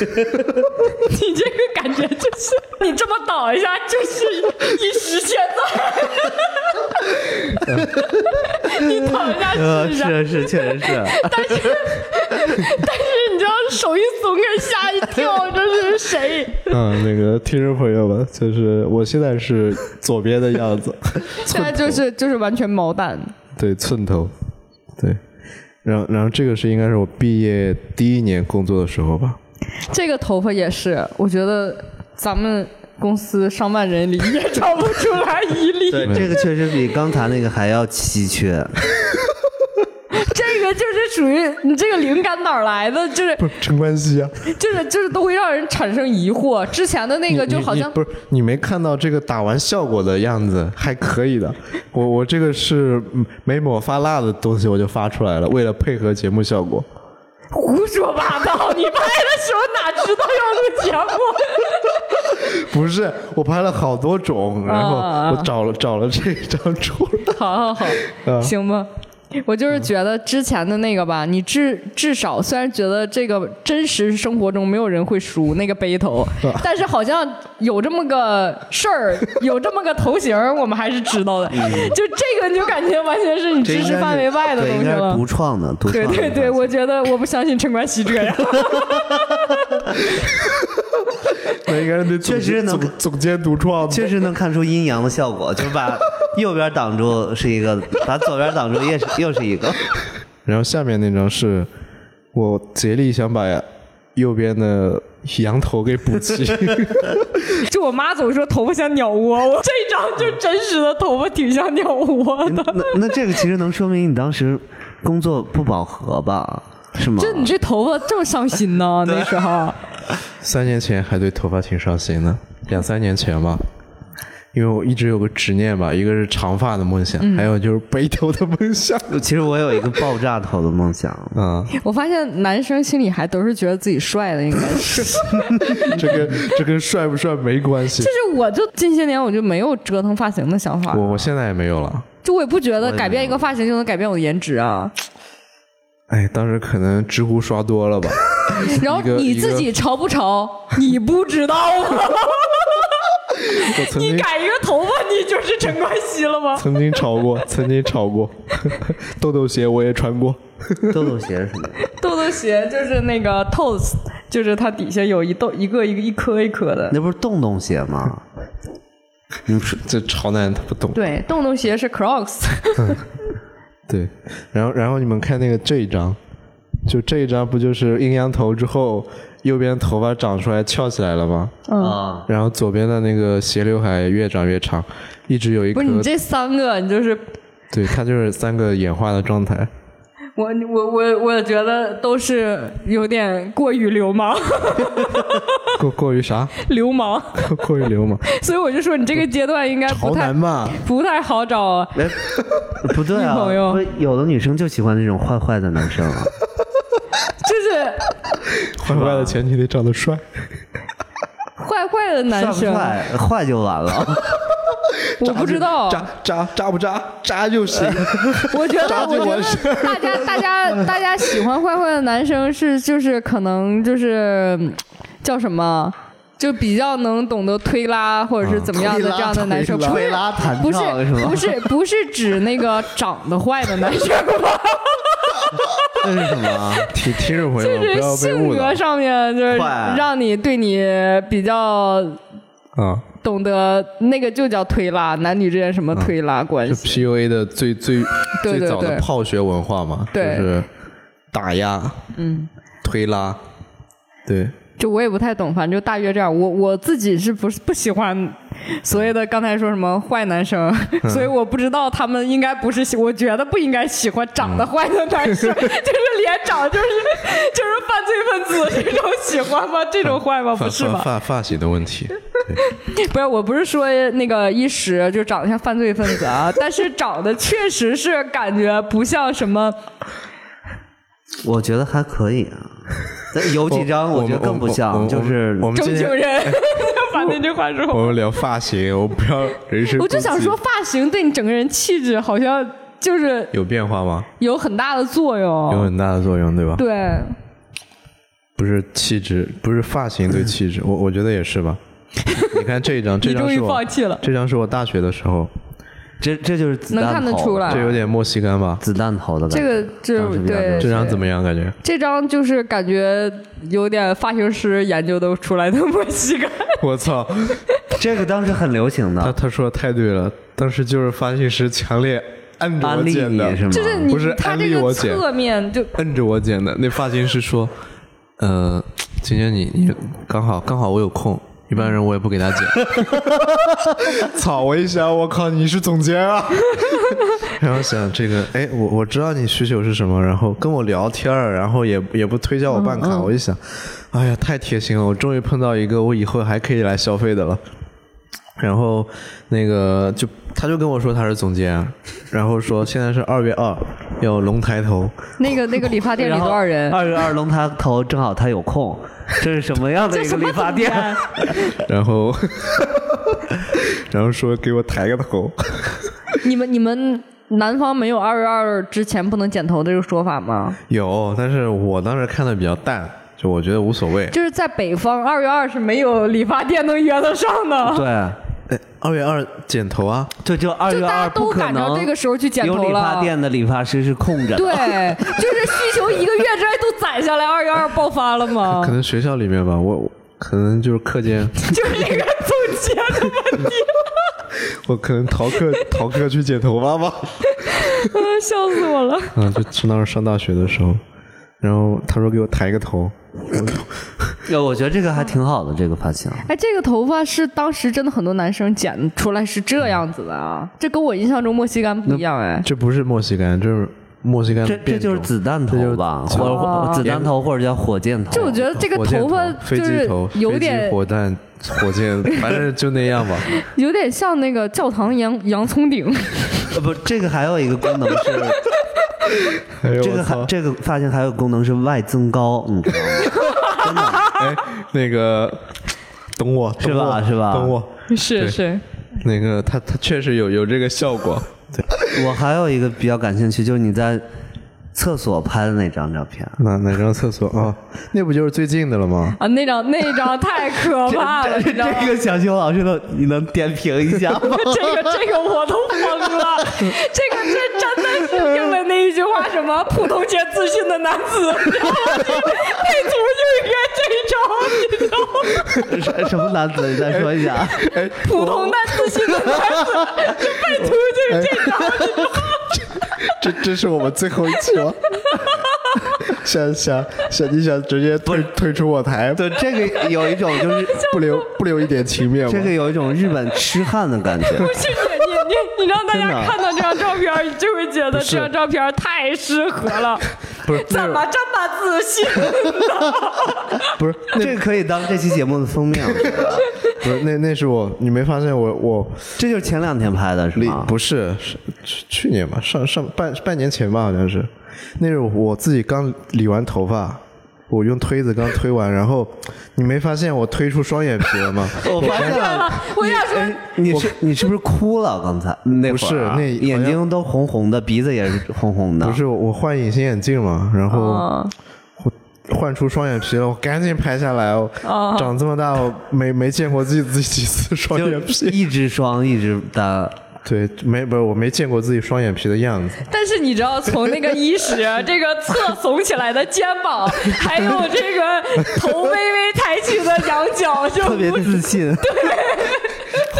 [SPEAKER 2] 你这个感觉就是，你这么倒一下就是一时现在，你倒一下
[SPEAKER 3] 呃，
[SPEAKER 2] 试一下，
[SPEAKER 3] 是是，确实是。
[SPEAKER 2] 但是你知道手一松给人吓一跳，这是 谁？
[SPEAKER 1] 嗯，那个听众朋友们，就是我现在是左边的样子。
[SPEAKER 2] 现在就是就是完全毛蛋，
[SPEAKER 1] 对，寸头，对。然后，然后这个是应该是我毕业第一年工作的时候吧。
[SPEAKER 2] 这个头发也是，我觉得咱们公司上万人里也找不出来一例。
[SPEAKER 3] 这个确实比刚才那个还要稀缺。
[SPEAKER 2] 这个就是属于你这个灵感哪儿来的？就是
[SPEAKER 1] 不是陈冠希啊，
[SPEAKER 2] 就是就是都会让人产生疑惑。之前的那个就好
[SPEAKER 1] 你
[SPEAKER 2] 像
[SPEAKER 1] 不是你没看到这个打完效果的样子，还可以的。我我这个是嗯没抹发蜡的东西，我就发出来了，为了配合节目效果。
[SPEAKER 2] 胡说八道，你拍的时候哪知道要录节目？
[SPEAKER 1] 不是，我拍了好多种，然后
[SPEAKER 2] 啊
[SPEAKER 1] 我找了找了这张出来。
[SPEAKER 2] 好好好，
[SPEAKER 3] 嗯
[SPEAKER 1] 啊
[SPEAKER 2] 行吧。我就是觉得之前的那个吧，你至至少虽然觉得这个真实生活中没有人会梳那个背头，
[SPEAKER 3] 嗯
[SPEAKER 2] 但是好像有这么个事 儿，有这么个头型儿，我们还是知道的。就这个你就感觉完全是你
[SPEAKER 3] 嗯这
[SPEAKER 2] 知
[SPEAKER 3] 应该
[SPEAKER 2] 识
[SPEAKER 3] 是
[SPEAKER 2] 范围外的
[SPEAKER 3] 对
[SPEAKER 2] 东
[SPEAKER 3] 应
[SPEAKER 2] 西
[SPEAKER 3] 该是
[SPEAKER 2] 了
[SPEAKER 3] 独。创的，独创
[SPEAKER 2] 对
[SPEAKER 3] 的。
[SPEAKER 2] 对对，我觉得我不相信陈冠希这样。
[SPEAKER 1] 那应该是那总
[SPEAKER 3] 确实能
[SPEAKER 1] 总总监独创的，
[SPEAKER 3] 确实能看出阴阳的效果，就是把右边挡住是一个，把左边挡住也是又是 一个。
[SPEAKER 1] 然后下面那张是我竭力想把右边的羊头给补齐，
[SPEAKER 2] 就我妈总说头发像鸟窝， 我这张就真实的头发挺像鸟窝的。
[SPEAKER 3] 那那这个其实能说明你当时工作不饱和吧？是吗？
[SPEAKER 2] 就你这头发这么伤心呢？那时候。
[SPEAKER 1] 三年前还对头发挺上心的，两三年前吧。因为我一直有个执念吧，一个是长发的梦
[SPEAKER 2] 嗯
[SPEAKER 1] 想，还有就是背头的梦想。
[SPEAKER 3] 其实我有一个爆炸头的梦想，
[SPEAKER 1] 啊、
[SPEAKER 2] 我发现男生心里还都是觉得自己帅的，应该是。
[SPEAKER 1] 这跟这跟帅不帅没关系。
[SPEAKER 2] 就是我就近些年我就没有折腾发型的想法
[SPEAKER 1] 我，我现在也没有了。
[SPEAKER 2] 就我也不觉
[SPEAKER 3] 我也
[SPEAKER 2] 得
[SPEAKER 3] 没有
[SPEAKER 2] 改变一个发型就能改变我的颜值啊。
[SPEAKER 1] 哎，当时可能知乎刷多了吧。
[SPEAKER 2] 然后
[SPEAKER 1] 一个
[SPEAKER 2] 你自己潮不潮，你不知道吗？
[SPEAKER 1] 我曾
[SPEAKER 2] 你
[SPEAKER 1] 经
[SPEAKER 2] 改一个头发，你就是陈冠希了吗？
[SPEAKER 1] 曾经吵过，曾经吵过， 豆豆鞋我也穿过。
[SPEAKER 3] 豆豆鞋什么的。
[SPEAKER 2] 豆豆鞋就是那个 toes，就是它底下有一豆一个一个一颗一颗的。
[SPEAKER 3] 那不是洞洞鞋吗？你说
[SPEAKER 1] 这潮男他不懂。
[SPEAKER 2] 对，洞洞鞋是 Crocs，
[SPEAKER 1] 对，然后然后你们看那个这一张，就这一张不就是阴阳头之后右边头发长出来翘起来了嘛，
[SPEAKER 3] 啊，
[SPEAKER 1] 然后左边的那个斜刘海越长越长，一直有一
[SPEAKER 2] 不
[SPEAKER 1] 颗
[SPEAKER 2] 是你这三个，你就是
[SPEAKER 1] 对，它就是三个演化的状态。
[SPEAKER 2] 我我我我觉得都是有点过于流氓，
[SPEAKER 1] 过过于啥？
[SPEAKER 2] 流氓，
[SPEAKER 1] 过过于流氓？
[SPEAKER 2] 所以我就说你这个阶段应该不
[SPEAKER 1] 潮
[SPEAKER 2] 太
[SPEAKER 1] 男吧？
[SPEAKER 2] 不太好找。啊
[SPEAKER 3] 哎， 不对啊，
[SPEAKER 2] 女朋友
[SPEAKER 3] 不是有的女生就喜欢那种坏坏的男生 啊。
[SPEAKER 2] 就是
[SPEAKER 1] 坏坏的前提得长得 帅。
[SPEAKER 2] 坏坏的男
[SPEAKER 3] 帅
[SPEAKER 2] 生
[SPEAKER 3] 不，帅？坏就完 了。
[SPEAKER 2] 我不知道，
[SPEAKER 1] 渣渣渣不渣？渣就行。
[SPEAKER 2] 我觉得
[SPEAKER 1] 渣就
[SPEAKER 2] 我
[SPEAKER 1] 完
[SPEAKER 2] 觉
[SPEAKER 1] 事
[SPEAKER 2] 得大家大家大家喜欢坏坏的男生是就是可能就是嗯叫什么？就比较能懂得推拉或者是怎么样的这样的男生，不
[SPEAKER 3] 嗯推
[SPEAKER 2] 是
[SPEAKER 3] 拉弹
[SPEAKER 2] 不
[SPEAKER 3] 唱是
[SPEAKER 2] 是
[SPEAKER 3] 吗
[SPEAKER 2] 不？是不是指那个长得坏的男生吧？
[SPEAKER 3] 这是什么啊？
[SPEAKER 1] 听听众朋友
[SPEAKER 2] 就
[SPEAKER 1] 们，不
[SPEAKER 2] 是
[SPEAKER 1] 要被
[SPEAKER 2] 嗯性
[SPEAKER 1] 误导
[SPEAKER 2] 格上面就是
[SPEAKER 3] 坏
[SPEAKER 2] 让你对你比较
[SPEAKER 1] 啊！
[SPEAKER 2] 懂得那个就叫推拉，男女之间什么推拉关
[SPEAKER 1] 嗯就
[SPEAKER 2] 系？
[SPEAKER 1] PUA 的最最
[SPEAKER 2] 对对
[SPEAKER 1] 最早的
[SPEAKER 2] 对
[SPEAKER 1] 泡学文化嘛，就
[SPEAKER 2] 对
[SPEAKER 1] 是打压、
[SPEAKER 2] 嗯，哦
[SPEAKER 1] 推拉，对，
[SPEAKER 2] 就我也不太懂，反正就大约这样。我我自己是不是不喜欢所谓的刚才说什么坏男生，
[SPEAKER 1] 嗯
[SPEAKER 2] 所以我不知道他们应该不是喜，我觉得不应该喜欢长得坏的男 生，就是脸长就是 就是犯罪分子这种喜欢吗？这种坏吗？
[SPEAKER 1] 发
[SPEAKER 2] 不是
[SPEAKER 1] 发
[SPEAKER 2] 吧？
[SPEAKER 1] 发发型的问题，
[SPEAKER 2] 不是，我不是说那个一时就长得像犯罪分子啊，但是长得确实是感觉不像什么。
[SPEAKER 3] 我觉得还可以啊。但有几张
[SPEAKER 1] 我
[SPEAKER 3] 觉得
[SPEAKER 1] 们
[SPEAKER 3] 更不
[SPEAKER 1] 我们
[SPEAKER 3] 像，就是
[SPEAKER 1] 我们
[SPEAKER 2] 正
[SPEAKER 1] 今
[SPEAKER 2] 经
[SPEAKER 1] 天
[SPEAKER 2] 人， 把那句话
[SPEAKER 1] 我
[SPEAKER 2] 说。
[SPEAKER 1] 们聊发型，我不要人身，
[SPEAKER 2] 我就想说，，发型对你整个人气质好像就是
[SPEAKER 1] 有变化吗？
[SPEAKER 2] 有很大的作
[SPEAKER 1] 有
[SPEAKER 2] 用。
[SPEAKER 1] 很大的作用，对吧？
[SPEAKER 2] 对，
[SPEAKER 1] 不是气质，不是发型对气 质，我我觉得也是吧。你看这一张，这
[SPEAKER 2] 你
[SPEAKER 1] 张
[SPEAKER 2] 终于
[SPEAKER 1] 是我
[SPEAKER 2] 放弃了
[SPEAKER 1] 这张是我大学的时候，
[SPEAKER 3] 这这就是子弹
[SPEAKER 2] 能看得
[SPEAKER 3] 头
[SPEAKER 2] 出来
[SPEAKER 1] 这有点墨西哥吧？
[SPEAKER 3] 子弹头的感
[SPEAKER 2] 这
[SPEAKER 3] 觉。
[SPEAKER 2] 个就
[SPEAKER 3] 长什么样
[SPEAKER 2] 对
[SPEAKER 3] 子
[SPEAKER 1] 这张怎么样？感觉
[SPEAKER 2] 这张就是感觉有点发型师研究都出来的墨 西哥。
[SPEAKER 1] 我 操，
[SPEAKER 3] 这个当时很流行
[SPEAKER 1] 他
[SPEAKER 3] 的，
[SPEAKER 1] 他说的太对了，当时就是发型师强烈按着我
[SPEAKER 3] 安利
[SPEAKER 1] 剪的，
[SPEAKER 3] 是吗？
[SPEAKER 2] 就是你
[SPEAKER 1] 不是
[SPEAKER 2] 他
[SPEAKER 1] 安
[SPEAKER 2] 这
[SPEAKER 1] 利
[SPEAKER 2] 个
[SPEAKER 1] 我姐
[SPEAKER 2] 侧面就
[SPEAKER 1] 摁着我剪的。那发型师说，呃，今天你你刚好刚好我有空。一般人我也不给他 剪， 操！我一想，我靠，你是总监啊！然后想这个，哎，我我知道你需求是什么，然后跟我聊天儿，然后也也不推销我办卡，我一想，哎呀，太贴心了！我终于碰到一个我以后还可以来消费的了。然后那个就他就跟我说他是总监，然后说现在是二月二，要龙抬头，
[SPEAKER 2] 那个那个理发店里
[SPEAKER 3] 然后
[SPEAKER 2] 多少人？
[SPEAKER 3] 二十二龙抬头，正好他有空。这是什么样的
[SPEAKER 2] 这
[SPEAKER 3] 一
[SPEAKER 2] 什
[SPEAKER 3] 个
[SPEAKER 2] 么
[SPEAKER 3] 理发店？
[SPEAKER 2] 总监
[SPEAKER 1] 然后 然后说给我抬个头，
[SPEAKER 2] 你们你们南方没有二月二之前不能剪头的这个说法吗？
[SPEAKER 1] 有，但是我当时看的比较淡，就我觉得无所谓。
[SPEAKER 2] 就是在北方，二月二是没有理发店能约得上的。
[SPEAKER 3] 对，
[SPEAKER 1] 哎二月二剪头啊，
[SPEAKER 3] 就就二
[SPEAKER 2] 就
[SPEAKER 3] 月
[SPEAKER 2] 大家
[SPEAKER 3] 二
[SPEAKER 2] 都
[SPEAKER 3] 不可
[SPEAKER 2] 赶着
[SPEAKER 3] 能
[SPEAKER 2] 这个时候去剪头了
[SPEAKER 3] 有理发店的理发师是空着的。
[SPEAKER 2] 对，就是需求一个月之内都攒下来，二月二爆发了嘛
[SPEAKER 1] 可，能学校里面吧，我我可能就是课间，
[SPEAKER 2] 就是一个总结的 问题，
[SPEAKER 1] 我可能逃课逃课去剪头发吧。
[SPEAKER 2] 嗯笑死我了。
[SPEAKER 1] 嗯，就是当时上大学的时候，然后他说给我抬个头，
[SPEAKER 3] 呃，我觉得这个还挺好的，这个发型。
[SPEAKER 2] 哎，这个头发是当时真的很多男生剪出来是这样子的
[SPEAKER 1] 嗯
[SPEAKER 2] 啊，这跟我印象中墨西干不一样哎。
[SPEAKER 1] 这不是墨西哥，这是墨西哥
[SPEAKER 3] 这
[SPEAKER 1] 的
[SPEAKER 3] 这
[SPEAKER 1] 变种，
[SPEAKER 3] 就是子弹头吧，
[SPEAKER 1] 这就是
[SPEAKER 3] 或者
[SPEAKER 2] 哦
[SPEAKER 3] 子弹啊头，或者叫火箭头。
[SPEAKER 2] 就我觉得这个
[SPEAKER 1] 火箭
[SPEAKER 2] 头发
[SPEAKER 1] 飞
[SPEAKER 2] 就
[SPEAKER 1] 机
[SPEAKER 2] 是
[SPEAKER 1] 头，
[SPEAKER 2] 有
[SPEAKER 1] 飞机
[SPEAKER 2] 点
[SPEAKER 1] 火弹、火箭，反正就那 样吧。
[SPEAKER 2] 有点像那个教堂洋洋葱顶，
[SPEAKER 3] 呃不，这个还有一个功能 是，
[SPEAKER 1] 哎呦
[SPEAKER 3] 这
[SPEAKER 1] 我
[SPEAKER 3] 个
[SPEAKER 1] 操
[SPEAKER 3] 还！这个发型还有功能是外增高，你知道吗？
[SPEAKER 1] 哎，那 个，懂我，
[SPEAKER 3] 是吧
[SPEAKER 1] 懂我
[SPEAKER 3] 是吧
[SPEAKER 1] 懂我。
[SPEAKER 2] 是
[SPEAKER 1] 对
[SPEAKER 2] 是，
[SPEAKER 1] 那个，它它确实有有这个效果。对，
[SPEAKER 3] 我还有一个比较感兴趣，就是你在厕所拍的那张照 片。
[SPEAKER 1] 哪哪张厕所啊？那不就是最近的了吗？
[SPEAKER 2] 啊，那张那张 太可怕了，你知道吗？
[SPEAKER 3] 这个小熊老师能你能点评一 下吗？
[SPEAKER 2] 这个这个我都疯 了，这个这真的是应了那一句话，什么普通且自信的男 子，然后配图就应该这一招，你知道吗？
[SPEAKER 3] 什什么男子？你再说一下。
[SPEAKER 2] 普通但自信的男子，这配图就是这招。
[SPEAKER 1] 这这是我们最后一期了。想想想你想直接退退出我台，
[SPEAKER 3] 对，这个有一种就是
[SPEAKER 1] 不留不留一点情面吗？
[SPEAKER 3] 这个有一种日本痴汉的感觉。
[SPEAKER 2] 不是你你你你让大
[SPEAKER 3] 真的
[SPEAKER 2] 家看到这张照片，你就会觉得
[SPEAKER 1] 是
[SPEAKER 2] 这张照片太适合了。
[SPEAKER 1] 不是
[SPEAKER 2] 怎么这么自信？
[SPEAKER 1] 不是
[SPEAKER 3] 这个可以当这期节目的封面，
[SPEAKER 1] 不是那那是我，你没发现我我
[SPEAKER 3] 这就是前两天拍的，是
[SPEAKER 1] 离
[SPEAKER 3] 吗？
[SPEAKER 1] 不是是去去年吧，上上半半年前吧，好像是，那是我自己刚理完头发，我用推子刚推完，然后你没发现我推出双眼皮 了吗？
[SPEAKER 3] 我发现了，
[SPEAKER 2] 我想说，
[SPEAKER 3] 哎你是你是不是哭了？刚才那会儿啊
[SPEAKER 1] 不是那
[SPEAKER 3] 眼睛都红红的，鼻子也是红红的。
[SPEAKER 1] 不是我换隐形眼镜嘛，然后
[SPEAKER 2] 嗯，
[SPEAKER 1] 换出双眼皮了，我赶紧拍下来。我长这么大我没没见过自己自己几次双
[SPEAKER 3] 就
[SPEAKER 1] 眼皮，
[SPEAKER 3] 一只双一只单，
[SPEAKER 1] 对，没不是我没见过自己双眼皮的样子。
[SPEAKER 2] 但是你知道，从那个 衣识这个侧耸起来的肩膀，还有这个头微微抬起的羊角，就
[SPEAKER 3] 特别
[SPEAKER 2] 不
[SPEAKER 3] 自 信。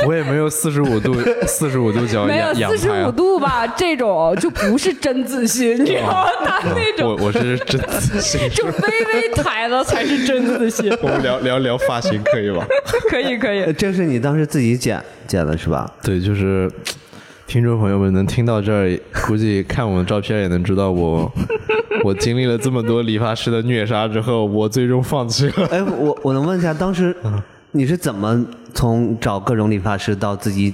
[SPEAKER 1] 我也没有四十五 度四十五度角
[SPEAKER 2] 没有
[SPEAKER 1] 仰仰
[SPEAKER 2] 四十
[SPEAKER 1] 拍
[SPEAKER 2] 五
[SPEAKER 1] 啊，
[SPEAKER 2] 度吧，这种就不是真自信，你知道吗？他 那
[SPEAKER 1] 我
[SPEAKER 2] 种
[SPEAKER 1] 我是 真自信。
[SPEAKER 2] 就微微抬的才是真 自信。
[SPEAKER 1] 我们聊聊聊发型可以吧？
[SPEAKER 2] 可以可以
[SPEAKER 3] 呃，这是你当时自己剪剪的是吧？
[SPEAKER 1] 对，就是听众朋友们能听到这儿，估计看我们照片也能知道我我经历了这么多理发师的虐杀之后，我最终放弃了。
[SPEAKER 3] 哎，我我能问一下，当时你是怎么从找各种理发师到自己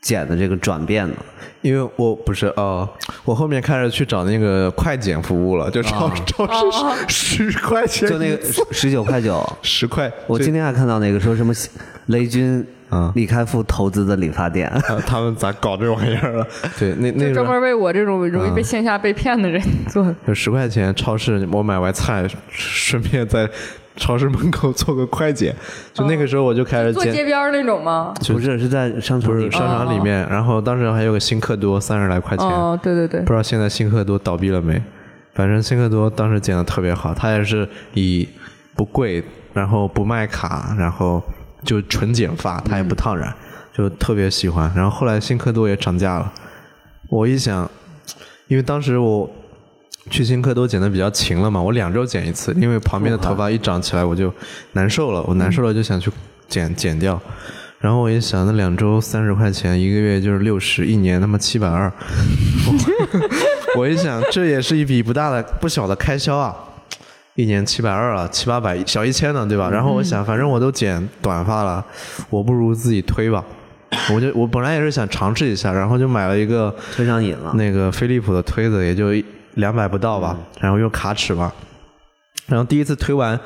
[SPEAKER 3] 剪的这个转变呢？
[SPEAKER 1] 因为我不是哦，我后面开始去找那个快剪服务了，就超、超 市十十块钱
[SPEAKER 3] 就那
[SPEAKER 1] 一
[SPEAKER 3] 个
[SPEAKER 1] 次
[SPEAKER 3] 十十九块九，
[SPEAKER 1] 十块，
[SPEAKER 3] 我
[SPEAKER 1] 就
[SPEAKER 3] 今天还看到那个说什么雷军
[SPEAKER 1] 啊、
[SPEAKER 3] 李开复投资的理发店，
[SPEAKER 1] 啊他们咋搞这玩意儿了？对，那那时
[SPEAKER 2] 专
[SPEAKER 1] 候
[SPEAKER 2] 门为我这种容易被线下被骗 的人做的。
[SPEAKER 1] 就十块钱超市，我买完菜顺便在超市门口做个快剪，就那个时候我就开始
[SPEAKER 2] 坐
[SPEAKER 1] 剪。
[SPEAKER 2] 哦街边儿那种吗？
[SPEAKER 1] 就
[SPEAKER 3] 不是是在商
[SPEAKER 1] 不
[SPEAKER 3] 场
[SPEAKER 1] 是
[SPEAKER 3] 里
[SPEAKER 1] 商场里面，然后当时还有个新客多三十来块钱，
[SPEAKER 2] 哦，对对对
[SPEAKER 1] 不，知道现在新客多倒闭了没。反正新客多当时剪的特别好，它也是以不贵，然后不卖卡，然后就纯剪发，它也不烫染，就特别喜欢。然后后来新客多也涨价了，我一想，因为当时我去新客多剪的比较勤了嘛，我两周剪一次，因为旁边的头发一长起来我就难受了，我难受了就想去剪剪掉。然后我一想，那两周三十块钱，一个月就是六十，一年他妈七百二。 我我一想，这也是一笔不大的、不小的开销啊，一年七百二了，七八百，小一千呢，对吧？然后我想，反正我都剪短发了，我不如自己推吧。我就我本来也是想尝试一下，然后就买了一个
[SPEAKER 3] 推上瘾了。
[SPEAKER 1] 那个飞利浦的推子也就两百不到吧，然后用卡尺嘛，然后第一次推完，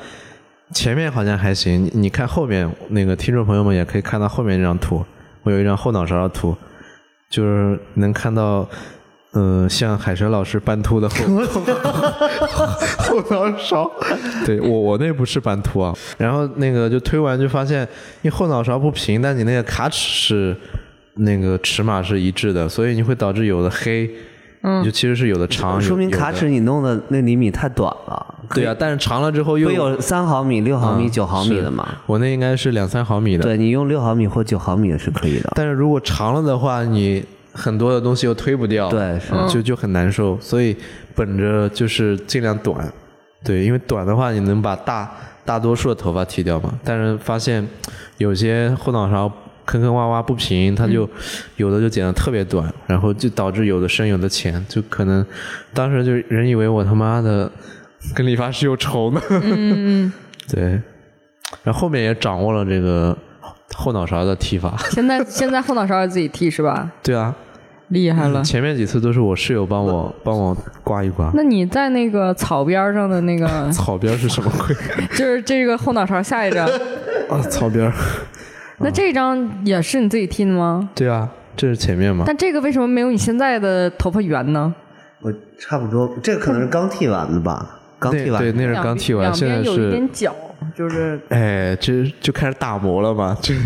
[SPEAKER 1] 前面好像还行，你你看后面那个听众朋友们也可以看到后面这张图，我有一张后脑勺的图，就是能看到，呃，像海神老师斑 秃的后后脑勺，对我我那不是斑秃啊，然后那个就推完就发现你后脑勺不平，但你那个卡尺是那个尺码是一致的，所以你会导致有的黑，嗯，就其实是有的长，
[SPEAKER 3] 哦说明
[SPEAKER 1] 有的
[SPEAKER 3] 卡尺你弄的那厘米太短了，
[SPEAKER 1] 对啊，但是长了之后又
[SPEAKER 3] 不有三毫米、六毫米、
[SPEAKER 1] 嗯
[SPEAKER 3] 九毫米
[SPEAKER 1] 是啊
[SPEAKER 3] 的吗？
[SPEAKER 1] 我那应该是两三毫米的。，
[SPEAKER 3] 对你用六毫米或九毫米是可以的。
[SPEAKER 1] 但是如果长了的话，你很多的东西又推不掉，嗯
[SPEAKER 3] 对是
[SPEAKER 1] 就就很难受。所以本着就是尽量短，对，因为短的话你能把大大多数的头发剃掉嘛。但是发现有些后脑勺坑坑洼洼不平，它
[SPEAKER 3] 嗯
[SPEAKER 1] 就有的就剪得特别短，然后就导致有的深有的浅，就可能当时就人以为我他妈的跟理发师有仇呢。
[SPEAKER 3] 嗯
[SPEAKER 1] 对，然后后面也掌握了这个后脑勺的剃法。
[SPEAKER 2] 现在现在后脑勺要自己剃是吧？
[SPEAKER 1] 对啊，
[SPEAKER 2] 厉害了。
[SPEAKER 1] 嗯前面几次都是我室友帮我帮我刮一刮。
[SPEAKER 2] 那你在那个草边儿上的 那个，
[SPEAKER 1] 草边是什么 鬼
[SPEAKER 2] 就是这个后脑勺下一张，
[SPEAKER 1] 啊？草边，嗯
[SPEAKER 2] 那这张也是你自己剃的吗？
[SPEAKER 1] 对啊，这是前面嘛？
[SPEAKER 2] 但这个为什么没有你现在的头发圆呢？
[SPEAKER 3] 我差不多，这可能是刚剃完的吧？刚
[SPEAKER 1] 对
[SPEAKER 3] 剃完
[SPEAKER 1] 对，那是刚剃完，
[SPEAKER 2] 两
[SPEAKER 1] 现在
[SPEAKER 2] 边有一
[SPEAKER 1] 是
[SPEAKER 2] 点 角，就是
[SPEAKER 1] 哎，这就开始打磨了嘛。 这个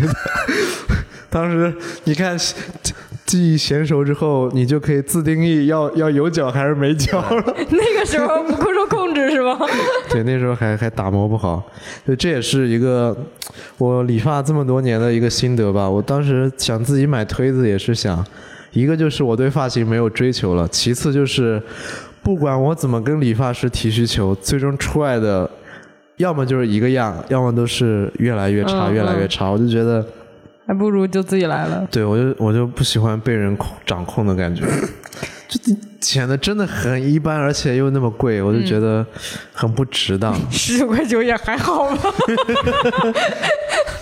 [SPEAKER 1] 当时你看技艺娴熟之后，你就可以自定义要要有角还是没角了。
[SPEAKER 2] 那个时候不受控制是吗？
[SPEAKER 1] 对，那时候还还打磨不好，就这也是一个我理发这么多年的一个心得吧。我当时想自己买推子，也是想，一个就是我对发型没有追求了，其次就是不管我怎么跟理发师提需求，最终出来的要么就是一个样，要么都是越来越差，
[SPEAKER 2] 嗯
[SPEAKER 1] 越来越差。我就觉得，
[SPEAKER 2] 还不如就自己来了。
[SPEAKER 1] 对我就我就不喜欢被人控掌控的感觉，就显得真的很一般，而且又那么贵，我就
[SPEAKER 2] 嗯
[SPEAKER 1] 觉得很不值当。
[SPEAKER 2] 十九块九也还好吧。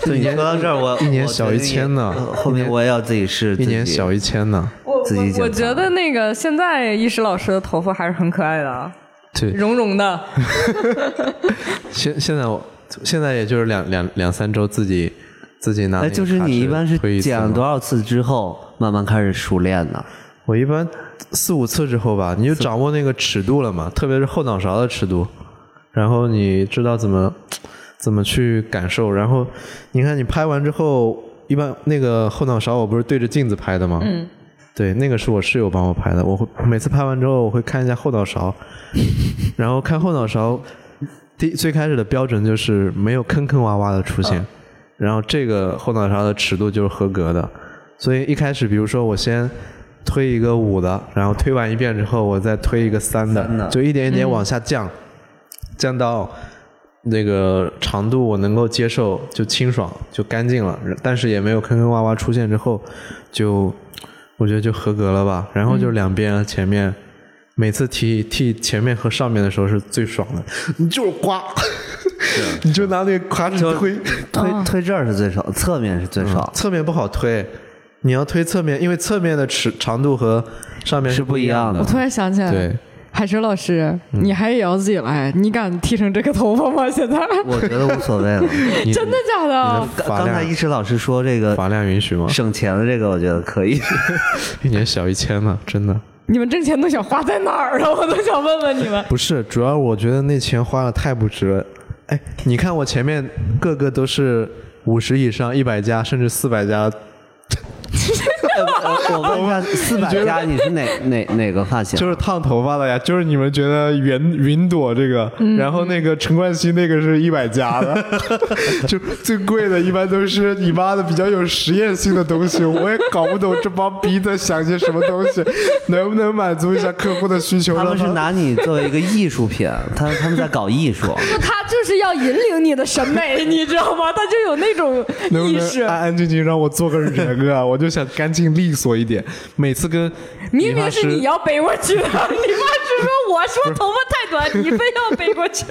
[SPEAKER 3] 对，你说到这儿，我
[SPEAKER 1] 一年
[SPEAKER 3] 我
[SPEAKER 1] 小
[SPEAKER 3] 觉得
[SPEAKER 1] 一
[SPEAKER 3] 你
[SPEAKER 1] 千呢
[SPEAKER 3] 呃后面我也要自己试，
[SPEAKER 1] 一年
[SPEAKER 3] 自己
[SPEAKER 1] 小一千呢，
[SPEAKER 2] 我
[SPEAKER 3] 自己剪
[SPEAKER 2] 我我
[SPEAKER 3] 吧
[SPEAKER 2] 觉得那个现在医师老师的头发还是很可爱的啊，
[SPEAKER 1] 对，
[SPEAKER 2] 绒绒的。
[SPEAKER 1] 现现在我现在也就是两两两三周自己自己拿那
[SPEAKER 3] 哎，
[SPEAKER 1] 个卡
[SPEAKER 3] 就
[SPEAKER 1] 尺推一
[SPEAKER 3] 是
[SPEAKER 1] 次嘛。
[SPEAKER 3] 你一般是剪多少次之后，慢慢开始熟练的？
[SPEAKER 1] 我一般四五次之后吧，你就掌握那个尺度了嘛，特别是后脑勺的尺度，然后你知道怎么怎么去感受。然后你看你拍完之后，一般那个后脑勺我不是对着镜子拍的吗？嗯。对，那个是我室友帮我拍的。我会每次拍完之后，我会看一下后脑 勺，然后看后脑勺，第最开始的标准就是没有坑坑洼洼的出现，然后这个后脑勺的尺度就是合格的。所以一开始，比如说我先推一个五的，然后推完一遍之后，我再推一个三的，就一点一点往下降，降到那个长度我能够接受，就清爽就干净了，但是也没有坑坑洼洼出现之后，就我觉得就合格了吧。然后就两边、前面。每次剃剃前面和上面的时候是最爽的，你就是刮， 你就拿那个卡尺推，
[SPEAKER 3] 推推这儿是最少，侧面是最少，
[SPEAKER 1] 侧面不好推，你要推侧面，因为侧面的尺长度和上面
[SPEAKER 3] 是不一样的
[SPEAKER 2] 我。突然想起来，
[SPEAKER 1] 对，嗯
[SPEAKER 2] 海哲老师，你还也要自己来？你敢剃成这个头发吗？现在
[SPEAKER 3] 我觉得无所谓 了。
[SPEAKER 1] 你
[SPEAKER 2] 真的假的？
[SPEAKER 1] 你的
[SPEAKER 3] 哦刚
[SPEAKER 1] 发
[SPEAKER 3] 刚才医
[SPEAKER 1] 量
[SPEAKER 3] 师老师说这个
[SPEAKER 1] 发量允许吗？
[SPEAKER 3] 省钱的这个，我觉得可以。
[SPEAKER 1] 一年小一千呢，真的
[SPEAKER 2] 你们挣钱都想花在哪儿了？我都想问问你们。
[SPEAKER 1] 不是，主要我觉得那钱花的太不值了。哎，你看我前面个个都是五十以上、一百加甚至四百加，
[SPEAKER 3] 呃呃我问一下，四百加你是哪哪哪个发型？
[SPEAKER 1] 就是烫头发的呀，就是你们觉得云云朵这个，
[SPEAKER 3] 嗯
[SPEAKER 1] 然后那个陈冠希那个是一百加的， 就最贵的一般都是你妈的比较有实验性的东西，我也搞不懂这帮逼在想些什么东 西，能不能满足一下客户的需求
[SPEAKER 3] 他
[SPEAKER 1] 了
[SPEAKER 3] 们是
[SPEAKER 1] 吗？
[SPEAKER 3] 拿你作为一个艺术品，他他们在搞艺术。
[SPEAKER 2] 他就是要引领你的审美，你知道吗？他就有那啊种
[SPEAKER 1] 能不
[SPEAKER 2] 意
[SPEAKER 1] 能
[SPEAKER 2] 识。
[SPEAKER 3] 啊
[SPEAKER 1] 安安静静让我做个人啊？我就想干净利索一点。每次跟
[SPEAKER 2] 明明
[SPEAKER 1] 理发
[SPEAKER 2] 是
[SPEAKER 1] 师
[SPEAKER 2] 你要背过去的， 你妈是说我说头发太 短，你非要背过去。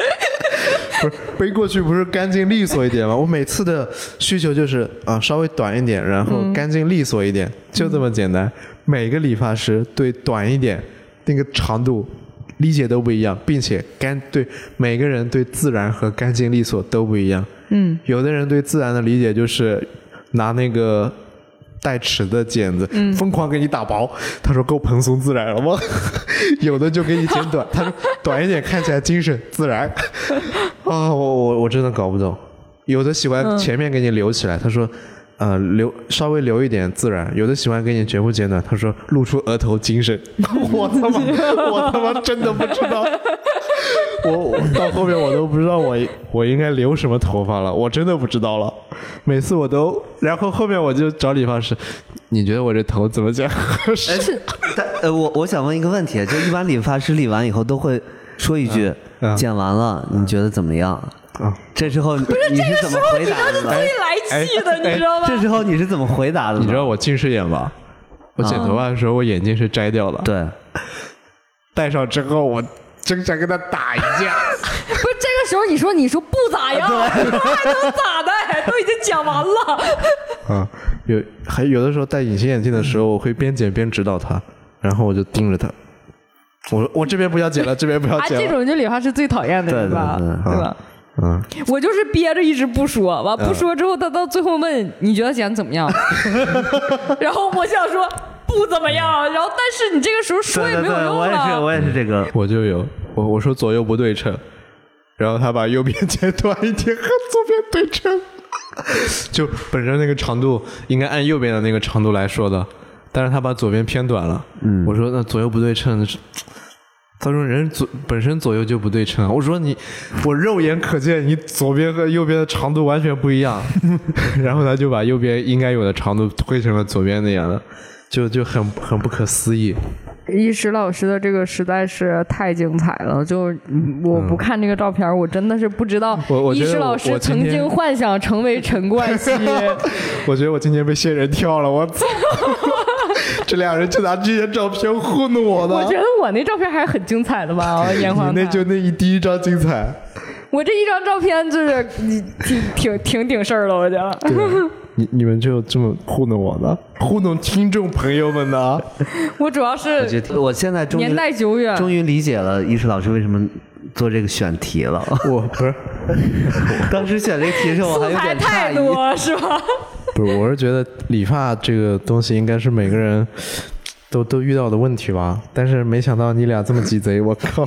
[SPEAKER 1] 不是背过去不是干净利索一点吗？我每次的需求就是啊，稍微短一点，然后干净利索一点，就这么简单。每个理发师对短一点那个长度理解都不一样，并且干对每个人对自然和干净利索都不一样。嗯，有的人对自然的理解就是拿那个。带齿的剪子，疯狂给你打薄。他说够蓬松自然了吗？ 有的就给你剪短，他说短一点看起来精神自然。 啊、我我我真的搞不懂，有的喜欢前面给你留起来，他说，呃，留稍微留一点自然；有的喜欢给你全部剪短，他说露出额头精神。 我他妈，我他妈真的不知道，我我到后面我都不知道我我应该留什么头发了，我真的不知道了。每次我都，然后后面我就找理发师，你觉得我这头怎么剪合适？
[SPEAKER 3] 但呃，我我想问一个问题，就一般理发师理完以后都会说一句
[SPEAKER 1] 嗯：“
[SPEAKER 3] 剪完了，你觉得怎么样
[SPEAKER 1] 嗯？”
[SPEAKER 3] 这时候你是 怎么回答的呢？
[SPEAKER 2] 来气的，你知道吗？
[SPEAKER 3] 这时候你是怎么回答的呢？
[SPEAKER 1] 你知道我近视眼吧？我剪头发的时候，我眼镜是摘掉的。
[SPEAKER 3] 对，
[SPEAKER 1] 戴上之后，我真想跟他打一架。
[SPEAKER 2] 不是啊这个时候你说你说不咋样， 能咋的？都已经讲完了。
[SPEAKER 1] 啊，有还有的时候戴隐形眼镜的时候，我会边剪边指导他，然后我就盯着他，我我这边不要剪了，这边不要
[SPEAKER 2] 啊，
[SPEAKER 1] 剪
[SPEAKER 2] 这
[SPEAKER 1] 了。
[SPEAKER 2] 种就理发师最讨厌的
[SPEAKER 3] 对
[SPEAKER 2] 人吧，
[SPEAKER 3] 对对对
[SPEAKER 2] 吧？
[SPEAKER 1] 嗯，
[SPEAKER 2] 我就是憋着一直不说，完不说之后，他到最后问你觉得剪怎么 样， 然后我想说不怎么样，然后但是你这个时候说
[SPEAKER 3] 对
[SPEAKER 2] 也
[SPEAKER 3] 对
[SPEAKER 2] 没有
[SPEAKER 3] 对，
[SPEAKER 2] 用啊
[SPEAKER 3] 我也是，
[SPEAKER 2] 了。
[SPEAKER 3] 我也是这个。
[SPEAKER 1] 我就有我我说左右不对称，然后他把右边剪短一点， 和左边对称，就本身那个长度应该按右边的那个长度来说的，但是他把左边偏短了。嗯，我说那左右不对称是。他说：“人左本身左右就不对称。”我说你：“我肉眼可见，你左边和右边的长度完全不一样。” 然后他就把右边应该有的长度推成了左边那样的，就就很很不可思议。
[SPEAKER 2] 一石老师的这个实在是太精彩了，就嗯我不看这个照片，我真的是不知道
[SPEAKER 1] 我我觉
[SPEAKER 2] 一
[SPEAKER 1] 得
[SPEAKER 2] 石老
[SPEAKER 1] 我
[SPEAKER 2] 师
[SPEAKER 1] 我今
[SPEAKER 2] 曾
[SPEAKER 1] 天
[SPEAKER 2] 经幻想成为陈冠 希，
[SPEAKER 1] 我觉得我今年被仙人跳了，我操！ 这俩人就拿这些照片糊弄我的，
[SPEAKER 2] 我觉得我那照片还是很精彩 的吧，烟花
[SPEAKER 1] 你那
[SPEAKER 2] 派
[SPEAKER 1] 就那一第一张精彩。
[SPEAKER 2] 我这一张照片就是你挺挺挺顶事儿了，我觉得。
[SPEAKER 1] 对，你你们就这么糊弄我的，糊弄听众朋友们的。
[SPEAKER 2] 我主要
[SPEAKER 3] 我觉
[SPEAKER 2] 是
[SPEAKER 3] 得我现在终于
[SPEAKER 2] 年代久远，
[SPEAKER 3] 终于理解了一石老师为什么做这个选题了。
[SPEAKER 1] 我不是
[SPEAKER 3] 当时选这个题的时候，我
[SPEAKER 2] 素
[SPEAKER 3] 还有
[SPEAKER 2] 材
[SPEAKER 3] 点
[SPEAKER 2] 太
[SPEAKER 3] 诧异。
[SPEAKER 2] 多是吧？
[SPEAKER 1] 不是，我是觉得理发这个东西应该是每个人都都遇到的问题吧，但是没想到你俩这么鸡贼，我 靠！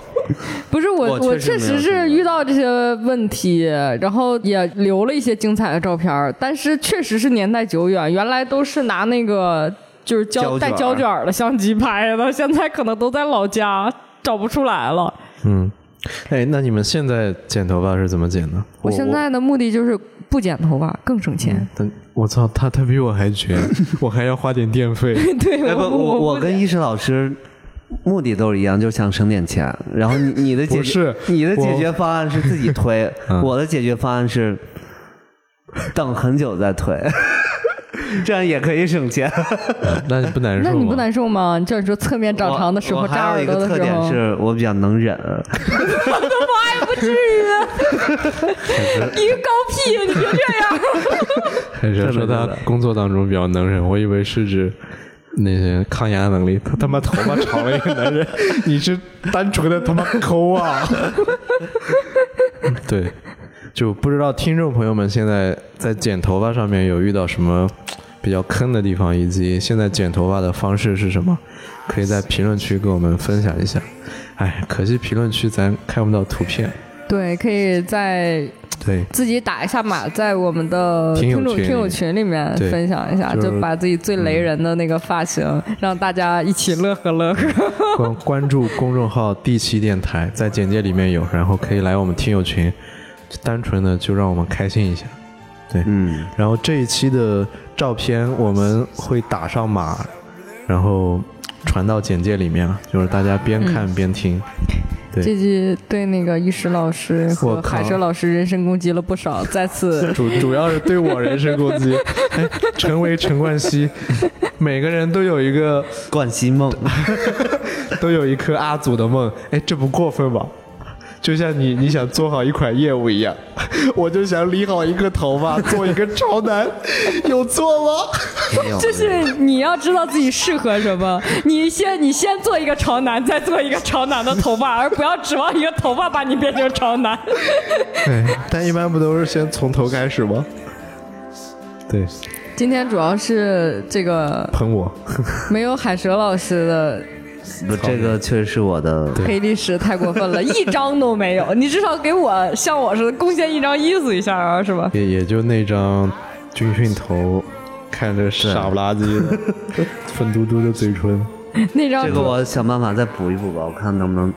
[SPEAKER 2] 不是我，
[SPEAKER 3] 我
[SPEAKER 2] 我确
[SPEAKER 3] 确实没
[SPEAKER 2] 实
[SPEAKER 3] 有
[SPEAKER 2] 是遇到这些问题，然后也留了一些精彩的照片儿，但是确实是年代久远，原来都是拿那个就是胶
[SPEAKER 3] 胶卷儿
[SPEAKER 2] 带胶卷儿的相机拍的，现在可能都在老家找不出来了。
[SPEAKER 1] 嗯，哎，那你们现在剪头发是怎么剪的？
[SPEAKER 2] 我现在的目的就是不剪头发更省钱。
[SPEAKER 1] 但我操，他他比我还绝， 我还要花点电 费。
[SPEAKER 2] 对，
[SPEAKER 3] 哎不，我我跟一石老师目的都是一样，就是想省点钱。然后你你的解
[SPEAKER 1] 不是
[SPEAKER 3] 决你的解
[SPEAKER 1] 我，
[SPEAKER 3] 决方案是自己推
[SPEAKER 1] 嗯
[SPEAKER 3] 我的解决方案是等很久再推， 这样也可以省钱。
[SPEAKER 1] 那你不难受
[SPEAKER 2] 那
[SPEAKER 1] 吗？
[SPEAKER 2] 你不难受吗？就是说侧面长长的时
[SPEAKER 3] 我
[SPEAKER 2] 候，
[SPEAKER 3] 我
[SPEAKER 2] 扎
[SPEAKER 3] 还有
[SPEAKER 2] 耳
[SPEAKER 3] 一
[SPEAKER 2] 朵
[SPEAKER 3] 个
[SPEAKER 2] 的
[SPEAKER 3] 特
[SPEAKER 2] 时
[SPEAKER 3] 点
[SPEAKER 2] 候，
[SPEAKER 3] 是我比较能忍，
[SPEAKER 2] 你个高屁，啊你别这样。
[SPEAKER 1] 很人说他工作当中比较能忍，我以为是指那些抗压能力。他他妈头发长了一个男人， 你是单纯的他妈抠啊！ 对， 就不知道听众朋友们现在在剪头发上面有遇到什么比较坑的地方，以及现在剪头发的方式是什么，可以在评论区跟我们分享一下。哎，可惜评论区咱看不到图片。
[SPEAKER 2] 对，可以在
[SPEAKER 1] 对，
[SPEAKER 2] 自己打一下码，在我们的
[SPEAKER 1] 听
[SPEAKER 2] 听
[SPEAKER 1] 友
[SPEAKER 2] 众
[SPEAKER 1] 群
[SPEAKER 2] 听友群里面
[SPEAKER 1] 对
[SPEAKER 2] 分享一下，
[SPEAKER 1] 就是
[SPEAKER 2] 就把自己最雷人的那个发型，让大家一起乐呵乐呵。
[SPEAKER 1] 关关注公众号“第七电台”，在简介里面有，然后可以来我们听友群，单纯的就让我们开心一下。对，
[SPEAKER 3] 嗯，
[SPEAKER 1] 然后这一期的照片我们会打上码，然后传到简介里面了，就是大家边看
[SPEAKER 2] 嗯
[SPEAKER 1] 边听。对
[SPEAKER 2] 这集对那个一石老师和
[SPEAKER 1] 我靠
[SPEAKER 2] 海蛇老师人身攻击了不少，再次
[SPEAKER 1] 主主要是对我人身攻击，哎，成为陈冠希，每个人都有一个
[SPEAKER 3] 冠希梦。
[SPEAKER 1] 都有一颗阿祖的梦，哎，这不过分吧？就像你你想做好一款业务一样，我就想理好一个头发，做一个潮男，有错吗？
[SPEAKER 3] 没有
[SPEAKER 2] 就是你要知道自己适合什么，你先你先做一个潮男，再做一个潮男的头发，而不要指望一个头发把你变成潮男。
[SPEAKER 1] 哎，但一般不都是先从头开始吗？对，
[SPEAKER 2] 今天主要是这个
[SPEAKER 1] 喷我，
[SPEAKER 2] 没有海蛇老师的
[SPEAKER 3] 不这个确实是我的
[SPEAKER 2] 黑历史太过 分了，一张都没有。你至少给我像我似的贡献一张衣服一下啊，是吧？
[SPEAKER 1] 也也就那张军训头，看着傻不拉几的，粉嘟嘟的嘴唇，
[SPEAKER 2] 那张
[SPEAKER 3] 这个我想办法再补一补吧，我看能不能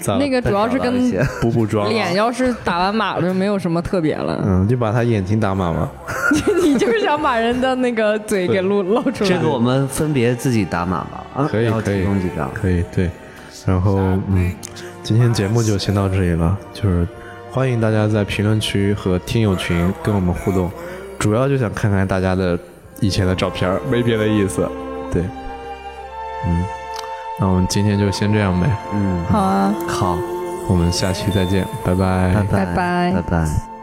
[SPEAKER 1] 咋了
[SPEAKER 2] 那个主要是
[SPEAKER 3] 再找到一
[SPEAKER 2] 跟
[SPEAKER 3] 些
[SPEAKER 1] 补补妆、
[SPEAKER 2] 脸
[SPEAKER 1] 啊。
[SPEAKER 2] 要是打完码就没有什么特别了，
[SPEAKER 1] 嗯，就把他眼睛打满了。
[SPEAKER 2] 你就是想把人的那个嘴给露露出来。
[SPEAKER 3] 这个我们分别自己打码吧，啊
[SPEAKER 1] 可以
[SPEAKER 3] 然后
[SPEAKER 1] 可以
[SPEAKER 3] 提供几张。
[SPEAKER 1] 可以对，然后嗯，今天节目就先到这里了，就是欢迎大家在评论区和听友群跟我们互动，主要就想看看大家的以前的照片儿，没别的意思。对，嗯，那我们今天就先这样呗，
[SPEAKER 3] 嗯，
[SPEAKER 2] 好啊。
[SPEAKER 3] 好，
[SPEAKER 1] 我们下期再见，拜拜
[SPEAKER 3] 拜拜
[SPEAKER 2] 拜拜
[SPEAKER 3] 拜拜。